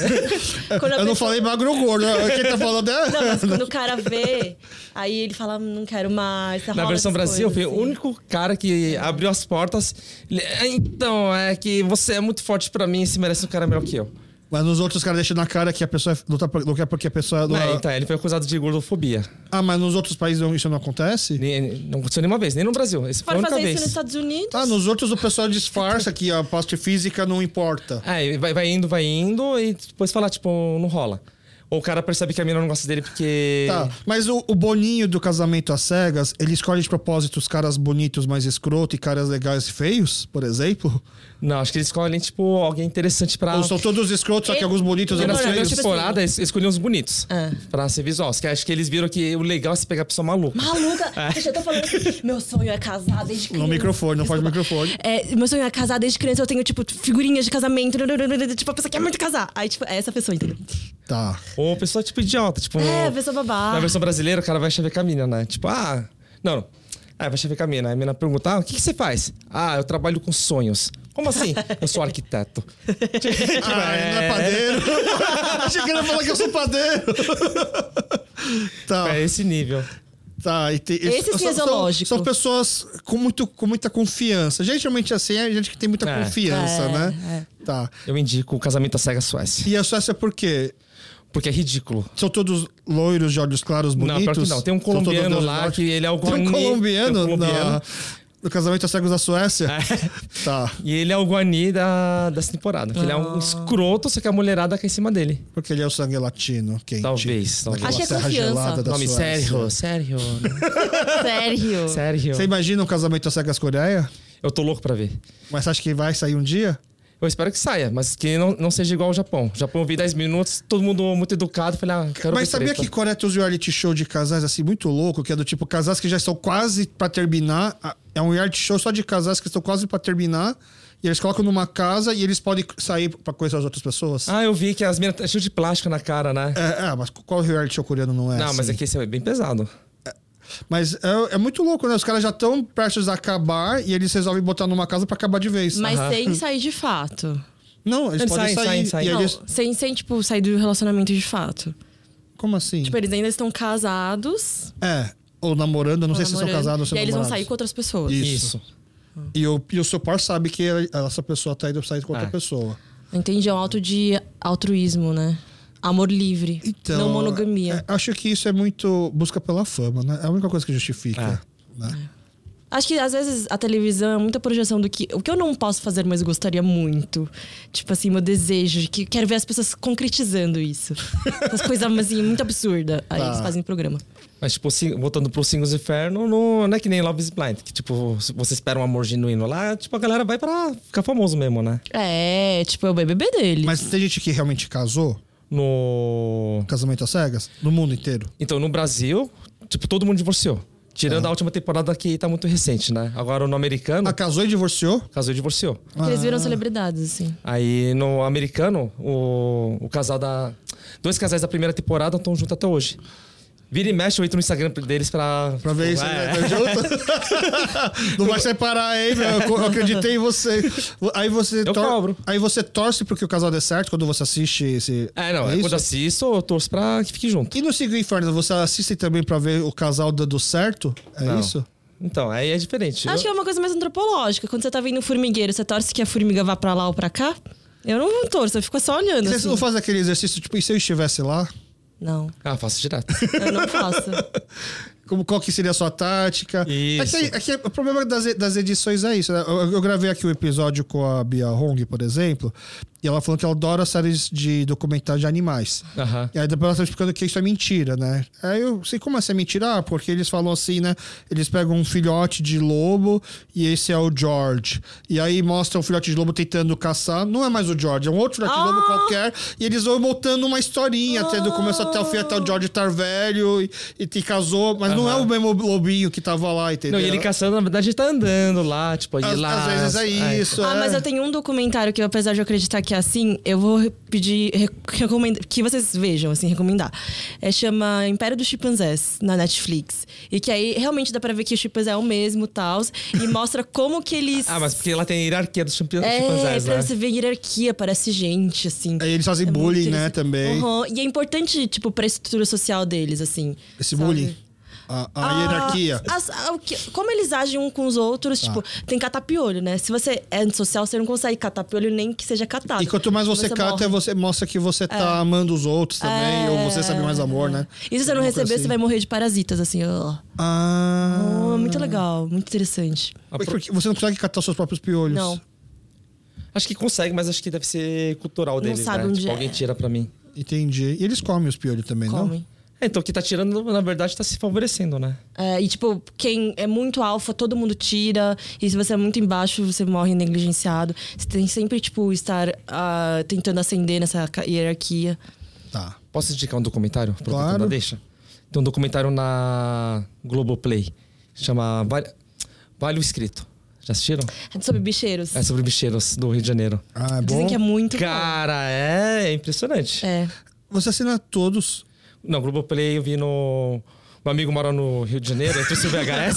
Quando a
Eu não
pessoa-
falei magro ou gordo. Quem tá falando é.
Não, mas quando o cara vê, aí ele fala, "Hum, não quero mais.
Na versão Brasil, foi
assim.
o único cara que abriu as portas. Ele, "Ah, Então, é que você é muito forte pra mim e se merece um cara melhor que eu.
Mas nos outros caras deixam na cara que a pessoa é- não, tá, não quer porque a pessoa. é do-
Né, então, ele foi acusado de gordofobia.
Ah, mas nos outros países não- isso não acontece?
Nem- Não aconteceu nenhuma vez, nem no Brasil. Esse foi a
Pode
única
fazer
vez.
isso nos Estados Unidos?
Ah, nos outros o pessoal disfarça que a parte física não importa.
É, e vai, vai indo, vai indo e depois fala, tipo, não rola. Ou o cara percebe que a mina não gosta dele porque.
Tá, mas o, o Boninho do casamento às cegas, ele escolhe de propósito os caras bonitos, mais escroto e caras legais e feios, por exemplo?
Não, acho que eles escolhem, tipo, alguém interessante pra.
Ou são todos escrotos, só que
Ele-
alguns bonitos e
Porque na
alguns
Não, não,
feios?
primeira
tipo assim-
temporada, eles escolhiam os bonitos
Ah.
pra ser visual. Porque acho que eles viram que o legal é se pegar a pessoa maluca.
Maluca! Eu já tô falando assim, meu sonho é casar desde criança.
assim, No microfone, não faz microfone.
É, meu sonho é casar desde criança, eu tenho, tipo, figurinhas de casamento. Tipo, a pessoa quer muito casar. Aí, tipo, é essa pessoa, entendeu?
Tá.
Ou pessoa, tipo, idiota. Tipo,
É, a pessoa babá.
na versão brasileira, o cara vai chavecar a mina, né? Tipo, ah. Não, não. Ah, vai chavecar a mina. Aí a mina pergunta, ah, o que, que você faz? Ah, eu trabalho com sonhos. Como assim? eu sou arquiteto.
Ah, ele
né?
não é padeiro. Achei que ele ia falar que eu sou padeiro. Tá,
É esse nível.
tá. E tem,
Esse sim é
são-
zoológico.
São, são pessoas com, muito, com muita confiança. Geralmente assim é gente que tem muita
É.
confiança,
É,
né? Tá.
Eu indico o casamento à cega Suécia.
E a Suécia por quê?
Porque é ridículo.
São todos loiros de olhos claros,
Não,
bonitos?
pior que não. Tem um
São todos
colombiano
loiros
lá
de olhos-
que ele é o
Tem um
Guarani,
colombiano,
tem um colombiano.
na- no casamento às cegos da Suécia? Tá.
E ele é o Guani da, dessa temporada. Que ele é um escroto, só que a mulherada cai em cima dele.
Porque ele é o sangue latino, quente.
Talvez, talvez.
Naquela
Acho que é
serra
confiança.
gelada da
Nome
Suécia.
Sérgio, Sérgio,
Sério.
Sérgio.
Você imagina um casamento às cegas Coreia?
Eu tô louco pra ver.
Mas você acha que vai sair um dia?
Eu espero que saia, mas que não, não seja igual ao Japão. Japão eu vi 10 minutos, todo mundo muito educado. Falei, ah, quero
Mas
ver
sabia
treta.
que Coreia tem uns reality show de casais assim muito louco, que é do tipo casais que já estão quase pra terminar. Ah, É um reality show só de casais que estão quase pra terminar. E eles colocam numa casa e eles podem sair pra conhecer as outras pessoas.
Ah, eu vi que as minas tá cheio de plástico na cara, né?
É, é, mas qual reality show coreano não é?
não, mas
assim?
aqui esse é bem pesado.
Mas é, é muito louco, né? Os caras já estão prestes a acabar e eles resolvem botar numa casa pra acabar de vez.
Mas
Aham.
sem sair de fato.
Não, eles,
Eles
podem
saem,
sair.
saem, saem.
E aí
Não,
eles-
sem, sem, tipo, sair do relacionamento de fato.
Como assim?
Tipo, eles ainda estão casados.
É, ou namorando, eu não sei se são
namorando,
casados ou se
E aí eles vão sair
namorados.
com outras pessoas.
Isso. E o, e o seu par sabe que ela- essa pessoa tá indo sair com outra
Ah.
pessoa.
Entendi, é um auto de altruísmo, né? Amor livre,
Então.
não monogamia.
é, acho que isso é muito busca pela fama, né? É a única coisa que justifica.
É.
né?
Acho que às vezes a televisão é muita projeção do que. O que eu não posso fazer, mas gostaria muito. Tipo assim, meu desejo. de que Quero ver as pessoas concretizando isso. Essas coisas assim, muito absurdas. Aí
Tá.
eles fazem programa.
Mas, tipo, se- voltando pro Singles Inferno, não, não é que nem Love is Blind, que, tipo, se você espera um amor genuíno lá, tipo, a galera vai pra ficar famoso mesmo, né?
É, tipo, é o BBB dele.
Mas tem gente que realmente casou,
No.
casamento às cegas, no mundo inteiro.
Então, no Brasil, tipo, todo mundo divorciou.
É.
Tirando a última temporada que tá muito recente, né? Agora, no americano,
Ah, casou e divorciou?
casou e divorciou.
Porque Eles
ah.
viram celebridades, assim.
Aí, no americano, o, o casal da. Dois casais da primeira temporada estão juntos até hoje. Vira e mexe, eu entro no Instagram deles pra.
Pra ver isso,
É.
né? Tá junto? Não vai separar, hein, meu? Eu co- Eu acreditei em você. Aí você,
Eu cobro.
aí você torce pro que o casal dê certo quando você assiste esse.
É, não. é
isso?
quando assisto, eu torço pra que fique junto.
E no Sigo Inferno, você assiste também pra ver o casal dando certo? É
Não.
isso?
Então, aí é diferente.
Acho que é uma coisa mais antropológica. Quando você tá vendo um formigueiro, você torce que a formiga vá pra lá ou pra cá? Eu não torço, eu fico só olhando.
Você
assim.
não faz aquele exercício, tipo, e se eu estivesse lá?
Não,
Ah, faço direto.
eu não faço.
Como, qual que seria a sua tática?
Isso.
É que, é que o problema das, e- das edições é isso. né? Eu, eu gravei aqui o episódio com a Bia Hong, por exemplo, e ela falou que ela adora séries de documentários de animais.
Aham.
E aí depois ela tá explicando que isso é mentira, né? Aí eu sei como essa é mentira, ah, porque eles falam assim, né? Eles pegam um filhote de lobo e esse é o George. E aí mostram o filhote de lobo tentando caçar. Não é mais o George, é um outro filhote de
Ah!
lobo qualquer. E eles vão montando uma historinha, até do começo até o fim, até o George estar velho e, e te casou. Mas não é o mesmo lobinho que tava lá, entendeu?
Não, e ele caçando, na verdade, ele tá andando lá, tipo, aí
às,
lá.
às vezes é isso.
Ah,
é.
mas eu tenho um documentário que, apesar de eu acreditar que é assim, eu vou re- pedir re- recomenda- que vocês vejam, assim, recomendar. É, chama Império dos Chimpanzés, na Netflix. E que aí realmente dá pra ver que o chimpanzé é o mesmo e tal. E mostra como que eles.
Ah, mas porque lá tem a hierarquia dos chimpan-
É,
chimpanzés,
pra
né?
você ver hierarquia, parece gente, assim.
Aí eles fazem
É muito
bullying, né,
interessante.
também.
Uhum. E é importante, tipo, pra estrutura social deles, assim.
Esse
sabe?
bullying. A, a hierarquia. Tá.
Ah, as- ah, o que- como eles agem um com os outros, tipo, tem catapiolho, né? Se você é antissocial, você não consegue catapiolho nem que seja catado.
E quanto mais você, cata,
morre. É.
você mostra que você tá amando os outros também, ou você sabe mais amor, né?
E se você não
Alguma
receber,
coisa
você vai morrer de parasitas, assim, ó.
Ah.
Oh, muito legal, muito interessante.
Ah,
Mas por que você não consegue catar seus próprios piolhos?
Não.
Acho que consegue, mas acho que deve ser cultural deles,
sabe
né?
onde
tipo,
é.
alguém tira pra mim.
Entendi. E eles comem os piolhos também,
Comem.
É, então, quem tá tirando, na verdade, tá se favorecendo, né?
É, e tipo, quem é muito alfa, todo mundo tira. E se você é muito embaixo, você morre negligenciado. Você tem sempre, tipo, estar ah, tentando ascender nessa ca- hierarquia.
não? Tá.
Posso indicar um documentário? Aproveitando
Claro.
a Deixa. Tem um documentário na Globoplay. Chama Vale, vale o Escrito. Já assistiram?
É Sobre bicheiros.
É sobre bicheiros do Rio de Janeiro.
Ah, é
Dizem
bom.
que é muito. bom.
Cara, é impressionante.
É.
Você assina todos.
Não, Globoplay eu vi no. Um amigo mora no Rio de Janeiro, eu trouxe o VHS.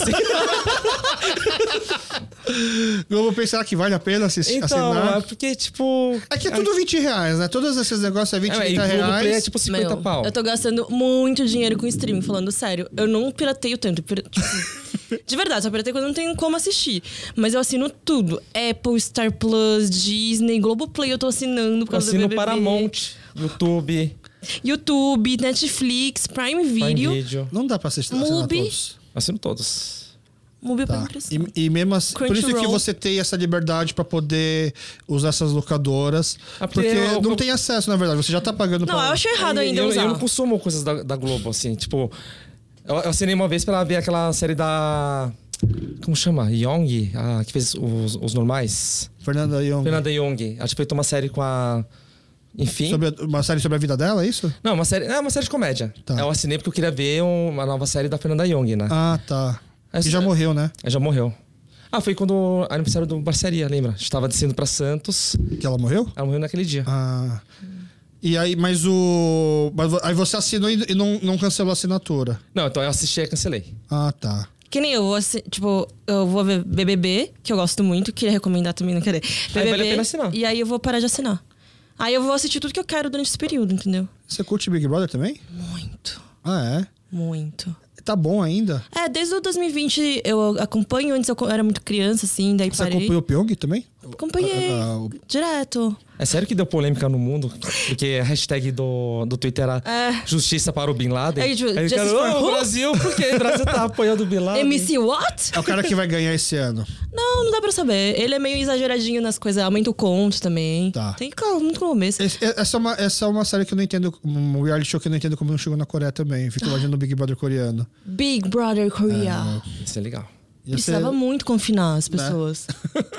Eu vou pensar que vale a pena assis-
então, é
assinar.
porque, tipo.
É que é tudo 20 reais, né? Todos esses negócios é 20,
É, e
30
Globoplay é
reais.
tipo 50
Meu,
pau.
Eu tô gastando muito dinheiro com streaming, falando sério. Eu não pirateio tanto. eu pira- tipo, de verdade, só pirateio quando eu não tenho como assistir. Mas eu assino tudo. Apple, Star Plus, Disney, Globoplay eu tô assinando por
Eu
causa
assino
do BBB.
Paramount, YouTube,
YouTube, Netflix, Prime
Prime
Video.
Video.
Não dá pra assistir, assinar
Mubi.
todos.
Assino todos.
Mubi é
Tá.
pra impressão.
E, e mesmo assim, por isso que
Crunchyroll.
você tem essa liberdade pra poder usar essas locadoras.
Ah,
porque
porque eu-
não tem acesso, na verdade. Você já tá pagando
Não,
pra.
eu acho errado
Eu-
ainda
eu,
usar.
eu não consumo coisas da, da Globo, assim, tipo. Eu, eu assinei uma vez pra ver aquela série da. Como chama? Young, a que fez os, os normais.
Fernanda Young.
Fernanda Young. Ela tipo, fez uma série com a. Enfim.
Sobre a- uma série sobre a vida dela, é isso?
Não, uma série. É uma série de comédia.
Tá.
Eu assinei porque eu queria ver um, uma nova série da Fernanda Young, né?
Ah, tá.
Essa- é-
E já morreu, né?
Ela já morreu. Ah, foi quando o aniversário do Barceria, lembra? A gente tava descendo pra Santos.
Que ela morreu?
Ela morreu naquele dia.
Ah. E aí, mas o. mas vo- aí você assinou e e não, não cancelou a assinatura.
Não, então eu assisti e cancelei.
Ah, tá.
Que nem eu vou, assi- tipo, eu vou ver BBB, que eu gosto muito, queria recomendar também, não querer.
Aí vale a pena assinar.
E aí eu vou parar de assinar. Aí eu vou assistir tudo que eu quero durante esse período, entendeu?
Você curte Big Brother também?
Muito,
Ah, é?
muito.
Tá bom ainda?
É, desde o 2020 eu acompanho, antes eu co- era muito criança, assim, daí
Você
parei.
acompanhou o Pyong também?
Acompanhei,
Ah, o-
direto.
É sério que deu polêmica no mundo? Porque a hashtag do, do Twitter era
É.
Justiça para o Bin Laden.
Aí, ju-
Aí,
Justice
cara,
for
"Ah, o
who?"
Brasil, porque o Brasil tá apoiando o Bin
Ah,
Laden.
MC What?
É o cara que vai ganhar esse ano.
Não, não dá pra saber. Ele é meio exageradinho nas coisas, aumenta o conto também.
Tá.
Tem que ficar muito no começo.
Esse- é- Essa é, uma, essa é uma série que eu não entendo, um reality show que eu não entendo como não chegou na Coreia também.
Ah.
Fico imaginando o Big Brother coreano.
Big Brother Korea.
Isso é legal.
Ia ser- né?
Precisava muito confinar as pessoas.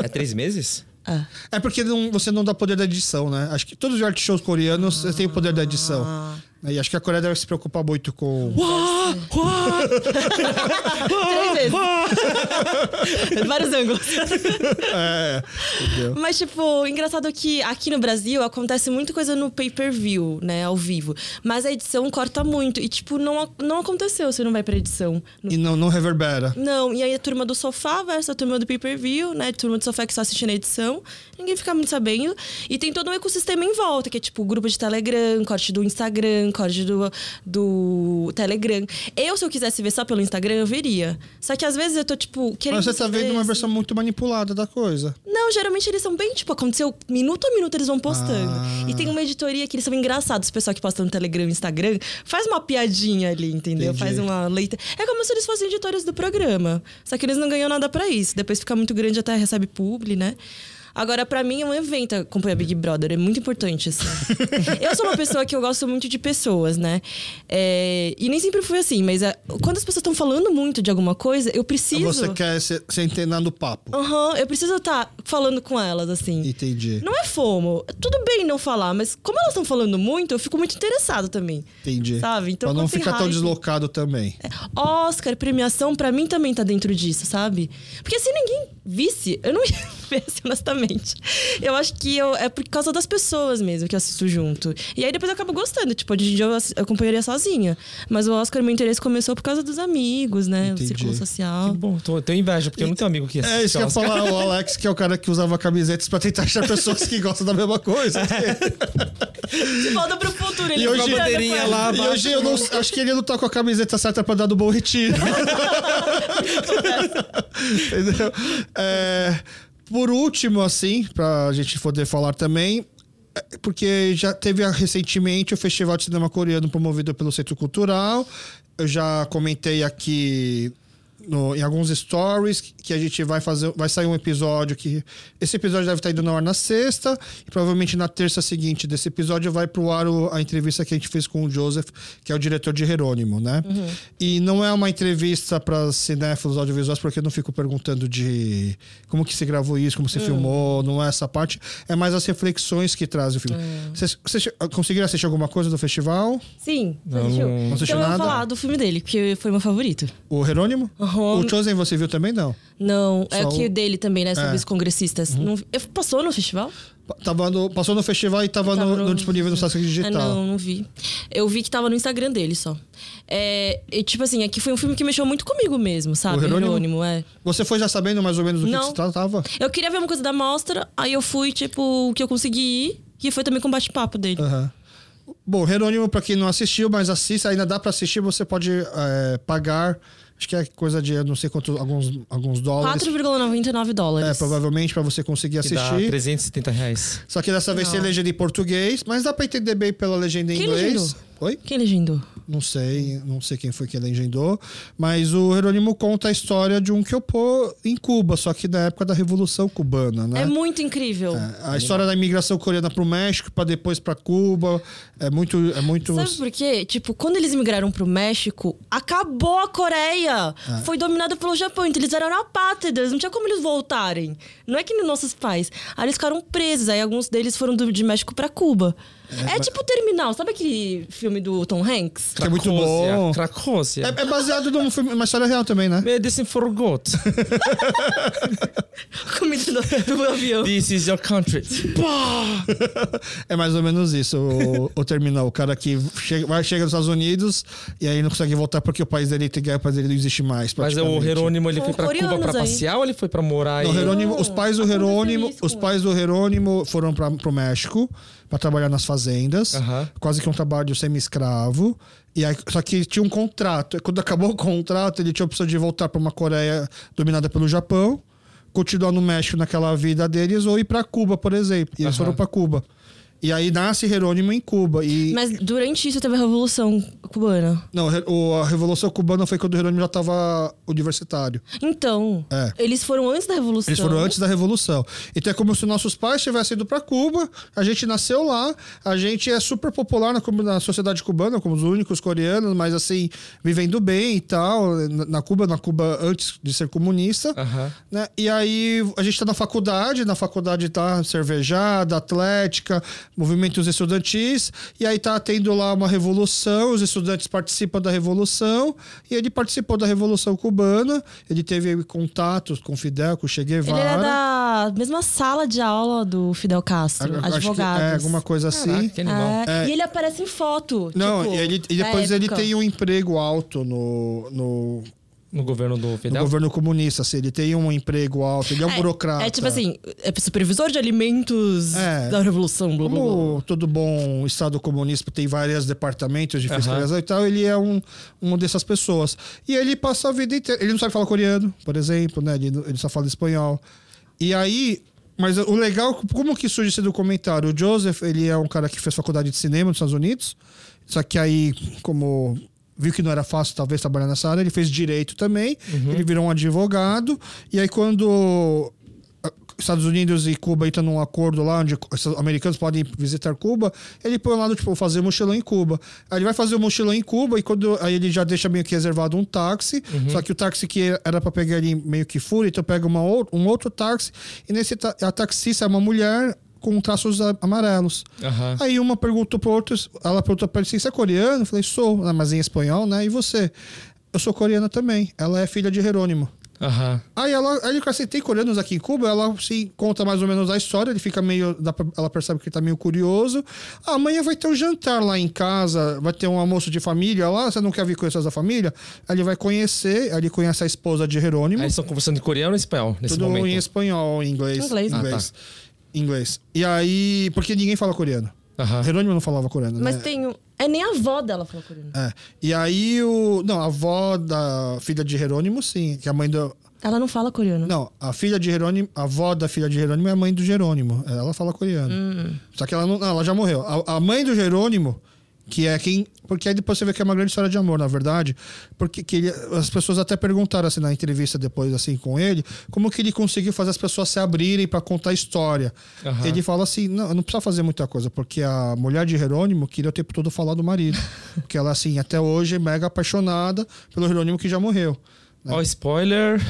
É três meses?
É.
É porque não- você não dá poder da edição, né? Acho que todos os reality shows coreanos você têm o poder da edição.
Ah.
E acho que a Coreia deve se preocupar muito com.
Três vezes. Vários ângulos.
É, entendeu?
Mas, tipo, engraçado que aqui no Brasil acontece muita coisa no pay-per-view, né? Ao vivo. Mas a edição corta muito. E, tipo, não, ac- não aconteceu. Você não vai pra edição. No-
E não, não reverbera.
Não, e aí a turma do sofá versus a turma do pay-per-view, né? Turma do sofá que só assiste na edição. Ninguém fica muito sabendo. E tem todo um ecossistema em volta, que é tipo grupo de Telegram, corte do Instagram, corte do, do Telegram. Eu, se eu quisesse ver só pelo Instagram, eu veria. Só que às vezes eu tô, tipo,
Mas
querendo.
você tá vendo
ver,
uma
assim.
versão muito manipulada da coisa.
Não, geralmente eles são bem, tipo, aconteceu minuto a minuto eles vão postando.
Ah.
E tem uma editoria que eles são engraçados, o pessoal que posta no Telegram e Instagram, faz uma piadinha ali, entendeu?
Entendi.
Faz uma leita. É como se eles fossem editores do programa. Só que eles não ganham nada pra isso. Depois fica muito grande até recebe publi, né? Agora, pra mim, é um evento acompanhar Big Brother. É muito importante, assim. eu sou uma pessoa que eu gosto muito de pessoas, né? É, E nem sempre fui assim, mas é, quando as pessoas estão falando muito de alguma coisa, eu preciso...
Você quer se, se entender no papo.
Aham, eu preciso estar falando com elas, assim.
Entendi.
Não é fomo. Tudo bem não falar, mas como elas estão falando muito, eu fico muito interessado também.
Entendi.
Sabe? Então,
pra não
quando tem
ficar tão
hype-
deslocado também.
Oscar, premiação, pra mim também tá dentro disso, sabe? Porque se ninguém visse, eu não ia ver, assim, honestamente. Eu acho que eu, é por causa das pessoas mesmo que eu assisto junto. E aí depois eu acabo gostando. Tipo, hoje em dia eu ass- eu acompanharia sozinha. Mas o Oscar, meu interesse começou por causa dos amigos, né?
Entendi.
O círculo
Que
social.
bom, tô, tenho inveja, porque eu não tenho amigo que
É isso que eu ia
Oscar.
falar, o Alex, que é o cara que usava camisetas pra tentar achar pessoas que gostam da mesma coisa.
De volta pro futuro, ele
E hoje-
ficou andando com
bandeirinha
ela.
lá,
E hoje eu não, acho que ele não tá com a camiseta certa pra dar do bom retiro. Entendeu? É, por último, assim, pra gente poder falar também, é, porque já teve ah, recentemente o Festival de Cinema Coreano promovido pelo Centro Cultural. Eu já comentei aqui no- em alguns stories que a gente vai fazer, vai sair um episódio que esse episódio deve estar indo na ar na sexta e provavelmente na terça seguinte desse episódio vai pro ar o- a entrevista que a gente fez com o Joseph, que é o diretor de Jerônimo, né?
Uhum.
E não é uma entrevista para cinéfilos audiovisuais porque eu não fico perguntando de como que se gravou isso, como se
Hum.
filmou, não é essa parte, é mais as reflexões que traz o filme.
Hum.
Vocês vocês conseguiram assistir alguma coisa do festival?
Sim, você
Não,
assistiu.
não
Então
assistiu
eu vou
nada?
falar do filme dele, porque foi meu favorito.
O Jerônimo?
Aham.
O Chosen você viu também não?
Não, é
Só
aqui
o-
o dele também, né? Sobre
É.
os congressistas. Não- eu- passou no festival?
Tava no- passou no festival e tava,
Tava
no,
no-
no disponível no site
Ah,
digital.
não, não vi. Eu vi que tava no Instagram dele só. É, e, tipo assim, aqui foi um filme que mexeu muito comigo mesmo, sabe?
O Jerônimo?
é.
Você foi já sabendo mais ou menos do que,
Não.
que se tratava?
Eu queria ver uma coisa da mostra, aí eu fui, tipo, o que eu consegui ir, que foi também com o bate-papo dele.
Aham. Bom, Jerônimo, pra quem não assistiu, mas assista, ainda dá pra assistir, você pode é, pagar, acho que é coisa de, eu não sei quanto, alguns, alguns dólares.
4,99 dólares.
É, provavelmente pra você conseguir
Que dá
assistir.
370 reais.
Só que dessa vez
Não.
tem legenda em português, mas dá pra entender bem pela legenda em
Quem
inglês.
legendou?
Oi?
Quem legendou?
Não sei, não sei quem foi que legendou, mas o Jerônimo conta a história de um que opô em Cuba, só que na época da Revolução Cubana, né?
É muito incrível.
A história da imigração coreana para o México, para depois para Cuba, é muito, é muito.
Sabe por quê? Tipo, quando eles migraram pro México, acabou a Coreia.
É.
Foi dominada pelo Japão. Então eles eram apátridas. Não tinha como eles voltarem. Não é que nem nossos pais. Aí eles ficaram presos. Aí alguns deles foram do, de México pra Cuba. É, tipo Terminal, sabe aquele filme do Tom Hanks?
Que é muito bom.
Cracócia.
É, é baseado num filme, uma história real também, né?
Medicine forgot.
Comida do, do avião.
This is your country.
É mais ou menos isso, o, o terminal. O cara que chega, vai, chega nos Estados Unidos e aí não consegue voltar porque o país dele tem guerra, o país dele não existe mais.
Mas é o
praticamente.
Jerônimo, ele
São
foi pra Cuba
coreanos
pra
aí.
passear ou ele foi pra morar
Não, o
aí?
Jerônimo- os pais do
Oh, aconteceu
Jerônimo,
isso com
os
ele.
pais do Jerônimo foram para pro México para trabalhar nas fazendas,
Aham.
quase que um trabalho semi-escravo. E aí, só que tinha um contrato. Quando acabou o contrato, ele tinha a opção de voltar para uma Coreia dominada pelo Japão, continuar no México naquela vida deles ou ir para Cuba, por exemplo. E eles
Aham.
foram para Cuba. E aí nasce Jerônimo em Cuba e
Mas durante isso teve a Revolução Cubana.
não, re- o- a Revolução Cubana foi quando o Jerônimo já estava universitário.
Então,
É.
eles foram antes da Revolução.
Eles foram antes da Revolução. Então é como se nossos pais tivessem ido para Cuba, a gente nasceu lá, a gente é super popular na, comu- na sociedade cubana, como os únicos coreanos, mas assim, vivendo bem e tal, na, na Cuba, na Cuba antes de ser comunista.
Aham.
Né? E aí a gente tá na faculdade, na faculdade tá cervejada, atlética, movimentos estudantis, e aí tá tendo lá uma revolução, os estudantes participam da revolução, e ele participou da revolução cubana, ele teve contatos com Fidel, com Che
Ele
Guevara.
era da mesma sala de aula do Fidel Castro,
Acho que
advogados.
É, alguma coisa assim.
Caraca, Ah, que animal.
É, E ele aparece em foto.
Não,
tipo,
e, ele- e
da
depois ele
época.
tem um emprego alto no, no,
No governo do
no
Fidel?
governo comunista, assim, ele tem um emprego alto, ele é um burocrata.
É tipo assim, é supervisor de alimentos
É.
da Revolução, um blá blá blá.
Como todo bom Estado comunista tem vários departamentos de
Aham.
fiscalização e tal, ele é um, uma dessas pessoas. E ele passa a vida inteira. Ele não sabe falar coreano, por exemplo, né? Ele, ele só fala espanhol. E aí. Mas o legal, como que surge esse documentário? O Joseph, ele é um cara que fez faculdade de cinema nos Estados Unidos. Só que aí, como viu que não era fácil, talvez, trabalhar nessa área, ele fez direito também.
Uhum.
Ele virou um advogado. E aí, quando Estados Unidos e Cuba entram num acordo lá onde os americanos podem visitar Cuba, ele põe lá do tipo fazer mochilão em Cuba. Aí ele vai fazer o mochilão em Cuba e quando aí ele já deixa meio que reservado um táxi, só que o táxi que era pra pegar ele meio que fura, então pega uma ou- um outro táxi e nesse ta- a taxista é uma mulher com traços a- amarelos.
Aham.
Aí uma perguntou pro outro, ela perguntou pra ele se você é coreano, eu falei sou, Ah, mas em espanhol, né? E você? Eu sou coreana também. Ela é filha de Jerônimo.
Aham.
Aí ela, aí ele fala assim, tem coreanos aqui em Cuba, ela se conta mais ou menos a história, ele fica meio, dá pra- ela percebe que ele tá meio curioso. Ah, amanhã vai ter um jantar lá em casa, vai ter um almoço de família lá, você não quer vir conhecer essa família? Aí ele vai conhecer, aí ele conhece a esposa de
Aí
Jerônimo,
eles estão conversando em coreano ou espanhol nesse
tudo
momento? tá.
em espanhol, em inglês,
Inglês. Ah,
inglês, inglês. E aí, porque ninguém fala coreano.
Aham.
Jerônimo não falava coreano,
Mas
né?
tem um. É nem a avó dela falou coreano.
É. E aí o, não, a avó da filha de Jerônimo, sim, que é a mãe do,
Ela não fala coreano.
Não, a filha de Jerônimo, a avó da filha de Jerônimo é a mãe do Jerônimo. Ela fala coreano. Só que ela não, não, ela já morreu. A, a mãe do Jerônimo, que é quem, porque aí depois você vê que é uma grande história de amor, na verdade, porque que ele- as pessoas até perguntaram assim na entrevista depois assim com ele, como que ele conseguiu fazer as pessoas se abrirem para contar a história.
Aham.
Ele fala assim, não, eu não precisa fazer muita coisa, porque a mulher de Jerônimo queria o tempo todo falar do marido, porque ela assim até hoje é mega apaixonada pelo Jerônimo que já morreu.
Ó, spoiler.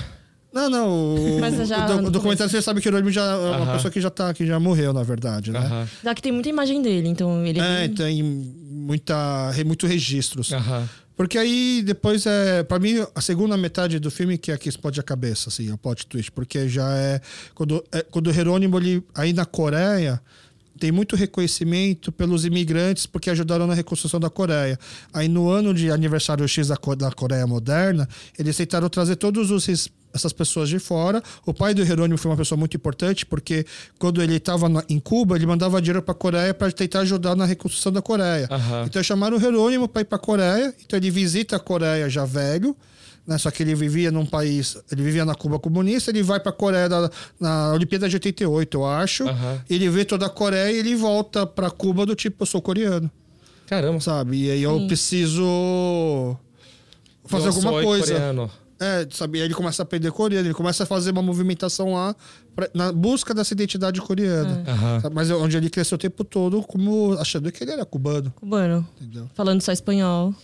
Não, não. O,
Mas já
o, do-
no
o documentário você sabe que o Jerônimo já é uma
Aham.
pessoa que já, tá, que já morreu, na verdade, né?
Aham.
Já que tem muita imagem dele, então ele.
É, tem muita, re- muito registros.
Aham.
Porque aí depois é. Pra mim, a segunda metade do filme que é que explode a cabeça, assim, é o plot twist. Porque já é. Quando, é, quando o Jerônimo, ele, aí na Coreia, tem muito reconhecimento pelos imigrantes porque ajudaram na reconstrução da Coreia. Aí no ano de aniversário X da, Co- da Coreia Moderna, eles tentaram trazer todos os. ris- Essas pessoas de fora. O pai do Jerônimo foi uma pessoa muito importante, porque quando ele estava em Cuba, ele mandava dinheiro para a Coreia para tentar ajudar na reconstrução da Coreia.
Aham.
Então chamaram o Jerônimo para ir para a Coreia. Então ele visita a Coreia já velho, né? Só que ele vivia num país, ele vivia na Cuba comunista, ele vai para a Coreia da, na Olimpíada de 88, eu acho.
Aham.
Ele vê toda a Coreia e ele volta para Cuba do tipo eu sou coreano,
Caramba.
sabe? E aí eu preciso fazer
Eu
alguma
sou
coisa.
coreano.
É, sabe? E aí ele começa a aprender coreano, ele começa a fazer uma movimentação lá pra- na busca dessa identidade coreana.
Aham.
Sabe? Mas é onde ele cresceu o tempo todo como achando que ele era cubano,
Cubano.
entendeu?
Falando só espanhol.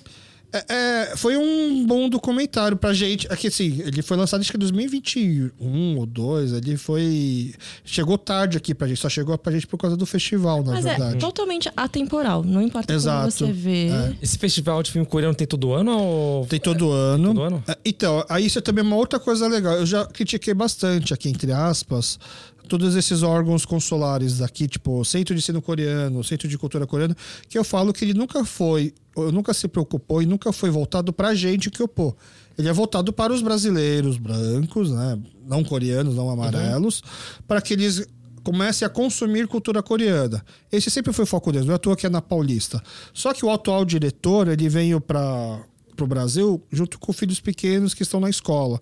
É, é, foi um bom documentário pra gente. Aqui, assim, ele foi lançado acho que em 2021 ou 2. Ele foi. Chegou tarde aqui pra gente, só chegou pra gente por causa do festival, na
Mas é
verdade.
totalmente atemporal. Não importa
Exato.
como você vê.
É.
Esse festival de filme coreano tem todo ano ou...
Tem todo ano.
Todo ano?
É, Então, aí isso é também uma outra coisa legal. Eu já critiquei bastante aqui, entre aspas, todos esses órgãos consulares daqui, tipo Centro de Ensino Coreano, Centro de Cultura Coreana, que eu falo que ele nunca foi, ou nunca se preocupou e nunca foi voltado pra gente que opô. Ele é voltado para os brasileiros brancos, né? Não coreanos, não amarelos, para que eles comece a consumir cultura coreana. Esse sempre foi o foco deles, não é à toa que é na Paulista. Só que o atual diretor, ele veio para pro Brasil junto com filhos pequenos que estão na escola.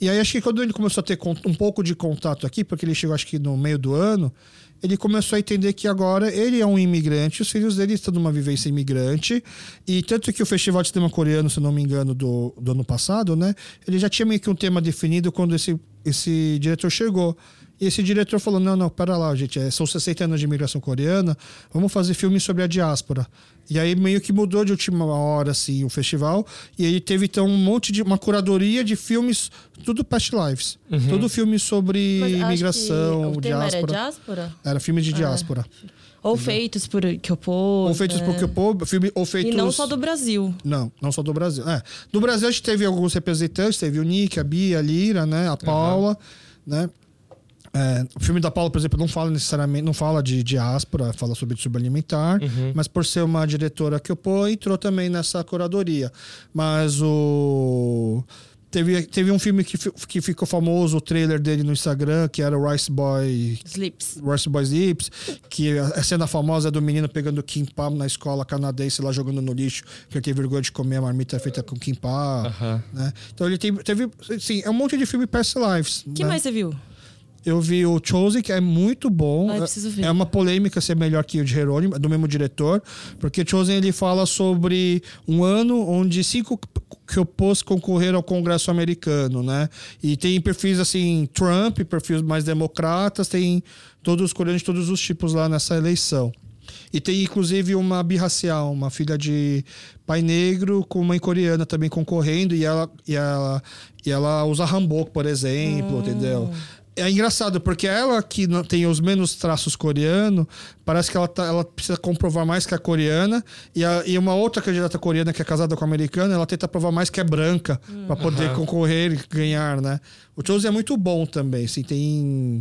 E aí acho que quando ele começou a ter con- um pouco de contato aqui, porque ele chegou acho que no meio do ano, ele começou a entender que agora ele é um imigrante, os filhos dele estão numa vivência imigrante, e tanto que o Festival de Cinema Coreano, se não me engano, do, do ano passado, né, ele já tinha meio que um tema definido quando esse, esse diretor chegou. E esse diretor falou: não, não, pera lá, gente, é, são 60 anos de imigração coreana, vamos fazer filme sobre a diáspora. E aí meio que mudou de última hora, assim, o festival. E aí teve, então, um monte de. uma curadoria de filmes, tudo past lives. Tudo filme sobre
Mas acho
imigração,
que o tema
diáspora. Era,
Era Ah, diáspora?
filme de diáspora.
Ou feitos por Kyopo.
Ou feitos por Kyopo, filme ou feitos.
é. né? E não só do Brasil.
Não, não só do Brasil. É, do Brasil a gente teve alguns representantes, teve o Nick, a Bia, a Lira, né? A Paula, né? É, o filme da Paula, por exemplo, não fala necessariamente, não fala de diáspora, fala sobre subalimentar, mas por ser uma diretora que eu pô, entrou também nessa curadoria. Mas o. Teve, teve um filme que, fi- que ficou famoso, o trailer dele no Instagram, que era o Rice Boy
Slips.
Rice Boys Lips, que a a cena famosa é do menino pegando quimpá na escola canadense lá jogando no lixo, que ele tem vergonha de comer a marmita é feita com quimpá,
Aham.
né? Então ele tem- teve, sim, é um monte de filme past lives.
O que
né?
mais você viu?
Eu vi o Chosen, que é muito bom.
Ah, eu
É-
preciso ver.
É uma polêmica ser melhor que o de Jerônimo, é do mesmo diretor, porque Chosen ele fala sobre um ano onde cinco que opôs concorreram ao Congresso americano, né? E tem perfis assim, Trump, perfis mais democratas, tem todos os coreanos de todos os tipos lá nessa eleição. E tem inclusive uma birracial, uma filha de pai negro com mãe coreana também concorrendo e ela e ela e ela usa hanbok, por exemplo, entendeu? É engraçado porque ela que não- tem os menos traços coreano, parece que ela, tá- ela precisa comprovar mais que é coreana e, a- e uma outra candidata coreana que é casada com americana, ela tenta provar mais que é branca pra poder concorrer e ganhar, né? O Chose é muito bom também, assim, tem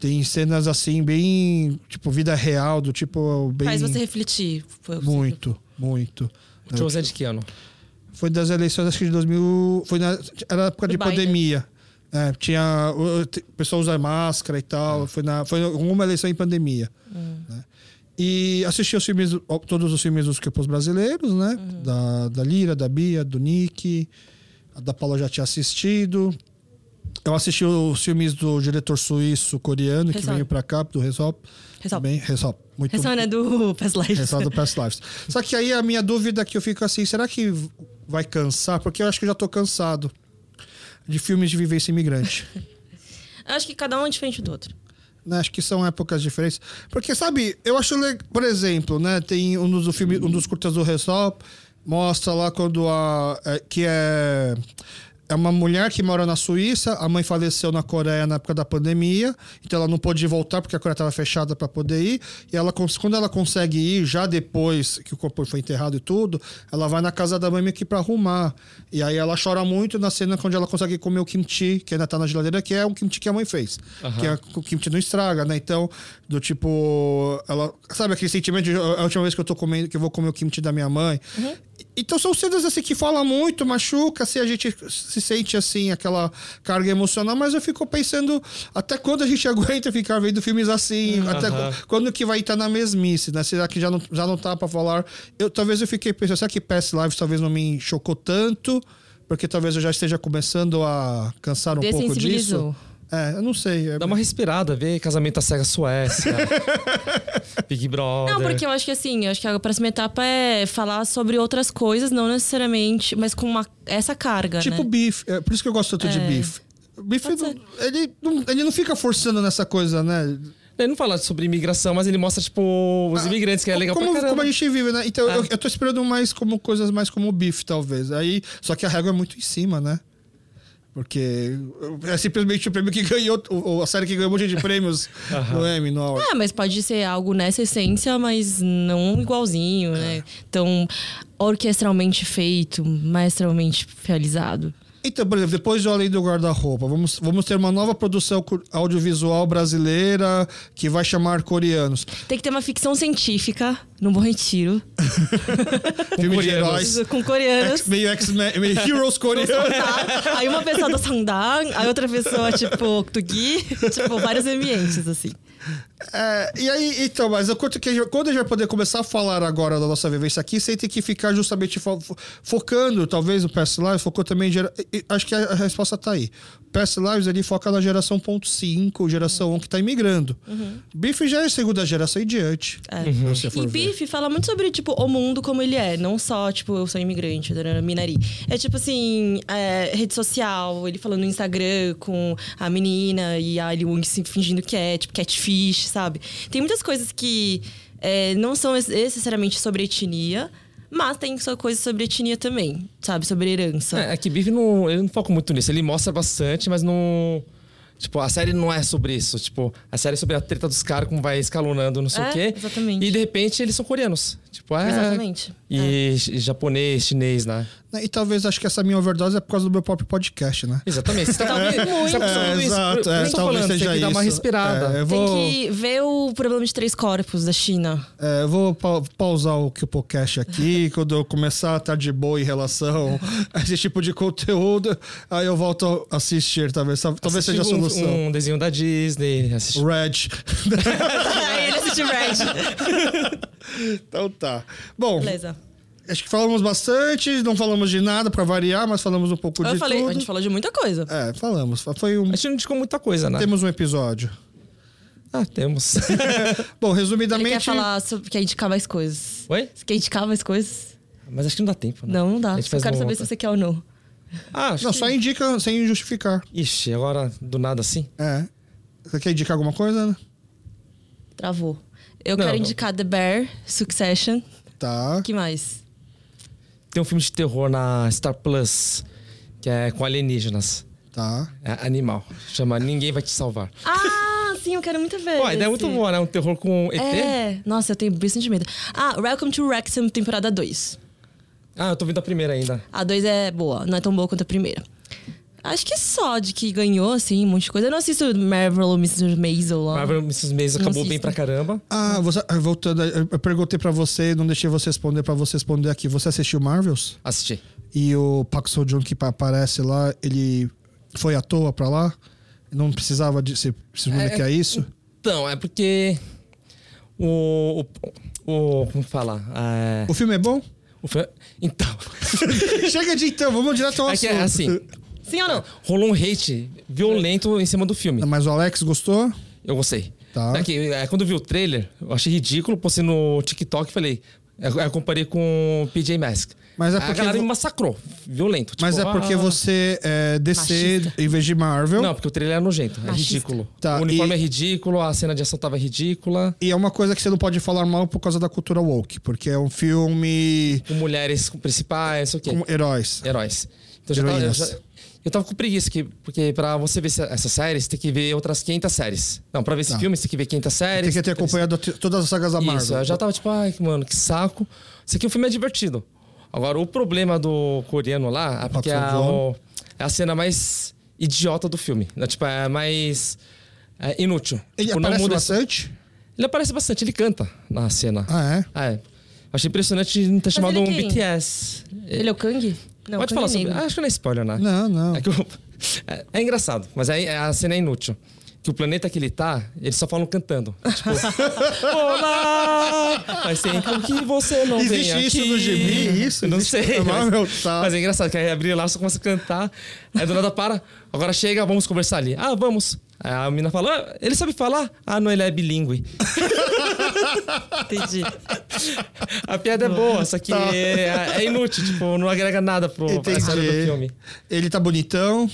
tem cenas assim bem, tipo vida real, do tipo bem
Faz você refletir. Foi-
muito, muito.
O Chose é de que ano?
Foi das eleições, acho que de 2000. Foi na, era a época
Do
de
Biden.
pandemia. É, tinha. O o pessoal usa máscara e tal. Foi, na, foi uma eleição em pandemia.
Hum.
né? E assisti os filmes, todos os filmes dos grupos brasileiros, né?
Uhum.
Da, da Lira, da Bia, do Nick. A da Paula eu já tinha assistido. Eu assisti os filmes do diretor suíço-coreano que
Herzog.
veio pra cá, do Resop.
Herzog.
Bem, Resop. Muito
Essa é do Past Life.
Resultado do Past Lives. Só que aí a minha dúvida que eu fico assim, será que vai cansar? Porque eu acho que eu já tô cansado de filmes de vivência imigrante.
Acho que cada um é diferente do outro.
né? Acho que são épocas diferentes. Porque, sabe, eu acho le- Por exemplo, né? Tem um dos, filme, um dos curtas do Resol mostra lá quando a. é- que é. É uma mulher que mora na Suíça, a mãe faleceu na Coreia na época da pandemia, então ela não pôde voltar porque a Coreia estava fechada para poder ir. E ela, cons- quando ela consegue ir, já depois que o corpo foi enterrado e tudo, ela vai na casa da mãe meio que para arrumar. E aí ela chora muito na cena onde ela consegue comer o kimchi, que ainda tá na geladeira, que é um kimchi que a mãe fez. Que é, o kimchi não estraga, né? Então, do tipo, ela sabe aquele sentimento de "Ah, a última vez que eu tô comendo, que eu vou comer o kimchi da minha mãe. Então são cenas assim que fala muito, machuca, se a gente se sente assim aquela carga emocional, mas eu fico pensando até quando a gente aguenta ficar vendo filmes assim, até
Aham.
qu- quando que vai estar na mesmice, né? Será que já não, já não tá pra falar? Eu talvez eu fiquei pensando, será que Past Lives talvez não me chocou tanto? Porque talvez eu já esteja começando a cansar um pouco disso.
Dessensibilizou.
É, eu não sei. É-
Dá uma respirada, vê Casamento à Cega Suécia. Big Brother.
Não, porque eu acho que assim, eu acho que a próxima etapa é falar sobre outras coisas, não necessariamente, mas com uma, essa carga,
Tipo
né?
beef. É, por isso que eu gosto tanto de beef. Beef,
Pode
não-
ser.
ele, não, ele não fica forçando nessa coisa, né?
Ele não fala sobre imigração, mas ele mostra, tipo, os imigrantes, que é legal
Ah, como,
pra caramba.
como a gente vive, né? Então
Ah.
eu, eu tô esperando mais como coisas mais como o bife, talvez. Aí, só que a régua é muito em cima, né? Porque é simplesmente o prêmio que ganhou, o- a série que ganhou um monte de prêmios no Emmy, no Award.
Ah, mas pode ser algo nessa essência, mas não igualzinho,
É.
né? Tão orquestralmente feito, maestralmente realizado.
Então, por exemplo, depois do Além do Guarda-Roupa, vamos, vamos ter uma nova produção cu- audiovisual brasileira que vai chamar coreanos.
Tem que ter uma ficção científica no Bom Retiro.
Filme de
coreanos.
heróis.
Com coreanos.
Ex- meio X-Men, meio Heroes coreanos.
Tá? Aí uma pessoa do Sangdang, aí outra pessoa, tipo, Tugi. Tipo, vários ambientes, assim.
É, e aí, então, mas eu conto que a gente- quando a gente vai poder começar a falar agora da nossa vivência aqui, sem ter que ficar justamente fo- fo- focando, talvez o PS Live focou também em gera- e- e Acho que a, a resposta tá aí. PS Lives ele foca na geração 1.5, geração 1 que tá imigrando.
Uhum.
Bife já é segunda geração em diante.
Tá.
É.
Então, se você for
E
ver.
Bife fala muito sobre, tipo, o mundo como ele é. Não só, tipo, eu sou imigrante, tarará, minari. É tipo assim, é, rede social, ele falando no Instagram com a menina e a Lee Wong se fingindo que é, tipo, catfish, sabe? Tem muitas coisas que é, não são ex- necessariamente sobre etnia, mas tem só coisas sobre etnia também, sabe? Sobre herança.
É, é que Biff não, ele não foca muito nisso. Ele mostra bastante, mas não. Tipo, a série não é sobre isso. Tipo, a série é sobre a treta dos caras, como vai escalonando, não sei
É,
o quê.
exatamente.
E de repente eles são coreanos. Tipo, ah,
Exatamente. é.
E ch- japonês, chinês, né?
E talvez acho que essa minha overdose é por causa do meu próprio podcast, né?
Exatamente. Você tá
Talvez
você tá acostumado com isso. Por-
é,
por isso que eu tô falando, você tem que dar uma respirada.
É, eu vou,
Tem que ver o problema de três corpos da China.
é, eu vou pa- pausar o que podcast aqui. quando eu começar a estar de boa em relação a esse tipo de conteúdo, aí eu volto a assistir, talvez. Talvez seja a
Assistir um-
solução.
Um, desenho da Disney. assistir-
Red.
Aí ele assiste Red.
então tá. Bom,
Beleza.
acho que falamos bastante, não falamos de nada pra variar, mas falamos um pouco
Eu
de
falei,
tudo.
a gente falou de muita coisa.
É, falamos. Foi um.
A gente não indicou muita coisa, né?
Temos um episódio.
Ah, temos.
Bom,
Ele
resumidamente.
quer falar sobre. Quer indicar mais coisas.
Oi?
Você quer indicar mais coisas?
Mas acho que não dá tempo, né?
Não, não dá.
A
Eu
gente faz
quero
uma
saber
outra.
se você quer ou não.
Ah, acho
Não,
que-
só indica sem justificar.
Ixi, agora do nada assim?
É. Você quer indicar alguma coisa? né? Ana?
Travou. Eu
Não,
quero
não.
indicar The Bear, Succession.
Tá.
O que mais?
Tem um filme de terror na Star Plus, que é com alienígenas.
Tá.
É animal. Chama Ninguém Vai Te Salvar.
Ah, sim, eu quero muito ver.
Pô, a ideia é muito
esse.
boa, né? Um terror com ET.
É, nossa, eu tenho bastante medo. Ah, Welcome to Wrexham, temporada 2.
Ah, eu tô vendo a primeira ainda.
A 2 é boa, não é tão boa quanto a primeira. Acho que só de que ganhou, assim, um monte de coisa. Eu não assisto Marvel ou Mrs. Maisel lá.
Marvel Mrs. Maisel
Não
acabou bem
assisto.
pra caramba.
Ah, você, ah, voltando, eu eu perguntei pra você, não deixei você responder pra você responder aqui. Você assistiu Marvels?
Assisti.
E o Park Seo Joon que pa- aparece lá, ele foi à toa pra lá? Não precisava de se, se é, é isso?
Então, é porque... O... o, o como falar? É,
O filme é bom?
o fi- então...
Chega de então, vamos direto ao
É que
assunto.
é assim...
Sim ou não?
Rolou um hate violento em cima do filme.
Mas o Alex gostou?
Eu gostei.
Tá.
É que, é, quando eu vi o trailer, eu achei ridículo, postei no TikTok e falei. é, Eu, eu comparei com PJ Mask.
Mas é
a
porque
galera
vo-
me massacrou. Violento. tipo,
Mas é porque
ah,
você é DC
Machista.
em vez de Marvel.
Não, porque o trailer é nojento. É
Machista.
ridículo.
Tá,
o uniforme
e-
é ridículo, a cena de ação tava ridícula.
E é uma coisa que você não pode falar mal por causa da cultura woke, porque é um filme
Com mulheres com principais, não sei o quê.
com heróis.
Heróis. Então eu já tava, eu,
Heroínas.
já, eu tava com preguiça, que, porque pra você ver essa, essa série, você tem que ver outras 500 séries. Não, pra ver esse filme, você tem que ver 500 É, séries.
Tá. Tem que ter
três-
acompanhado a t- todas as sagas da Marvel.
Isso, eu já tava tipo, ai, mano, que saco. Isso aqui o filme é divertido. Agora, o problema do coreano lá é porque é
Park
a,
Seo-joon.
o- é a cena mais idiota do filme. né? Tipo, é mais é inútil.
Ele
Tipo, não
aparece
muda-
bastante?
Ele aparece bastante, ele canta na cena.
Ah, é?
Ah, é. Achei impressionante não ter chamado
ele
um
é quem?
BTS.
Ele é o Kang? Não,
Pode
o Kang
falar
é
sobre.
negro.
Ah, acho que não é spoiler, né?
Não, não.
É, que eu- é- é engraçado, mas aí a cena é inútil. Que o planeta que ele tá, eles só falam cantando. Tipo, Olá! Mas tem como que você não
Existe
vem
isso
aqui.
no gibi? Isso?
Não
Existe
sei.
no Marvel?
Mas,
Tá.
mas é engraçado, que aí abre lá, só começa a cantar. Aí do nada para. Agora chega, vamos conversar ali. Ah, vamos. Aí a menina fala, "Ah, ele sabe falar? Ah, não, ele é bilíngue.
Ah, Entendi.
A piada é boa, só que
Tá.
é, é inútil, tipo, não agrega nada pro, pra
Entendi.
história do filme.
Ele tá bonitão.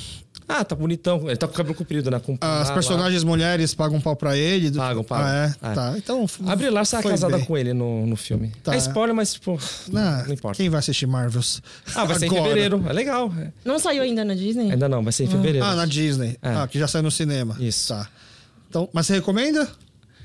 Ah, tá bonitão. Ele tá com o cabelo comprido, né? Com
As
lá,
personagens mulheres pagam um pau pra ele. do-
Pagam, pagam.
Ah, é?
É.
Tá. Então. f-
lá. A Brie Larson é
foi
casada
bem.
com ele no, no filme.
Tá.
É spoiler, mas tipo,
Ah,
não importa.
Quem vai assistir Marvels?
Ah, vai ser em
Agora.
fevereiro. É legal. É.
Não saiu ainda na Disney?
Ainda não, vai ser em fevereiro.
Ah, na Disney. Ah, que já saiu no cinema.
É. Isso.
Tá. Então, mas você recomenda?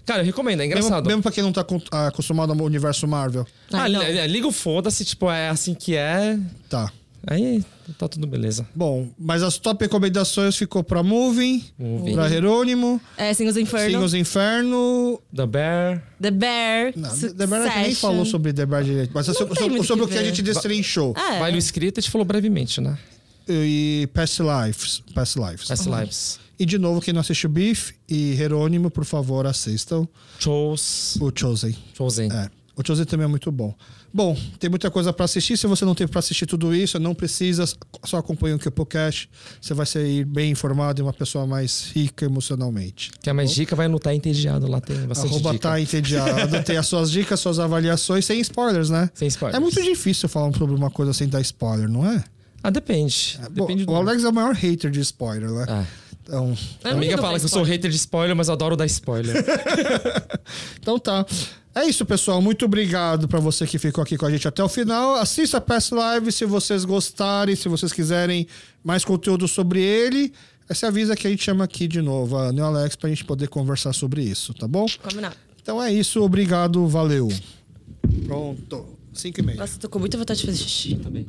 Cara, eu recomendo, é
Mesmo,
engraçado.
mesmo pra quem não tá acon- ah, acostumado ao universo Marvel.
Ah,
Ah, não.
li- liga o foda-se, tipo, é assim que é.
Tá.
Aí tá tudo beleza.
Bom, mas as top recomendações ficou pra Moving,
Moving.
pra Jerônimo,
É, Singles Inferno.
Singles Inferno.
The Bear.
The Bear.
Não,
Su-
The Bear a gente nem
Succession.
falou sobre The Bear direito, mas é sobre,
tem
sobre-
muito
sobre o
que
que a
ver.
gente destrinchou.
Ah, é.
Vai no escrito, a gente falou brevemente, né?
E Past Lives. Past Lives.
Past Lives.
E de novo, quem não assistiu Beef e Jerônimo, por favor, assistam
Chose.
o Chosen.
Chosen.
É. O Chosen também é muito bom. Bom, tem muita coisa pra assistir. Se você não tem pra assistir tudo isso, não precisa, só acompanha o podcast. Você vai sair bem informado e uma pessoa mais rica emocionalmente.
Quer mais dica? Vai no Tá Entediado lá, tem bastante
Arroba
dica.
tá entediado. tem as suas dicas, suas avaliações, sem spoilers, né?
Sem spoilers.
É muito difícil falar sobre uma coisa sem dar spoiler, não é?
Ah, depende.
Bom,
depende
o
do...
Alex é o maior hater de spoiler, né?
Ah.
Então,
Eu
A
não
amiga
ligo
fala
pra
que eu sou hater de spoiler, mas eu adoro dar spoiler.
então tá. É isso, pessoal. Muito obrigado pra você que ficou aqui com a gente até o final. Assista a Pass Live se vocês gostarem, se vocês quiserem mais conteúdo sobre ele. Esse avisa que a gente chama aqui de novo, a Neo Alex, pra gente poder conversar sobre isso, tá bom?
Combinado.
Então é isso, obrigado, valeu. Pronto. 5 e meia.
Nossa, tô com muita vontade de fazer xixi.
Também.